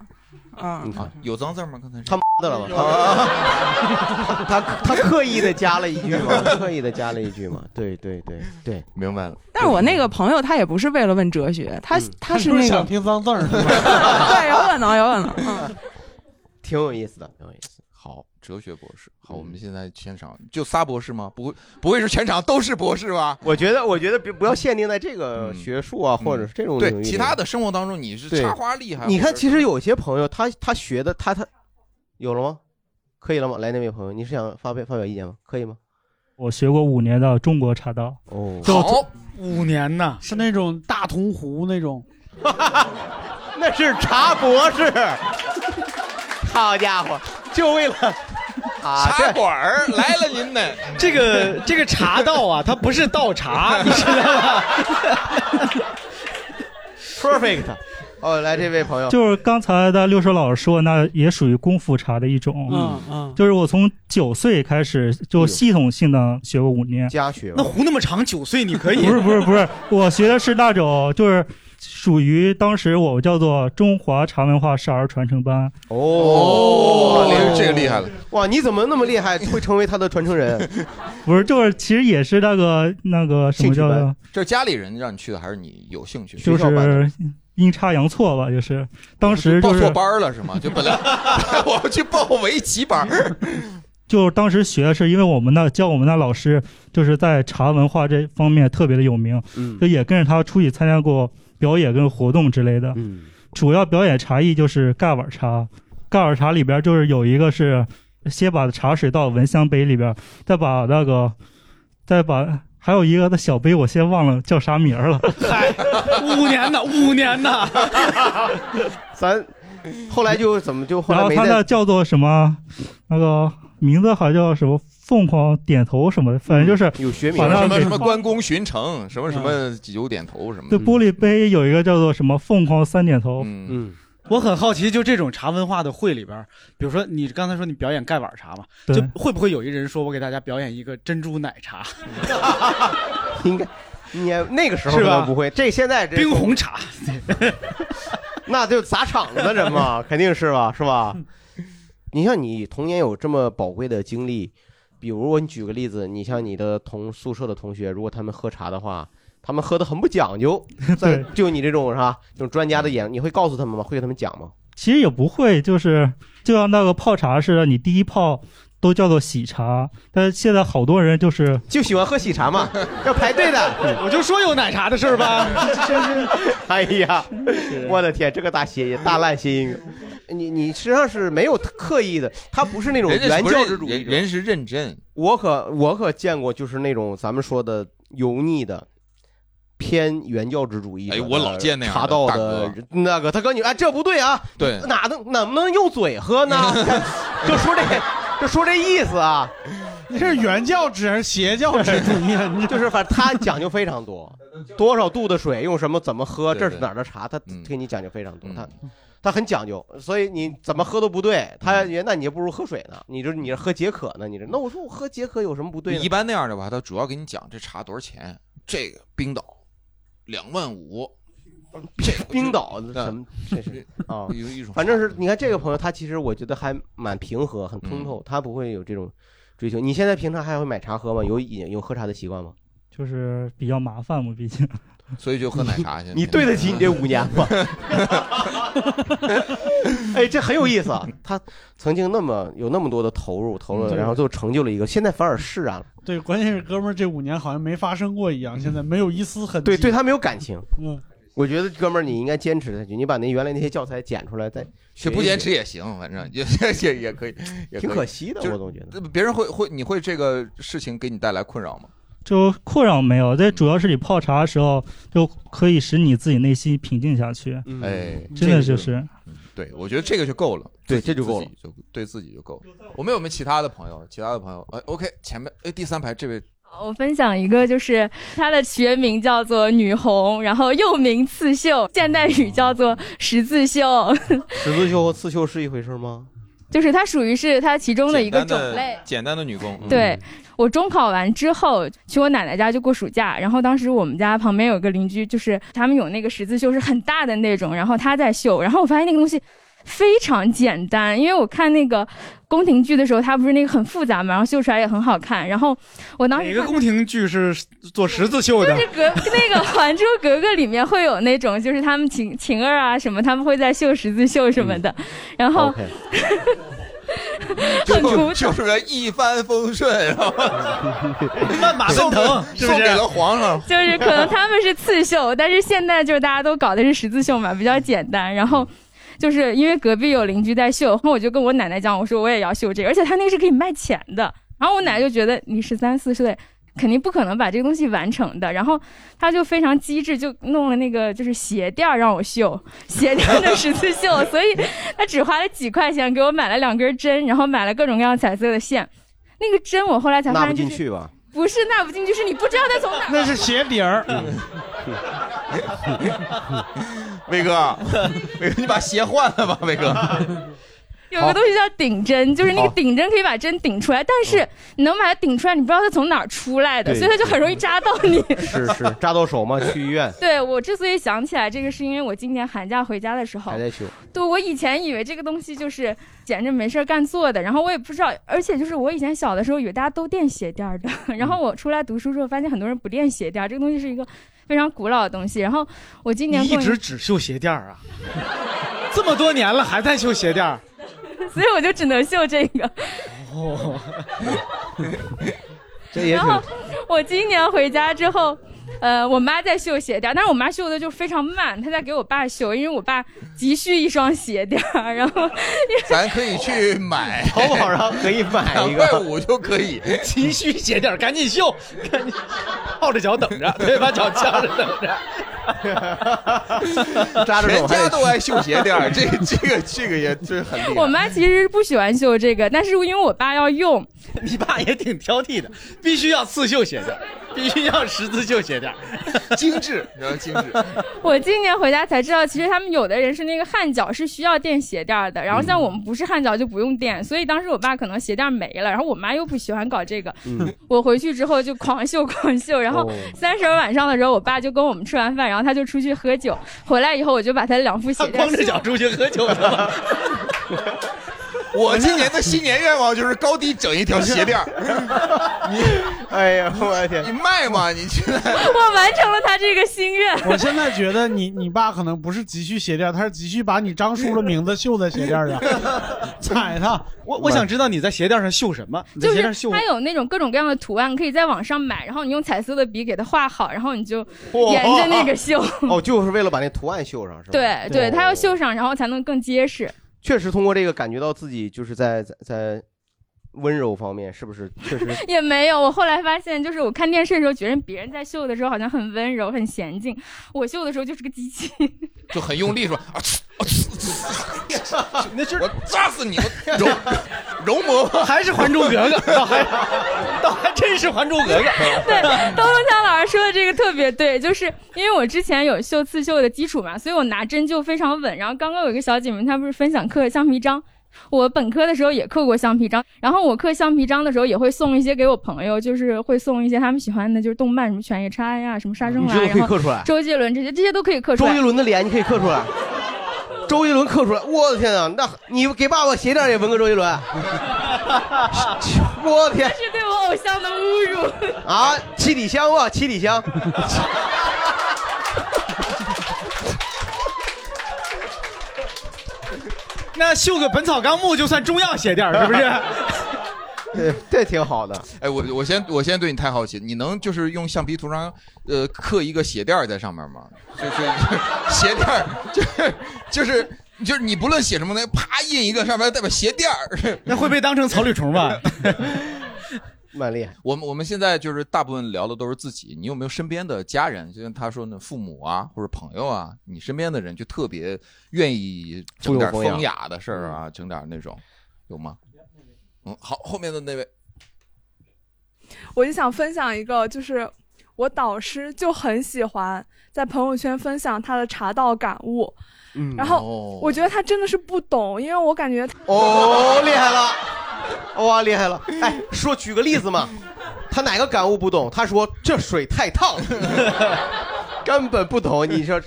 Speaker 11: 嗯，
Speaker 2: 啊，有脏字吗？刚才
Speaker 3: 他妈的了吗？他他他刻意的加了一句嘛， 刻意的加了一句嘛，对对对对，
Speaker 2: 明白了。
Speaker 11: 但是我那个朋友他也不是为了问哲学，他、他是
Speaker 5: 不
Speaker 11: 那
Speaker 5: 是
Speaker 11: 个
Speaker 5: 想听脏字儿是吧？
Speaker 11: 对，有可能，有可能，嗯。
Speaker 3: 挺有意思的，挺嗯有意思。
Speaker 2: 好，哲学博士。好，我们现在全场就仨博士吗？不会， 不会是全场都是博士吧？嗯
Speaker 3: 我觉得我觉得别不要限定在这个学术啊，或者是这种
Speaker 2: 对
Speaker 3: 领域
Speaker 2: 其
Speaker 3: 里
Speaker 2: 他的生活当中你是
Speaker 3: 对
Speaker 2: 插花厉害，
Speaker 3: 你
Speaker 2: 或
Speaker 3: 看，
Speaker 2: 者
Speaker 3: 其实有些朋友他他学的他他有了吗？可以了吗？来，那位朋友，你是想发表发表意见吗？可以吗？
Speaker 13: 我学过五年的中国茶道。
Speaker 3: 哦
Speaker 5: 就
Speaker 3: 好
Speaker 5: 五年呢，是那种大铜壶那 种。
Speaker 3: 那是茶博士，好家伙，
Speaker 4: 就为了
Speaker 3: 啊
Speaker 2: 茶馆儿来了您 们，
Speaker 4: 这个这个 茶道啊，它不是倒 茶，你知道吗
Speaker 3: perfect。哦，来这位朋友，
Speaker 13: 就是刚才的六叔老师说，那也属于功夫茶的一种。
Speaker 3: 嗯嗯
Speaker 13: 就是我从九岁开始
Speaker 2: 哎
Speaker 13: 就系统性的学过五年。
Speaker 3: 家学
Speaker 13: 那
Speaker 4: 胡那么长，九岁你可 以
Speaker 13: 不是不是不 是，我学的是那种就是属于当时我叫做中华茶文化少儿传承班。
Speaker 3: 哦
Speaker 13: 哇哦这个厉害了！
Speaker 3: 哇，你怎么那么厉害，会成为他的传承人？
Speaker 13: 不是，就是其实也是那个那个什么叫做，
Speaker 2: 这是家里人让你去的，还是你有兴趣？
Speaker 13: 就
Speaker 2: 学校办的
Speaker 13: 是阴差阳错吧，就是当时就
Speaker 2: 报
Speaker 13: 是
Speaker 2: 错班儿了是吗？就本来我们去报围棋班儿，
Speaker 13: 就是当时学的是，因为我们那教我们那老师就是在茶文化这方面特别的有名，
Speaker 3: 嗯
Speaker 13: 就也跟着他出去参加过表演跟活动之类的。
Speaker 3: 嗯，
Speaker 13: 主要表演茶艺就是盖碗茶，盖碗茶里边就是有一个是先把茶水倒蚊香杯里边，再把那个，再把还有一个的小杯，我先忘了叫啥名儿了。
Speaker 4: 五年呢，五年呢，
Speaker 3: 咱后来就怎么就后
Speaker 13: 然
Speaker 3: 来
Speaker 13: 后
Speaker 3: 没
Speaker 13: 他那
Speaker 3: 在
Speaker 13: 叫做什么，那个名字好像叫什么凤凰点头什么的，反正 就是
Speaker 3: 有学嗯
Speaker 2: 什
Speaker 13: 把那
Speaker 2: 么
Speaker 13: 给
Speaker 2: 什么关公巡城，什么什么九点头什么
Speaker 13: 对，
Speaker 2: 的。
Speaker 13: 玻璃杯有一个叫做什么“凤凰三点头”，
Speaker 2: 嗯，
Speaker 4: 我很好奇，就这种茶文化的会里边儿，比如说你刚才说你表演盖碗茶嘛，
Speaker 13: 对
Speaker 4: 就会不会有一人说我给大家表演一个珍珠奶茶，
Speaker 3: 应该你那个时候
Speaker 4: 是吧
Speaker 3: 可能不会，这现在这
Speaker 4: 冰红茶，
Speaker 3: 那就砸场子的人 嘛，肯定是吧，是吧？你像你童年有这么宝贵的经历，比如我你举个例子，你像你的同宿舍的同学，如果他们喝茶的话，他们喝的很不讲 究，在就你这种是吧？这种专
Speaker 4: 嗯
Speaker 3: 家的眼，你会告诉他们吗？会给他们讲吗？
Speaker 13: 其实也不会，就是就像那个泡茶似的，你第一泡都叫做喜茶，但是现在好多人就是
Speaker 3: 就喜欢喝喜茶 嘛，要排队的。
Speaker 4: 我就说有奶茶的事儿吧。
Speaker 3: 哎呀，我的天，这个大谐音，大烂谐音梗，你你实际上是没有刻意的，他不是那种
Speaker 2: 人家
Speaker 3: 原
Speaker 2: 是不
Speaker 3: 教旨
Speaker 2: 是
Speaker 3: 主义
Speaker 2: 人
Speaker 3: 者。
Speaker 2: 人是认真，
Speaker 3: 我可我可见过，就是那种咱们说的油腻的。偏原教旨主义者的，呃
Speaker 2: 哎我老见那样的
Speaker 3: 茶道
Speaker 2: 大哥
Speaker 3: 的那个，他跟你哎，这不对啊，
Speaker 2: 对
Speaker 3: 哪能能不能用嘴喝 呢？就说这，就说这意思啊。
Speaker 10: 你是原教旨还是邪教旨主义？啊
Speaker 3: 就是反正他讲究非常多，
Speaker 2: 嗯
Speaker 3: 多少度的水用什么怎么喝，这是哪儿的茶，他给你讲究非常
Speaker 2: 嗯
Speaker 3: 多，他他很讲究，所以你怎么喝都不对。他
Speaker 2: 嗯
Speaker 3: 觉得那你就不如喝水呢，你这你这喝解渴呢，你这那我说我喝解渴有什么不对呢？
Speaker 2: 一般那样的吧，他主要给你讲这茶多少钱，这个冰岛两万五，嗯这个
Speaker 3: 冰岛什么这是 啊，反正是你看这个朋友，他其实我觉得还蛮平和，很
Speaker 2: 嗯
Speaker 3: 通透，他不会有这种追求。你现在平常还会买茶喝吗？有饮有喝茶的习惯吗？
Speaker 13: 就是比较麻烦嘛，毕竟。
Speaker 2: 所以就喝奶茶去。
Speaker 3: 你对得起你这五年 吗？哎，这很有意思啊！他曾经那么有那么多的投入，投入，
Speaker 5: 嗯
Speaker 3: 然后最后成就了一个，现在反而释然了。
Speaker 5: 对，关键是哥们儿这五年好像没发生过一样，现在没有一丝痕迹。
Speaker 3: 对，对他没有感情。
Speaker 5: 嗯，
Speaker 3: 我觉得哥们儿，你应该坚持下去。你把那原来那些教材剪出来，再
Speaker 2: 这
Speaker 3: 学
Speaker 2: 不
Speaker 3: 一
Speaker 2: 坚
Speaker 3: 学
Speaker 2: 持也行，反正也 也也可以，也
Speaker 3: 挺
Speaker 2: 以
Speaker 3: 可惜的
Speaker 2: 就是
Speaker 3: 我总觉得
Speaker 2: 别人会会，你会这个事情给你带来困扰吗？
Speaker 13: 就困扰没有，但主要是你泡茶的时候，就可以使你自己内心平静下去。
Speaker 2: 哎，
Speaker 13: 真的就是，
Speaker 2: 对，我觉得这个就够了，
Speaker 13: 对
Speaker 2: 自己
Speaker 13: 这就够了，
Speaker 2: 自己就对自己就够了。我们有没有其他的朋友？其他的朋友，哎，OK，前面哎第三排这位，
Speaker 22: 我分享一个，就是它的学名叫做女红，然后又名刺绣，现代语叫做十字绣，
Speaker 3: 十字绣和刺绣是一回事吗？
Speaker 22: 就是它属于是它其中的一个
Speaker 2: 简
Speaker 22: 种
Speaker 2: 单的
Speaker 22: 类。
Speaker 2: 简单的女工，嗯
Speaker 22: 对，我中考完之后去我奶奶家就过暑假，然后当时我们家旁边有个邻居，就是他们有那个十字绣是很大的那种，然后他在绣，然后我发现那个东西非常简单，因为我看那个宫廷剧的时候，它不是那个很复杂嘛，然后绣出来也很好看，然后我当时
Speaker 4: 哪个
Speaker 22: 看
Speaker 4: 宫廷剧是做十字绣的
Speaker 22: 就？是格那个《还珠格格》里面会有那种，就是他们晴晴儿啊什么，他们会在绣十字绣什么的，然后很古
Speaker 2: 就就是一帆风顺，然 后
Speaker 4: 万马奔腾是不
Speaker 2: 送
Speaker 4: 是
Speaker 2: 给了皇上，
Speaker 22: 就是可能他们是刺绣，但是现在就是大家都搞的是十字绣嘛，比较简单。然后就是因为隔壁有邻居在绣，然后我就跟我奶奶讲，我说我也要绣这个，而且他那个是可以卖钱的。然后我奶奶就觉得你十三四岁。肯定不可能把这个东西完成的。然后他就非常机智，就弄了那个就是鞋垫儿让我绣，鞋垫儿的十字绣，所以他只花了几块钱给我买了两根针，然后买了各种各样彩色的线。那个针我后来才发
Speaker 3: 纳
Speaker 22: 现
Speaker 3: 不
Speaker 22: 就
Speaker 3: 进
Speaker 22: 是
Speaker 3: 去吧？
Speaker 22: 不是纳不进去，是你不知道它从哪儿。
Speaker 4: 那是鞋底儿。
Speaker 2: 威哥，威哥，你把鞋换了吧，威哥。
Speaker 22: 有个东西叫顶针，就是那个
Speaker 2: 好
Speaker 22: 顶针可以把针顶出来，但是你能把它顶出来，你不知道它从哪儿出来的，
Speaker 3: 对
Speaker 22: 所以它就很容易扎到你。
Speaker 3: 是是，扎到手嘛，去医院
Speaker 22: 对我之所以想起来这个，是因为我今年寒假回家的时候
Speaker 3: 还，在修。
Speaker 22: 对我以前以为这个东西就是闲着没事儿干做的，然后我也不知道，而且就是我以前小的时候以为大家都练鞋垫儿的， 然后我出来读书之后发现很多人不练鞋垫儿，这个东西是一个非常古老的东西。然后我今
Speaker 4: 你
Speaker 22: 年
Speaker 4: 一
Speaker 22: 逛
Speaker 4: 直只绣鞋垫儿啊， 这么多年了还在绣鞋垫儿。
Speaker 22: 所以我就只能绣这个。
Speaker 4: 哦，
Speaker 3: 这也
Speaker 22: 然后我今年回家之后，呃，我妈在绣鞋垫儿，但是我妈绣的就非常慢，她在给我爸绣，因为我爸急需一双鞋垫儿，然后
Speaker 2: 咱可以去买，
Speaker 3: 淘宝上可以买
Speaker 2: 一个，两块 五就可以。
Speaker 4: 急需鞋垫儿，赶紧绣，赶紧泡着脚等着，对，把脚夹着等着。
Speaker 3: 扎
Speaker 4: 着手
Speaker 2: 全
Speaker 4: 还
Speaker 2: 家
Speaker 4: 得
Speaker 2: 都爱绣鞋垫 儿，这这个这个也是很厉害。
Speaker 22: 我妈其实不喜欢绣这个，但是因为我爸要用，
Speaker 4: 你爸也挺挑剔的，必须要刺绣鞋垫儿，必须要十字绣鞋垫儿，
Speaker 2: 精致，你知道精致。
Speaker 22: 我今年回家才知道，其实他们有的人是那个汗脚是需要垫鞋垫儿的，然后
Speaker 3: 嗯
Speaker 22: 像我们不是汗脚就不用垫，所以当时我爸可能鞋垫儿没了，然后我妈又不喜欢搞这个，
Speaker 6: 嗯
Speaker 22: 我回去之后就狂秀 狂秀，然后
Speaker 6: 哦
Speaker 22: 三十晚上的时候，我爸就跟我们吃完饭，然后他就出去喝酒，回来以后我就把他两副鞋垫
Speaker 4: 光着
Speaker 22: 绣
Speaker 4: 脚出去喝酒去了。
Speaker 2: 我今年的新年愿望就是高低整一条鞋垫儿。你，
Speaker 3: 哎呀，我的天！
Speaker 2: 你卖吗？你去。
Speaker 22: 我完成了他这个心愿。
Speaker 5: 我现在觉得你你爸可能不是急需鞋垫儿，他是急需把你张叔的名字绣在鞋垫儿上，踩他。
Speaker 4: 我我想知道你在鞋垫上绣什么？你在
Speaker 22: 就
Speaker 4: 鞋垫
Speaker 22: 是
Speaker 4: 绣
Speaker 22: 它有那种各种各样的图案，可以在网上买，然后你用彩色的笔给它画好，然后你就沿着那 个 绣。
Speaker 3: 哦，就是为了把那图案绣上是吧？
Speaker 22: 对对，
Speaker 3: 哦
Speaker 22: 它要绣上，然后才能更结实。
Speaker 3: 确实通过这个感觉到自己就是在在在温柔方面是不是 确实
Speaker 22: 也没有，我后来发现，就是我看电视的时候，觉得别人在绣的时候好像很温柔、很娴静，我绣的时候就是个机器。
Speaker 2: 就很用力说啊呲啊呲啊呲，
Speaker 4: 那
Speaker 2: 是我扎死你！我容容嬷嬷
Speaker 4: 还是《还珠格格》，倒还倒还真是《还珠格格》。
Speaker 22: 对，东东强老师说的这个特别对，就是因为我之前有绣刺绣的基础嘛，所以我拿针就非常稳。然后刚刚有一个小姐妹，她不是分享刻橡皮章。我本科的时候也刻过橡皮章，然后我刻橡皮章的时候也会送一些给我朋友，就是会送一些他们喜欢的，就是动漫什么《犬夜叉》呀、什么《杀生
Speaker 3: 你
Speaker 22: 丸
Speaker 3: 这》，都可以
Speaker 22: 然后
Speaker 3: 刻出来
Speaker 22: 周杰伦这些这些都可以刻出
Speaker 3: 周
Speaker 22: 来。
Speaker 3: 杰伦的脸你可以刻出来，周杰伦刻出来，我的天啊！那你给爸爸鞋垫也纹个周杰伦， 我的天
Speaker 22: 这是对我偶像的侮辱。
Speaker 3: 啊！七里香吧，七里香，
Speaker 4: 那绣个《本草纲目》就算中药鞋垫 儿，是不是？
Speaker 3: 对，这挺好的。
Speaker 2: 哎，我我先我先对你太好奇，你能就是用橡皮图章呃刻一个鞋垫儿在上面吗？就是就是鞋垫儿， 就是就是就是你不论写什么东西，啪印一个上面代表鞋垫儿。
Speaker 4: 那会被当成草履虫吧？
Speaker 3: 蛮厉害。
Speaker 2: 我们我们现在就是大部分聊的都是自己，你有没有身边的家人？就像他说呢，父母啊或者朋友啊，你身边的人就特别愿意整点
Speaker 3: 附庸风雅嗯
Speaker 2: 风雅的事儿啊，整点那种，有吗？嗯，好，后面的那位，
Speaker 7: 我就想分享一个，就是我导师就很喜欢在朋友圈分享他的茶道感悟，
Speaker 3: 嗯
Speaker 7: 然后我觉得他真的是不懂，因为我感觉他
Speaker 3: 哦，厉害了，哇，厉害了！哎，说举个例子嘛，他哪个感悟不懂？他说这水太烫， 根本不懂。你 说
Speaker 7: 因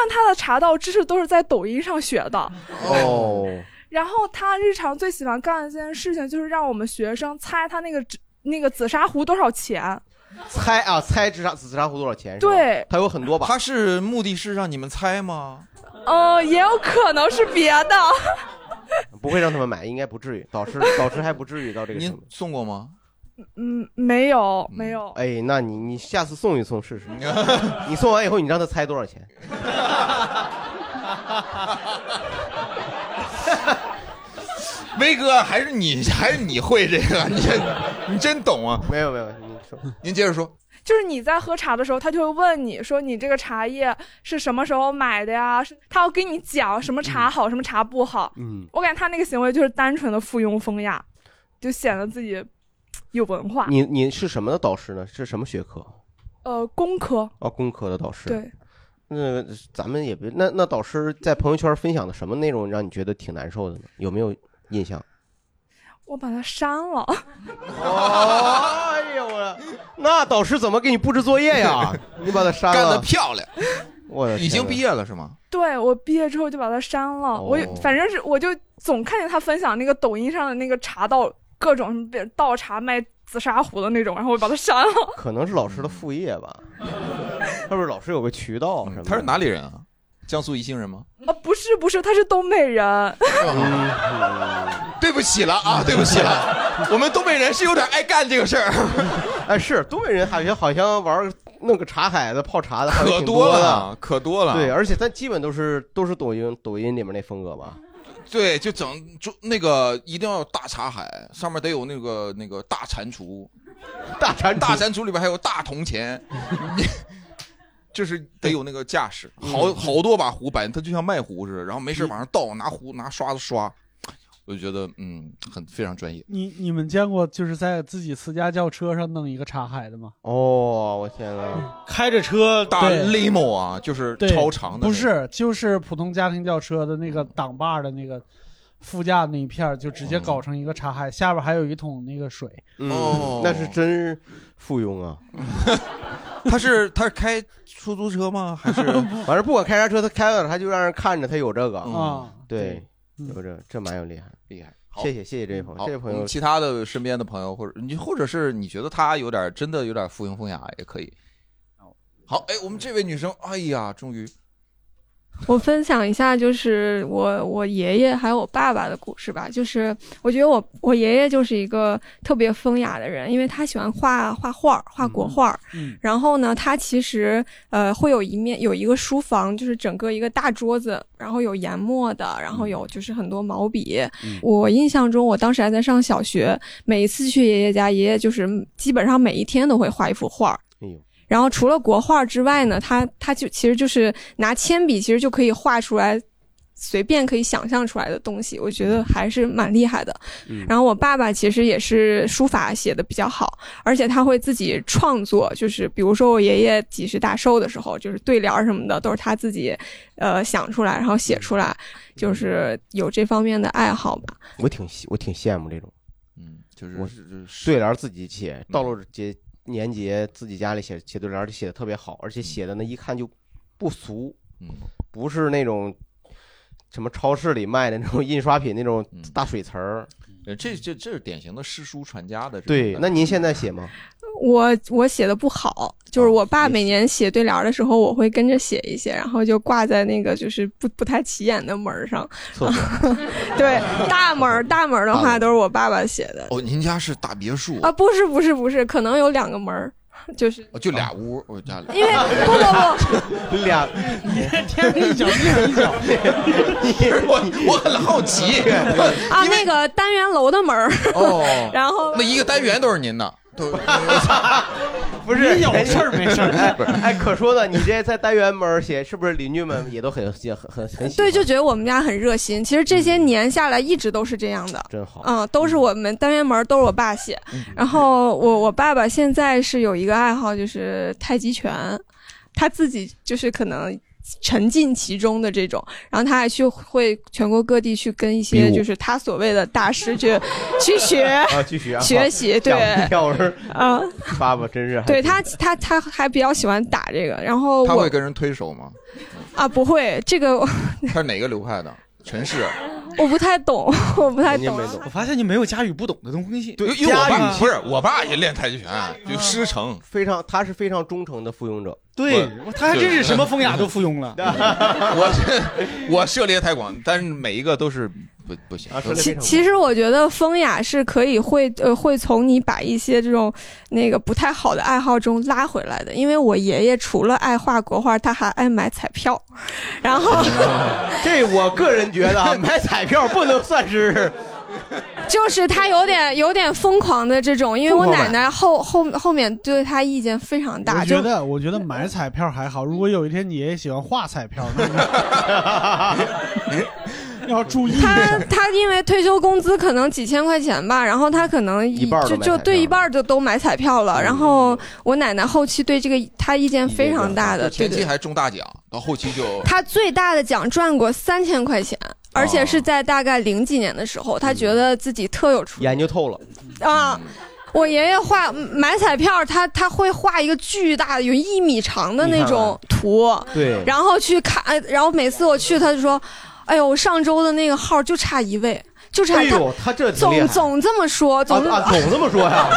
Speaker 7: 为他的茶道知识都是在抖音上学的，
Speaker 3: 哦，
Speaker 7: 然后他日常最喜欢干的一件事情就是让我们学生猜他那个纸那个紫砂壶多少钱。
Speaker 3: 猜啊，猜紫砂紫砂壶多少钱？是吧
Speaker 7: 对
Speaker 3: 他有很多把。
Speaker 2: 他是目的是让你们猜吗？
Speaker 7: 呃，也有可能是别的。
Speaker 3: 不会让他们买，应该不至于。导师导师还不至于到这个程度。
Speaker 2: 送过吗？
Speaker 7: 嗯，没有，没有。
Speaker 3: 哎，那你你下次送一送 试试。你送完以后，你让他猜多少钱？
Speaker 2: 威哥，还是你还是你会这个？你这你真懂啊！啊
Speaker 3: 没有没有，你
Speaker 2: 您接着说。
Speaker 7: 就是你在喝茶的时候，他就会问你说你这个茶叶是什么时候买的呀？是他要跟你讲什么茶好，什么茶不好。
Speaker 3: 嗯
Speaker 7: 我感觉他那个行为就是单纯的附庸风雅，就显得自己嘖有文化。
Speaker 3: 你你是什么的导师呢？是什么学科？
Speaker 7: 呃，工科
Speaker 3: 哦，工科的导师。
Speaker 7: 对，
Speaker 3: 那咱们也别那那导师在朋友圈分享的什么内容让你觉得挺难受的呢？有没有印象？
Speaker 7: 我把它删了。
Speaker 3: 哎呀我，那导师怎么给你布置作业呀？ 你把他删了，
Speaker 2: 干得漂亮！
Speaker 3: 我的
Speaker 2: 已经毕业了是吗？
Speaker 7: 对我毕业之后就把它删了。我
Speaker 3: 哦
Speaker 7: 有反正是我就总看见他分享那个抖音上的那个茶道，各种什么别人倒茶卖紫砂壶的那种，然后我把它删了。
Speaker 3: 可能是老师的副业 吧。他不是老师有个渠道什么？
Speaker 2: 嗯他是哪里人啊？江苏宜兴人吗？
Speaker 7: 啊，不是不是，他是东北人。
Speaker 2: 对不起了啊，对不起 了，我们东北人是有点爱干这个事儿。
Speaker 3: 哎，是东北人好像好像玩弄个茶海的、泡茶的，还是
Speaker 2: 可
Speaker 3: 挺
Speaker 2: 多
Speaker 3: 多
Speaker 2: 了
Speaker 3: 的，，
Speaker 2: 可多了。
Speaker 3: 对，而且他基本都是都是抖音抖音里面那风格吧。
Speaker 2: 对，就整就那个一定要有大茶海，上面得有那个那个大蟾蜍，
Speaker 3: 大蟾
Speaker 2: 大蟾蜍里边还有大铜钱， 就是得有那个架势，
Speaker 3: 嗯
Speaker 2: 好好多把壶摆，它就像卖壶似的，然后没事往上倒，拿壶拿刷子刷，我就觉得嗯，很非常专业。
Speaker 5: 你你们见过就是在自己私家轿车上弄一个茶海的吗？
Speaker 3: 哦，我天呐，
Speaker 5: 开着车
Speaker 2: 大
Speaker 5: 对
Speaker 2: limo 啊，就是
Speaker 5: 对
Speaker 2: 超长的，
Speaker 5: 不是，就是普通家庭轿车的那个挡把儿的那个副驾那一片儿，就直接搞成一个茶海，下边还有一桶那个水。
Speaker 3: 嗯，
Speaker 2: 哦
Speaker 3: 那是真附庸 啊。
Speaker 2: 他是他是开出租车吗？ 还是
Speaker 3: 反正不管开啥车，他开了他就让人看着他有这个
Speaker 2: 嗯，
Speaker 3: 对，有这这蛮有厉害，
Speaker 2: 厉害。
Speaker 3: 谢谢谢谢这位朋友，
Speaker 2: 好，
Speaker 3: 这位朋
Speaker 2: 我
Speaker 3: 友
Speaker 2: 们其他的身边的朋友，或者你，或者是你觉得他有点真的有点附庸风雅也可以。好，哎，我们这位女生，哎呀，终于
Speaker 6: 我分享一下，就是我我爷爷还有我爸爸的故事吧。就是我觉得我我爷爷就是一个特别风雅的人，因为他喜欢画画画儿，画国画儿。
Speaker 5: 嗯
Speaker 6: 然后呢，他其实呃会有一面有一个书房，就是整个一个大桌子，然后有研墨的，然后
Speaker 5: 嗯
Speaker 6: 有就是很多毛笔。
Speaker 23: 嗯
Speaker 6: 我印象中，我当时还在上小学，每一次去爷爷家，爷爷就是基本上每一天都会画一幅画儿。
Speaker 3: 哎 呦，
Speaker 6: 然后除了国画之外呢，他他就其实就是拿铅笔，其实就可以画出来，随便可以想象出来的东西，我觉得还是蛮厉害的。
Speaker 23: 嗯
Speaker 6: 然后我爸爸其实也是书法写的比较好，而且他会自己创作，就是比如说我爷爷几十大寿的时候，就是对联儿什么的都是他自己，呃想出来然后写出来，就是有这方面的爱好吧。
Speaker 3: 我挺羡 我挺羡慕这种，
Speaker 2: 嗯，就是
Speaker 3: 我
Speaker 2: 是嗯
Speaker 3: 对联儿自己写，道路节年节自己家里写写对联儿写的特别好，而且写的那一看就不俗，
Speaker 2: 嗯，
Speaker 3: 不是那种什么超市里卖的那种印刷品那种大水词儿。
Speaker 2: 嗯呃，这这这是典型的诗书传家的这种感
Speaker 3: 对
Speaker 2: 觉。，
Speaker 3: 那您现在写吗？
Speaker 6: 我我写的不好，就是我爸每年写对联儿的时候，我会跟着写一些，然后就挂在那个就是不不太起眼的门儿上。
Speaker 3: 厕所
Speaker 6: 对，大门儿大门儿的
Speaker 2: 大门
Speaker 6: 话
Speaker 2: 儿
Speaker 6: 都是我爸爸写的
Speaker 2: 哦，您家是大别墅
Speaker 6: 啊，不是不是不是，可能有两个门儿，就是
Speaker 2: 哦就俩屋，我 家里
Speaker 6: 因为不
Speaker 3: 不不， 俩
Speaker 5: 天一脚地一脚，
Speaker 6: 哎
Speaker 2: 我我很好 奇，
Speaker 6: 啊那个单元楼的门儿。
Speaker 2: 哦
Speaker 6: 然后
Speaker 2: 那一个单元都是您的， 都
Speaker 3: 不是
Speaker 2: 你有事儿没事儿
Speaker 3: 哎哎，可说呢，你这在单元门儿写，是不是邻居们也都很很很很喜欢？
Speaker 6: 对，就觉得我们家很热心。其实这些年下来一直都是这样的，
Speaker 3: 真好。嗯
Speaker 6: 嗯，都是我们单元门儿都是我爸写。然后我我爸爸现在是有一个爱好，就是太极拳，他自己就是可能。沉浸其中的这种，然后他还去会全国各地去跟一
Speaker 3: 比
Speaker 6: 些
Speaker 3: 武
Speaker 6: 就是他所谓的大师 去去学
Speaker 3: 啊，去学
Speaker 6: 学习，对，
Speaker 3: 跳舞
Speaker 6: 啊，
Speaker 3: 爸爸真是还
Speaker 6: 对他他他还比较喜欢打这个，然后
Speaker 2: 他
Speaker 6: 我
Speaker 2: 会跟人推手吗？
Speaker 6: 啊不会这个我
Speaker 2: 他是哪个流派的？陈氏。
Speaker 6: 我不太懂，我不太
Speaker 2: 人家
Speaker 6: 懂
Speaker 2: 没
Speaker 6: 啊。
Speaker 2: 懂
Speaker 4: 我发现你没有家语不懂的东西。
Speaker 2: 对，因为我爸不是我爸也练太极
Speaker 6: 嗯
Speaker 2: 拳，就师承。
Speaker 3: 非常，他是非常忠诚的附庸者。
Speaker 4: 对
Speaker 2: 我
Speaker 4: 他还真是什么风雅都附 庸了。
Speaker 2: 我我涉猎太广，但是每一个都是不不行。
Speaker 6: 其其实我觉得风雅是可以会呃会从你把一些这种那个不太好的爱好中拉回来的，因为我爷爷除了爱画国画，他还爱买彩票， 然后
Speaker 3: 这我个人觉得啊买彩票不能算是
Speaker 6: 就是他有点有点疯狂的这种，因为我奶奶后后后面对他意见非常大，
Speaker 5: 我
Speaker 6: 就
Speaker 5: 觉得，我觉得买彩票还好。如果有一天你也喜欢画彩票，那你要注意一
Speaker 6: 他
Speaker 5: 下。
Speaker 6: 他因为退休工资可能几千块钱吧，然后他可能
Speaker 5: 一半儿都
Speaker 6: 就
Speaker 5: 买
Speaker 6: 就
Speaker 5: 彩
Speaker 6: 对一半儿就都买彩票了。然后我奶奶后期对这个他意见非常大的，对
Speaker 2: 前期
Speaker 6: 对。
Speaker 2: 还中大奖，到后期就
Speaker 6: 他最大的奖赚过三千块钱，而且
Speaker 3: 哦
Speaker 6: 是在大概零几年的时
Speaker 3: 嗯
Speaker 6: 候，他觉得自己特有出
Speaker 3: 研究透了，
Speaker 6: 啊。我爷爷画买彩票，他他会画一个巨大的有一米长的那种图，
Speaker 3: 啊对
Speaker 6: 然后去看，呃然后每次我去，他就说：“哎呦，我上周的那个号就差一位，就差
Speaker 3: 哎呦他这挺厉害
Speaker 6: 总总这么说，总、
Speaker 3: 啊啊，总这么说呀？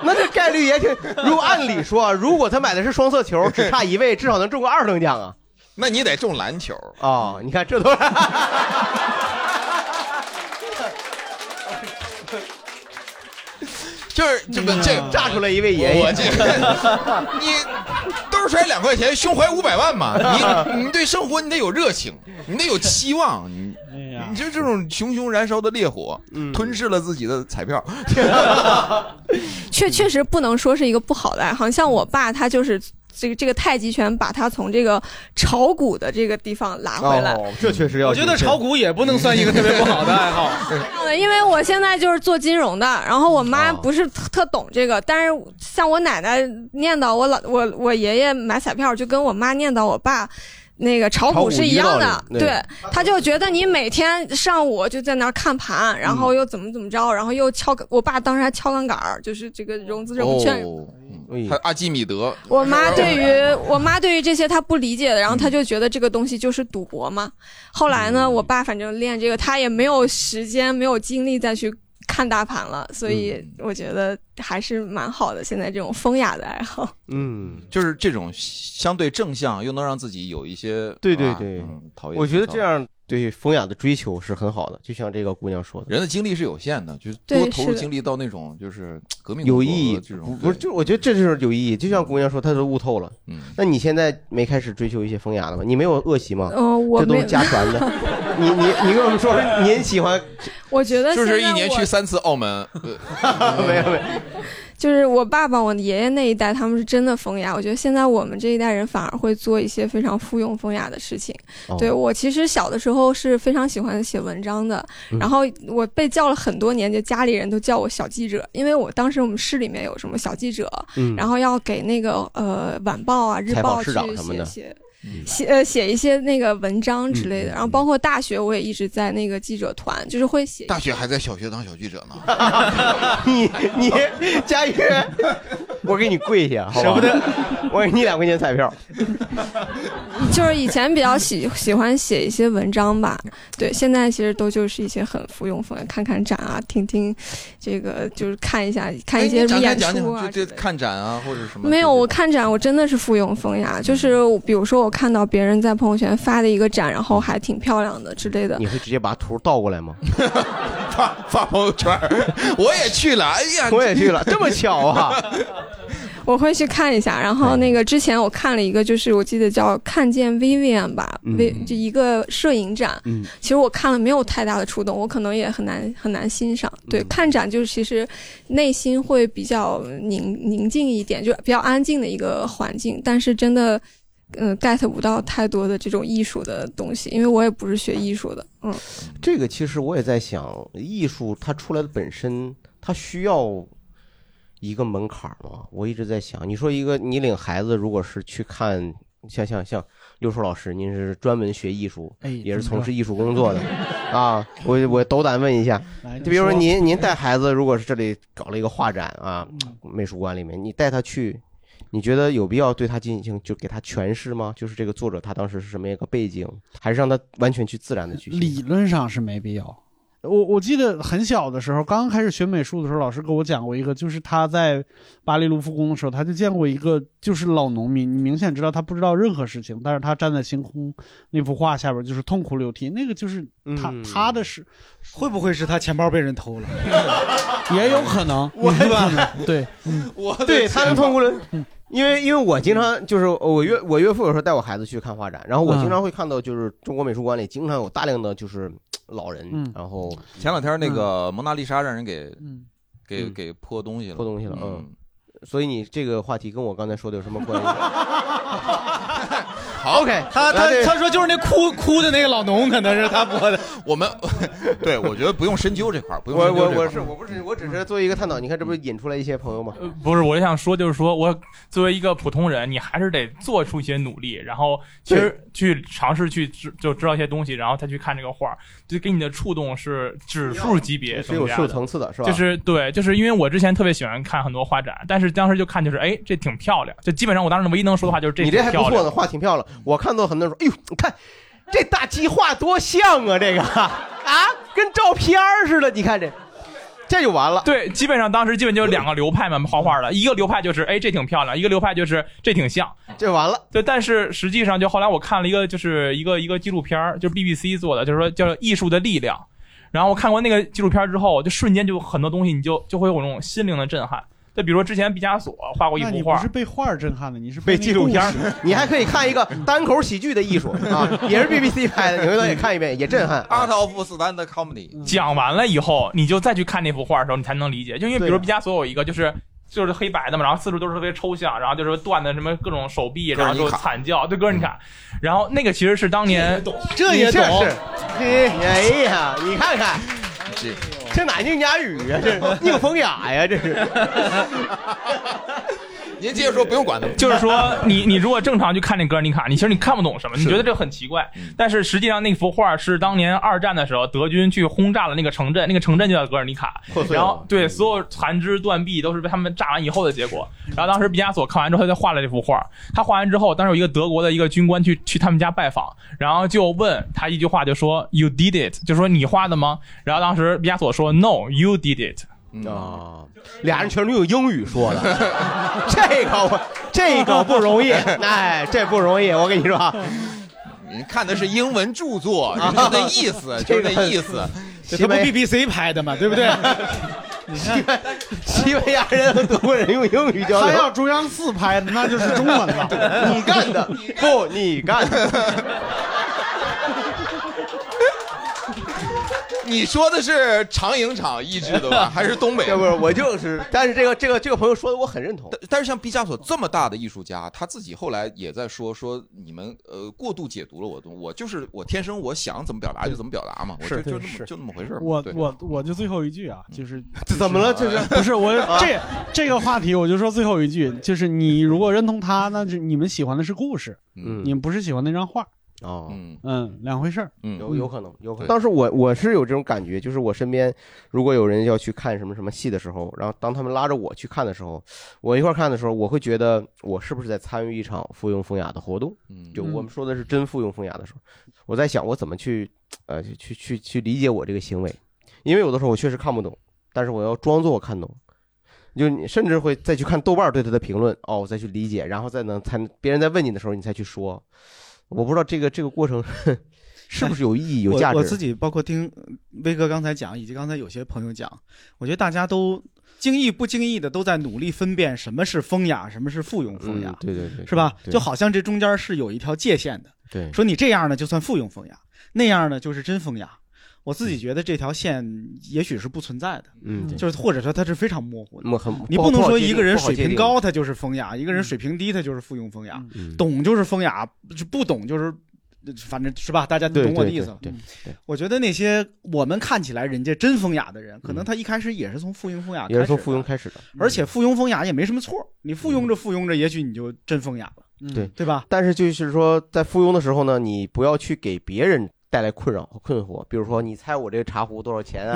Speaker 3: 那这概率也挺。如果按理说，如果他买的是双色球，只差一位，至少能中个二等奖啊。
Speaker 2: 那你得中篮球
Speaker 6: 嗯
Speaker 3: 哦，
Speaker 2: 嗯
Speaker 3: 你看这 都是。
Speaker 2: 就是这
Speaker 6: 嗯
Speaker 2: 么这个
Speaker 3: 炸出来一位爷爷
Speaker 2: 我这 个你兜揣两块钱，胸怀五百 万嘛，你你对生活你得有热情，你得有期望，你
Speaker 4: 哎
Speaker 2: 你就这种熊熊燃烧的烈火，
Speaker 6: 嗯
Speaker 2: 吞噬了自己的彩票，
Speaker 6: 确确实不能说是一个不好的爱好。像我爸，他就是这个这个太极拳，把他从这个炒股的这个地方拉回来。
Speaker 3: 哦，这确实要。
Speaker 10: 我觉得炒股也不能算一个特别不好的爱好。
Speaker 6: 因为我现在就是做金融的，然后我妈
Speaker 8: 哦
Speaker 6: 不是特特懂这个，但是像我奶奶念叨我老我我爷爷买彩票，就跟我妈念叨我爸。那个炒
Speaker 8: 炒
Speaker 6: 股
Speaker 8: 股
Speaker 6: 是一
Speaker 8: 一道
Speaker 6: 样
Speaker 8: 理
Speaker 6: 的，
Speaker 8: 对
Speaker 6: 对，他就觉得你每天上午就在那儿看盘，然
Speaker 8: 嗯
Speaker 6: 后又怎么怎么着，然后又敲，我爸当时还敲杠杆儿，就是这个融资融券
Speaker 2: 哦，还有阿基米德，
Speaker 6: 我妈对于我妈对于这些她不理解的，然后她就觉得这个东西就是赌博
Speaker 2: 嗯
Speaker 6: 嘛。后来呢，我爸反正练这个，他也没有时间没有精力再去看大盘了，所以
Speaker 2: 嗯
Speaker 6: 我觉得还是蛮好的。现在这种风雅的爱好，
Speaker 3: 嗯，
Speaker 2: 就是这种相对正向，又能让自己有一些
Speaker 3: 对对
Speaker 2: 啊
Speaker 3: 对
Speaker 2: 嗯讨厌。
Speaker 3: 我觉得这样对风雅的追求是很好的，就像这个姑娘说的，
Speaker 2: 人的精力是有限的，就是多
Speaker 3: 对
Speaker 2: 投
Speaker 3: 是
Speaker 2: 入
Speaker 3: 的
Speaker 2: 精力到那种就是革命
Speaker 3: 有
Speaker 2: 工
Speaker 3: 意义
Speaker 2: 作和啊这种
Speaker 3: 不是，就是我觉得这就是有意义。就像姑娘说，她都悟透了。
Speaker 2: 嗯，
Speaker 3: 那你现在没开始追求一些风雅了吗？你没有恶习吗？
Speaker 7: 呃
Speaker 6: 哦我
Speaker 3: 这都
Speaker 6: 没
Speaker 3: 是
Speaker 6: 有
Speaker 3: 家传 的。 你你你跟我 们说说，您喜欢？
Speaker 6: 我觉得
Speaker 2: 就是
Speaker 6: 现
Speaker 2: 一
Speaker 6: 在
Speaker 2: 年
Speaker 6: 我
Speaker 2: 去三次澳 门，呃
Speaker 3: 没有没有，
Speaker 6: 就是我爸爸、我爷爷那一代，他们是真的风雅。我觉得现在我们这一代人反而会做一些非常附庸风雅的事情。
Speaker 23: 哦
Speaker 6: 对我其实小的时候是非常喜欢写文章的，
Speaker 23: 嗯
Speaker 6: 然后我被叫了很多年，就家里人都叫我小记者，因为我当时我们市里面有什么小记者，
Speaker 23: 嗯
Speaker 6: 然后要给那个呃晚报啊、日
Speaker 23: 采访
Speaker 6: 报
Speaker 23: 市
Speaker 6: 去
Speaker 23: 长什么
Speaker 6: 写
Speaker 23: 的嗯
Speaker 6: 写。写呃写一些那个文章之
Speaker 2: 嗯
Speaker 6: 类的，
Speaker 2: 嗯
Speaker 6: 然后包括大学我也一直在那个记者团，就是会写一些
Speaker 2: 大学还在小学当小记者呢。
Speaker 3: 你 你佳宇，我给你跪下，好吧
Speaker 2: 舍不得，
Speaker 3: 我给你两块钱彩票。
Speaker 6: 就是以前比较喜喜欢写一些文章吧，对，现在其实都就是一些很服用风，看看展啊，听听这个，就是看一下看一些
Speaker 2: 哎你展开
Speaker 6: 演
Speaker 2: 讲
Speaker 6: 出
Speaker 2: 讲
Speaker 6: 啊。
Speaker 2: 就就看展啊，或者什么？嗯
Speaker 6: 没有，我看展我真的是附庸风雅，啊就是我比如说我看到别人在朋友圈发的一个展，然后还挺漂亮的之
Speaker 2: 嗯
Speaker 6: 类的
Speaker 3: 你，会直接把图倒过来吗？
Speaker 2: 发发朋友圈，我也去了。哎呀，
Speaker 3: 我也去了，这么巧啊！
Speaker 6: 我会去看一下。然后
Speaker 2: 嗯
Speaker 6: 那个之前我看了一个，就是我记得叫《看见 Vivian》吧
Speaker 23: 嗯
Speaker 6: ，V 就一个摄影展，
Speaker 23: 嗯
Speaker 6: 其实我看了没有太大的触动，我可能也很难很难欣赏。对，看展就是其实内心会比较宁宁静一点，就比较安静的一个环境。但是真的，嗯、get 不到太多的这种艺术的东西，因为我也不是学艺术的，嗯。
Speaker 3: 这个其实我也在想，艺术它出来的本身，它需要一个门槛儿吗？我一直在想，你说一个你领孩子，如果是去看，像像像六叔老师，您是专门学艺术，
Speaker 5: 哎
Speaker 3: 也是
Speaker 5: 怎么
Speaker 3: 从
Speaker 5: 着
Speaker 3: 事艺术工作的 啊。我我斗胆问一下，
Speaker 5: 来
Speaker 3: 就比如说
Speaker 5: 你说
Speaker 3: 您您带孩子，如果是这里搞了一个画展啊，
Speaker 5: 嗯
Speaker 3: 美术馆里面，你带他去。你觉得有必要对他进行就给他诠释吗？就是这个作者他当时是什么一个背景，还是让他完全去自然的去写？
Speaker 5: 理论上是没必要。我我记得很小的时候，刚开始学美术的时候，老师给我讲过一个，就是他在巴黎卢浮宫的时候，他就见过一个就是老农民，你明显知道他不知道任何事情，但是他站在星空那幅画下边就是痛哭流涕，那个就是他、
Speaker 4: 嗯
Speaker 5: 他的是
Speaker 4: 会不会是他钱包被人偷了？
Speaker 5: 也有可能，
Speaker 4: 我
Speaker 5: 也有可能对，嗯
Speaker 3: 对他能痛哭流，因为因为我经常就是我岳我岳父有时候带我孩子去看画展，然后我经常会看到就是中国美术馆里经常有大量的就是老人，然后
Speaker 2: 前两天那个蒙娜丽莎让人给给给嗯泼东西了，
Speaker 3: 泼东西了，嗯。所以你这个话题跟我刚才说的有什么关系？ 哎
Speaker 2: 好
Speaker 3: ，OK，
Speaker 4: 他他他说就是那哭哭的那个老农，可能是他播的。
Speaker 2: 我们 对我觉得不用深究这块儿，不用
Speaker 3: 我
Speaker 2: 深究
Speaker 3: 我
Speaker 2: 这块
Speaker 3: 我
Speaker 2: 儿
Speaker 3: 是我不是我只是作为一个探讨，你看这不是引出来一些朋友吗？
Speaker 14: 不是，我想说，就是说我作为一个普通人，你还是得做出一些努力，然后其实去尝试去知就知道一些东西，然后再去看这个画儿，就给你的触动是指数级别
Speaker 3: 是有
Speaker 14: 增加
Speaker 3: 是有层次的，是吧？
Speaker 14: 就是对，就是因为我之前特别喜欢看很多画展，但是当时就看就是哎，这挺漂亮，就基本上我当时唯一能说的话就是
Speaker 3: 你
Speaker 14: 挺漂
Speaker 3: 这还
Speaker 14: 亮。
Speaker 3: 不错呢，画挺漂亮。我看到很多人说，哎呦，你看这大鸡画多像啊，这个 啊，跟照片儿似的。你看这，这就完了。
Speaker 14: 对，基本上当时基本就两个流派嘛，画画的，一个流派就是哎这挺漂亮，一个流派就是这挺像，
Speaker 3: 这完了。
Speaker 14: 对，但是实际上就后来我看了一个就是一个一个纪录片儿，就是 BBC 做的，就是说叫《艺术的力量》，然后我看过那个纪录片儿之后，就瞬间就很多东西你就就会有那种心灵的震撼。就比如说之前毕加索画过一
Speaker 5: 那
Speaker 14: 幅
Speaker 5: 你
Speaker 14: 画
Speaker 5: 不是，被画儿震撼的，你是
Speaker 3: 被纪录片儿
Speaker 5: 那故事，
Speaker 3: 你还可以看一个单口喜剧的艺术 啊，也是 BBC 拍的，你回头也看一遍，也震撼。啊
Speaker 2: Art of Stand Comedy，
Speaker 14: 讲完了以后，你就再去看那幅画的时候，你才能理解。就因为比如毕加索有一个就是。就是黑白的嘛，然后四处都是特别抽象，然后就是断的什么各种手臂，
Speaker 2: 哥
Speaker 14: 然
Speaker 2: 尔
Speaker 14: 后
Speaker 2: 尼
Speaker 14: 就
Speaker 2: 卡
Speaker 14: 惨叫，对哥尔尼卡，然后那个其实是当年
Speaker 3: 嗯这也
Speaker 14: 你
Speaker 3: 懂这也懂嘿哎呀，你看看，
Speaker 2: 这
Speaker 3: 这哪宁佳宇啊， 这宁风雅呀，这是。
Speaker 2: 您接着说，不用管他们。
Speaker 14: 就是说，你你如果正常去看那格尔尼卡，你其实你看不懂什么，你觉得这很奇怪。
Speaker 2: 嗯
Speaker 14: 但是实际上那幅画是当年二战的时候，德军去轰炸了那个城镇，那个城镇就叫格尔尼卡
Speaker 2: 破。碎了
Speaker 14: 然
Speaker 2: 嗯
Speaker 14: 后对所有残肢断臂都是被他们炸完以后的结果。然后当时毕加索看完之后，他就画了这幅画。他画完之后，当时有一个德国的一个军官去去他们家拜访，然后就问他一句话，就说 “You did it”，就说你画的吗？然后当时毕加索说 “No，you did it”。
Speaker 2: 嗯
Speaker 3: 啊，俩人全都用英语说的， 这个我这个不容 易，哎，这不容易，我跟你说啊，啊
Speaker 2: 你看的是英文著作，人家那意 思就是那意思。
Speaker 4: 这不 BBC 拍的嘛，对不对？
Speaker 3: 西班西班牙人和德国人用英语交流。
Speaker 5: 他要中央四拍的，那就是中文了。
Speaker 3: 你干 的，不，你干的。
Speaker 2: 你说的是长影厂译制 的吧，还是东北？
Speaker 3: 不是，我就是，但是这个这个这个朋友说的我很认同。
Speaker 2: 但但是像毕加索这么大的艺术家，他自己后来也在说说你们呃过度解读了我的，我就是我天生我想怎么表达就怎么表达嘛，我就是就那
Speaker 5: 是
Speaker 2: 么就那么回事儿嘛。
Speaker 5: 我
Speaker 2: 对
Speaker 5: 我我就最后一句啊，就是
Speaker 3: 嗯 怎么了这是
Speaker 5: 不是我
Speaker 3: 啊
Speaker 5: 这这个话题，我就说最后一句，就是你如果认同他，那就你们喜欢的是故事，
Speaker 3: 嗯
Speaker 5: 你们不是喜欢那张画，
Speaker 3: 哦，
Speaker 5: 嗯，两回事儿，
Speaker 2: 嗯
Speaker 3: 有有可能，有可能。
Speaker 5: 当
Speaker 3: 当
Speaker 5: 时
Speaker 3: 时我我是有这种感觉，就是我身边如果有人要去看什么什么戏的时候，然后当他们拉着我去看的时候，我一块儿看的时候，我会觉得我是不是在参与一场附庸风雅的活动？
Speaker 2: 嗯
Speaker 3: 就我们说的是真附庸风雅的时候，我在想我怎么去呃去去去去理解我这个行为，因为有的时候我确实看不懂，但是我要装作我看懂。就你甚至会再去看豆瓣儿对他的评论，哦，我再去理解，然后再能才别人在问你的时候，你才去说。我不知道这个这个过程 是不是有意义、有
Speaker 4: 我
Speaker 3: 价值。
Speaker 4: 我自己包括听威哥刚才讲，以及刚才有些朋友讲，我觉得大家都经意不经意的都在努力分辨什么是风雅，什么是附庸风雅，
Speaker 3: 嗯对对对，
Speaker 4: 是吧？
Speaker 3: 对
Speaker 4: 就好像这中间是有一条界限的。
Speaker 3: 对
Speaker 4: 说你这样呢就算附庸风雅，那样呢就是真风雅。我自己觉得这条线也许是不存在的，
Speaker 3: 嗯对
Speaker 4: 就是或者说它是非常模糊的。
Speaker 3: 我很
Speaker 4: 你
Speaker 3: 不
Speaker 4: 不
Speaker 3: 好
Speaker 4: 能
Speaker 3: 不好
Speaker 4: 说
Speaker 3: 界
Speaker 4: 一个
Speaker 3: 定
Speaker 4: 人
Speaker 3: 不好
Speaker 4: 水
Speaker 3: 界
Speaker 4: 平
Speaker 3: 定
Speaker 4: 高他就是风雅，一个人水平低他就是附庸风雅，
Speaker 3: 嗯
Speaker 4: 懂就是风雅，就不懂就是，反正是吧？大家懂我的意思。嗯
Speaker 3: 对对对
Speaker 4: 我觉得那些我们看起来人家真风雅的人，可能他一开始也是从附庸风雅
Speaker 3: 嗯也
Speaker 4: 啊开
Speaker 3: 是
Speaker 4: 始
Speaker 3: 从，附庸嗯开始的。
Speaker 4: 而且附庸风雅也没什么错，你附庸着附庸着，也许你就真风雅了。
Speaker 3: 对
Speaker 4: 嗯对吧？
Speaker 3: 但是就是说，在附庸的时候呢，你不要去给别人带来困扰和困惑。比如说，你猜我这个茶壶多少钱啊？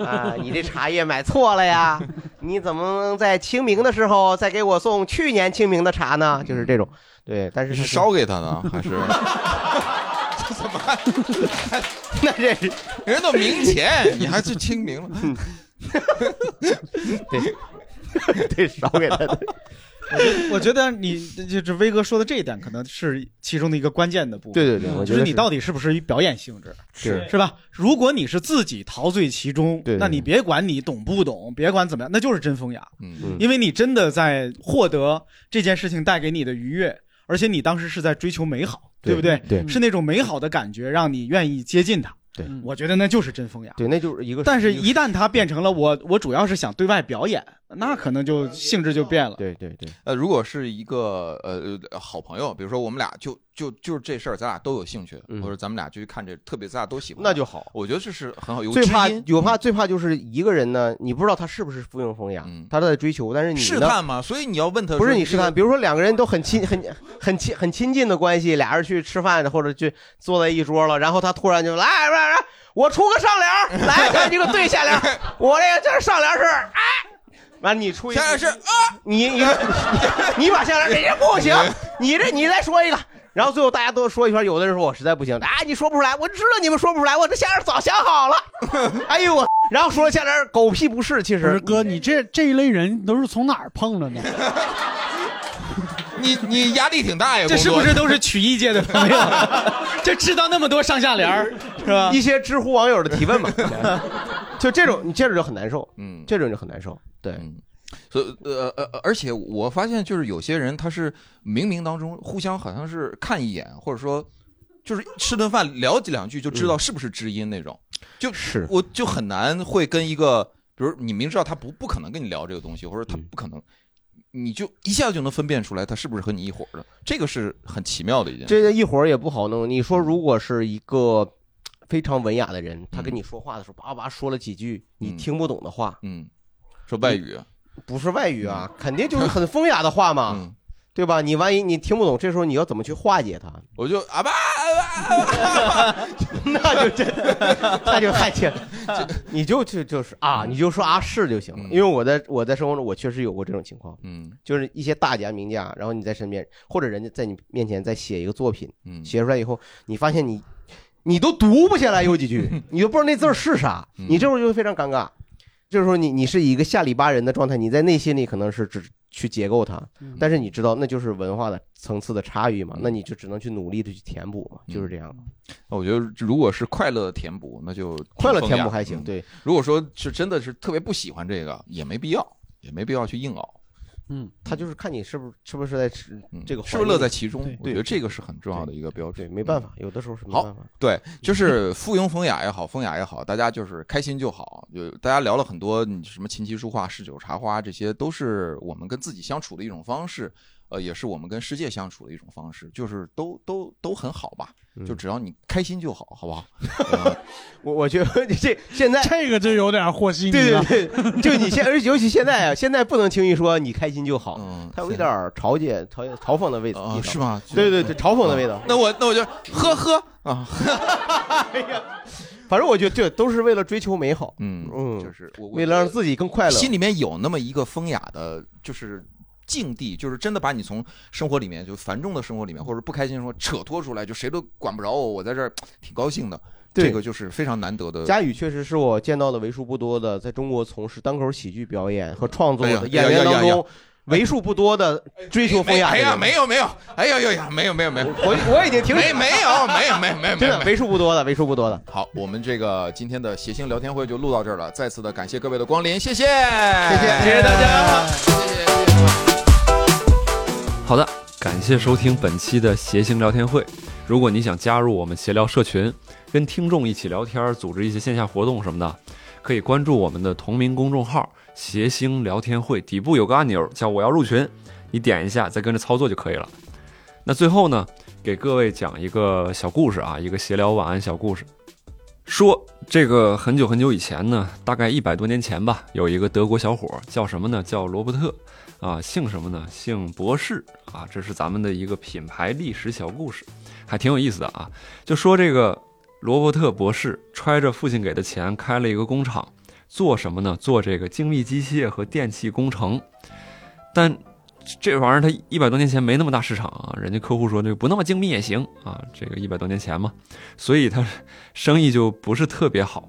Speaker 3: 啊，你这茶叶买错了呀？你怎么能在清明的时候再给我送去年清明的茶呢？就是这种，对。但是
Speaker 2: 是烧给他呢，还是
Speaker 3: 那这是
Speaker 2: 人都明前，你还去清 明了？
Speaker 3: 对对烧给他的。
Speaker 4: 我觉得你就是威哥说的这一点，可能是其中的一个关键的部分。嗯
Speaker 3: 对对对我觉
Speaker 4: 就
Speaker 3: 得是
Speaker 4: 是你到底是不是一表演性质，
Speaker 3: 是
Speaker 4: 是吧？如果你是自己陶醉其中，
Speaker 3: 对对
Speaker 4: 那你别管你懂不懂，别管怎么样，那就是真风雅。
Speaker 2: 嗯
Speaker 4: 因为你真的在获得这件事情带给你的愉悦，而且你当时是在追求美好，
Speaker 3: 对
Speaker 4: 不对？
Speaker 3: 对
Speaker 4: 是那种美好的感觉让你愿意接近它。
Speaker 3: 对
Speaker 4: 我觉得那就是真风雅。
Speaker 3: 对，那就是一个。
Speaker 4: 但是，一旦它变成了我，我主要是想对外表演，那可能就性质就变了。
Speaker 3: 对对对，
Speaker 2: 呃，如果是一个呃呃好朋友，比如说我们俩就就就是这事儿，咱俩都有兴趣，或者咱们俩就去看这，特别咱俩都喜欢，那就
Speaker 3: 嗯好。
Speaker 2: 我觉得这是很好，有
Speaker 3: 最
Speaker 2: 知
Speaker 3: 怕
Speaker 2: 音
Speaker 3: 有怕最怕就是一个人呢，你不知道他是不是附庸风雅，他在追求，但是你呢
Speaker 2: 嗯试探嘛，所以你要问他，
Speaker 3: 不是你试
Speaker 2: 试
Speaker 3: 探，
Speaker 2: 探，
Speaker 3: 比如说两个人都很亲、很、很亲、很亲近的关系，俩人去吃饭或者去坐在一桌了，然后他突然就来来来，我出个上联儿，来看这个对下联儿，我这个这是上联儿是哎，完你出一下联是啊，你你你把下联儿你这不 行，你这你再说一个。然后最后大家都说一圈，有的人说我实在不行，哎，你说不出来，我知道你们说不出来，我这下联儿早想好了，哎呦我， 然后说了下联儿狗屁不是，其
Speaker 5: 不是
Speaker 3: 实
Speaker 5: 哥，你这这一类人都是从哪儿碰着 呢？
Speaker 2: 你你压力挺大呀，
Speaker 4: 这是不
Speaker 2: 工作
Speaker 4: 是 都是曲艺界的朋友？啊 就知道那么多上下联儿，是吧？
Speaker 3: 一些知乎网友的提 问嘛，就这种，你这种就很难受，
Speaker 2: 嗯，
Speaker 3: 这种就很难受，对，
Speaker 2: 所以呃呃，呃而且我发现就是有些人他是冥冥当中互相好像是看一眼，或者说就是吃顿饭聊几两句就知道是不是知音那种，就是我就很难会跟一个，比如你明知道他不不可能跟你聊这个东西，或者他不可能。你就一下就能分辨出来他是不是和你一伙儿的，这个是很奇妙的一件事。
Speaker 3: 这个一会儿也不好弄。你说如果是一个非常文雅的人，他跟你说话的时候叭叭说了几句你听不懂的话，
Speaker 2: 嗯，说外语，啊嗯
Speaker 3: 不是外语啊，肯定就是很风雅的话 嘛，对吧？你万一你听不懂，这时候你要怎么去化解它？
Speaker 2: 我就啊吧，
Speaker 3: 那就真，那就太切， 你就就就是啊，你就说啊是就行了。因为我在我在生活中，我确实有过这种情况，
Speaker 2: 嗯，
Speaker 3: 就是一些大家名家，然后你在身边，或者人家在你面前再写一个作品，
Speaker 2: 嗯
Speaker 3: 写出来以后，你发现你你都读不下来有几 句，你都不知道那字儿是啥，你这会儿就会非常尴尬。就是说你你是一个下里巴人的状态，你在内心里可能是只去解构它，但是你知道那就是文化的层次的差异嘛，那你就只能去努力的去填补嘛，就是这样。
Speaker 2: 嗯我觉得如果是快乐填补，那就
Speaker 3: 快乐
Speaker 2: 挺
Speaker 3: 填
Speaker 2: 风
Speaker 3: 补
Speaker 2: 雅
Speaker 3: 还行对，
Speaker 2: 嗯如果说是真的是特别不喜欢这个，也没必要，也没必要去硬熬，
Speaker 3: 嗯，他就是看你是不是是不是在吃这个环境里，
Speaker 2: 嗯是不是乐在其中
Speaker 3: 对？
Speaker 2: 我觉得这个是很重要的一个标准。对，嗯
Speaker 3: 没办法，有的时候是没
Speaker 2: 好
Speaker 3: 办法。
Speaker 2: 对，就是附庸风雅也好，风雅也好，大家就是开心就好。就大家聊了很多，你什么琴棋书画、诗酒茶花，这些都是我们跟自己相处的一种方式，呃，也是我们跟世界相处的一种方式，就是都都都很好吧。
Speaker 3: 嗯
Speaker 2: 就只要你开心就好，好不好？
Speaker 3: 我我觉得这现在
Speaker 5: 这个就有点和稀泥
Speaker 3: 对
Speaker 5: 了。
Speaker 3: 对对，就你现，而且尤其现在啊，现在不能轻易说你开心就好，它有一点儿嘲解、嘲嘲讽的味道，
Speaker 2: 嗯哦是吗？
Speaker 3: 对对对，嘲讽的味道。哎
Speaker 2: 那我那我就呵呵 啊，
Speaker 3: 反正我觉得这都是为了追求美好，
Speaker 2: 嗯
Speaker 3: 嗯，
Speaker 2: 就是我
Speaker 3: 为了让自己更快乐。
Speaker 2: 心里面有那么一个风雅的，就是境地，就是真的把你从生活里面，就繁重的生活里面，或者不开心的生活扯脱出来，就谁都管不着我，我在这儿挺高兴的。
Speaker 3: 对
Speaker 2: 这个就是非常难
Speaker 8: 嗯
Speaker 2: 得的。
Speaker 3: 佳宇确实是我见到的为数不多的，在中国从事单口喜剧表演和创作
Speaker 2: 哎呀
Speaker 3: 的演员
Speaker 2: 哎呀
Speaker 3: 当
Speaker 2: 哎呀哎
Speaker 3: 中
Speaker 2: 呀，
Speaker 3: 为数不多的追求风雅的
Speaker 2: 哎
Speaker 3: 人。
Speaker 2: 呀，没有没有，哎呀呀呀，没有没有没有，
Speaker 3: 我我已经听
Speaker 2: 没没有没有没有没有没
Speaker 3: 真
Speaker 2: 有
Speaker 3: 的，为数不多的，为数不多的。
Speaker 2: 好，我们这个今天的谐星聊天会就录到这儿了，再次的感谢各位的光临，谢谢，谢谢，谢谢大家。
Speaker 1: 好的，感谢收听本期的谐星聊天会。如果你想加入我们闲聊社群，跟听众一起聊天，组织一些线下活动什么的，可以关注我们的同名公众号“谐星聊天会”，底部有个按钮叫“我要入群”，你点一下，再跟着操作就可以了。那最后呢，给各位讲一个小故事啊，一个闲聊晚安小故事。说这个很久很久以前呢，大概一百多年前吧，有一个德国小伙儿叫什么呢？叫罗伯特，啊，姓什么呢？姓博士啊。这是咱们的一个品牌历史小故事，还挺有意思的啊。就说这个罗伯特博士揣着父亲给的钱开了一个工厂，做什么呢？做这个精密机械和电气工程。但这玩意儿它一百多年前没那么大市场啊，人家客户说这个不那么精密也行啊，这个一百多年前嘛，所以他生意就不是特别好。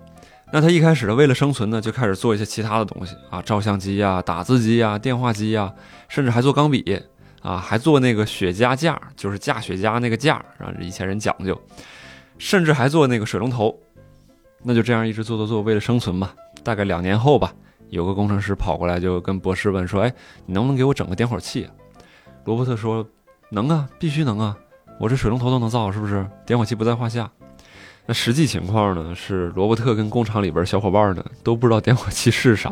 Speaker 1: 那他一开始呢，为了生存呢，就开始做一些其他的东西啊，照相机呀、打字机呀、电话机呀，甚至还做钢笔啊，还做那个雪茄架，就是架雪茄那个架啊，以前人讲究，甚至还做那个水龙头。那就这样一直做做做，为了生存嘛。大概两年后吧，有个工程师跑过来就跟博士问说：“哎，你能不能给我整个点火器、啊？”罗伯特说：“能啊，必须能啊，我这水龙头都能造，是不是？点火器不在话下。”那实际情况呢是，罗伯特跟工厂里边小伙伴呢都不知道点火器是啥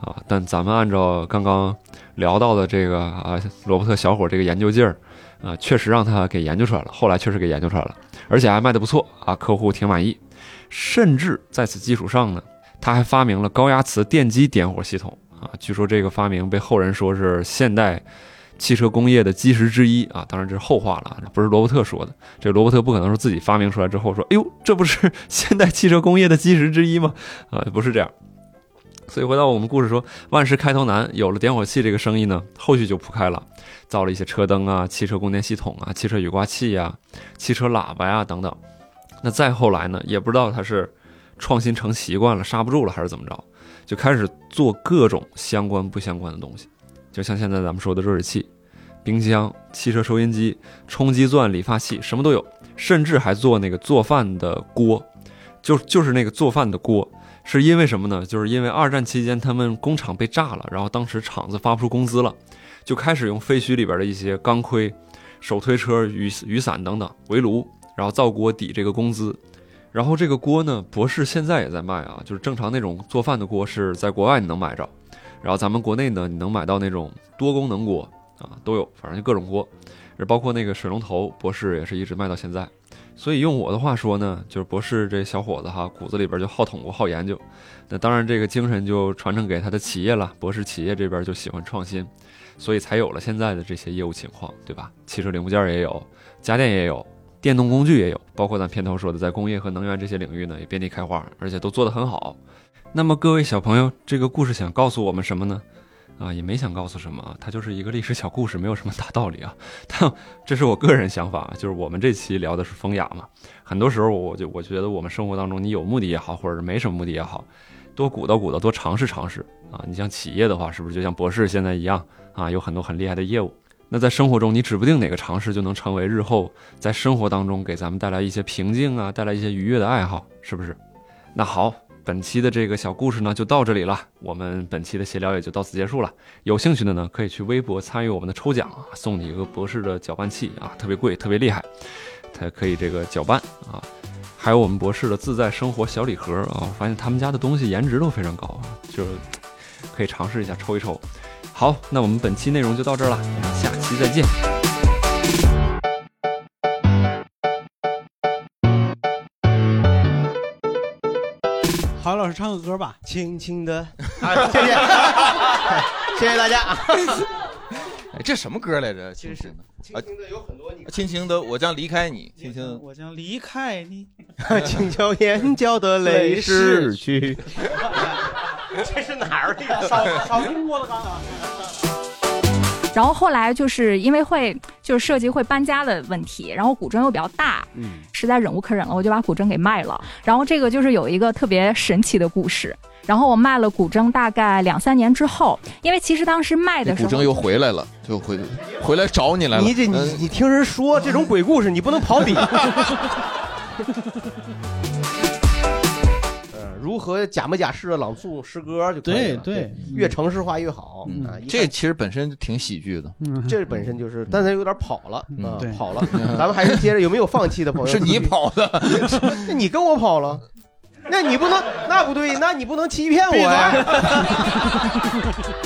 Speaker 1: 啊。但咱们按照刚刚聊到的这个啊，罗伯特小伙这个研究劲儿啊，确实让他给研究出来了。后来确实给研究出来了，而且还卖的不错啊，客户挺满意。甚至在此基础上呢，他还发明了高压磁电机点火系统啊。据说这个发明被后人说是现代汽车工业的基石之一啊。当然这是后话了，啊，不是罗伯特说的。这罗伯特不可能说自己发明出来之后说，哎呦，这不是 现代汽车工业的基石之一吗？啊，不是这样。所以回到我们故事说，万事开头难，有了点火器这个生意呢，后续就铺开了，造了一些车灯啊、汽车供电系统啊、汽车雨刮器呀、汽车喇叭呀、等等。那再后来呢，也不知道他是创新成习惯了，刹不住了，还是怎么着，就开始做各种相关不相关的东西，就像现在咱们说的热水器、冰箱、汽车收音机、冲击钻、理发器，什么都有，甚至还做那个做饭的锅，就就是那个做饭的锅。是因为什么呢？就是因为二战期间他们工厂被炸了，然后当时厂子发不出工资了，就开始用废墟里边的一些钢盔、手推车、雨雨伞等等围炉，然后造锅抵这个工资。然后这个锅呢，博士现在也在卖啊，就是正常那种做饭的锅是在国外你能买着，然后咱们国内呢，你能买到那种多功能锅啊，都有，反正就各种锅，包括那个水龙头，博士也是一直卖到现在。所以用我的话说呢，就是博士这小伙子哈，骨子里边就好捅咕、好研究。那当然，这个精神就传承给他的企业了。博士企业这边就喜欢创新，所以才有了现在的这些业务情况，对吧？汽车零部件也有，家电也有，电动工具也有，包括咱片头说的，在工业和能源这些领域呢，也遍地开花，而且都做得很好。那么各位小朋友，这个故事想告诉我们什么呢？啊，也没想告诉什么啊，它就是一个历史小故事，没有什么大道理啊。但这是我个人想法，啊就是我们这期聊的是风雅嘛。很多时候，我就我觉得我们生活当中，你有目的也好，或者是没什么目的也好，多鼓捣鼓捣，多尝试尝试啊。你像企业的话，是不是就像博士现在一样啊，有很多很厉害的业务？那在生活中，你指不定哪个尝试就能成为日后在生活当中给咱们带来一些平静啊，带来一些愉悦的爱好，是不是？那好。本期的这个小故事呢，就到这里了。我们本期的闲聊也就到此结束了。有兴趣的呢，可以去微博参与我们的抽奖啊，送你一个博士的搅拌器啊，特别贵，特别厉害，它可以这个搅拌啊。还有我们博士的自在生活小礼盒啊，我发现他们家的东西颜值都非常高，啊就是可以尝试一下抽一抽。好，那我们本期内容就到这儿了，我们下期再见。
Speaker 5: 郝宇老师唱个歌吧，
Speaker 3: 轻轻的。
Speaker 8: 啊，谢谢，谢谢大家。
Speaker 2: 哎，这什么歌来着？轻轻的，
Speaker 8: 轻轻的有很多你。
Speaker 2: 轻轻的，我将离开你。轻轻
Speaker 5: 我将离开你。
Speaker 8: 请教眼角的泪逝去。
Speaker 3: 这是哪儿 的呀？
Speaker 5: 少少摸了刚刚。
Speaker 12: 然后后来就是因为会就是涉及会搬家的问题，然后古筝又比较大，
Speaker 8: 嗯，
Speaker 12: 实在忍无可忍了，我就把古筝给卖了。然后这个就是有一个特别神奇的故事。然后我卖了古筝大概两三年之后，因为其实当时
Speaker 3: 哎
Speaker 12: 卖的时
Speaker 2: 古
Speaker 12: 候，
Speaker 2: 筝又回来了，就回回来找你来了。
Speaker 3: 你这你
Speaker 2: 嗯
Speaker 3: 你听人说这种鬼故事，你不能跑 底。 呃如何假模假式的朗诵诗歌就可以了
Speaker 5: 对对
Speaker 3: 越城市化越好
Speaker 2: 嗯
Speaker 3: 啊！一
Speaker 2: 这其实本身挺喜剧的。嗯
Speaker 3: 看这本身就是，但它有点跑了啊
Speaker 2: 对，
Speaker 3: 跑了。咱们还是接着，有没有放弃的朋友？
Speaker 2: 是你跑的，
Speaker 3: 那你跟我跑了，那你不能，那不对，那你不能欺骗我呀。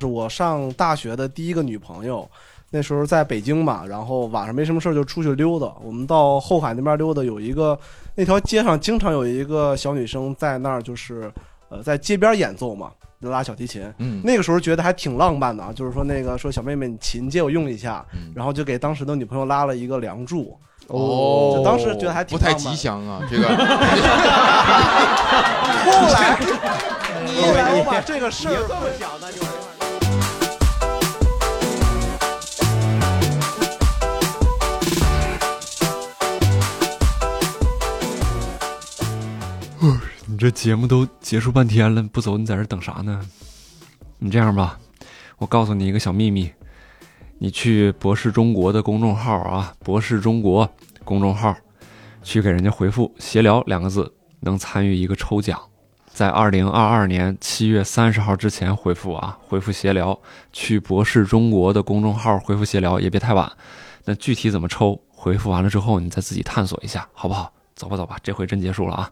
Speaker 18: 是我上大学的第一个女朋友，那时候在北京嘛，然后晚上没什么事儿就出去溜达。我们到后海那边溜达，有一个那条街上经常有一个小女生在那儿，就是呃在街边演奏嘛，拉小提琴。
Speaker 2: 嗯
Speaker 18: 那个时候觉得还挺浪漫的啊，就是说那个说小妹妹你琴借我用一下，
Speaker 2: 嗯
Speaker 18: 然后就给当时的女朋友拉了一个《梁祝》。
Speaker 2: 哦
Speaker 18: 就当时觉得还挺
Speaker 2: 不太
Speaker 18: 浪漫
Speaker 2: 吉
Speaker 18: 的
Speaker 2: 祥啊，这个
Speaker 18: 后来，后来我把这个事儿。
Speaker 1: 这节目都结束半天了，不走你在这等啥呢？你这样吧，我告诉你一个小秘密，你去博士中国的公众号啊，博士中国公众号，去给人家回复“闲聊”两个字，能参与一个抽奖。在二零二二年七月三十号之前回复啊，回复“闲聊”，去博士中国的公众号回复“闲聊”，也别太晚。那具体怎么抽，回复完了之后你再自己探索一下，好不好？走吧走吧，这回真结束了啊。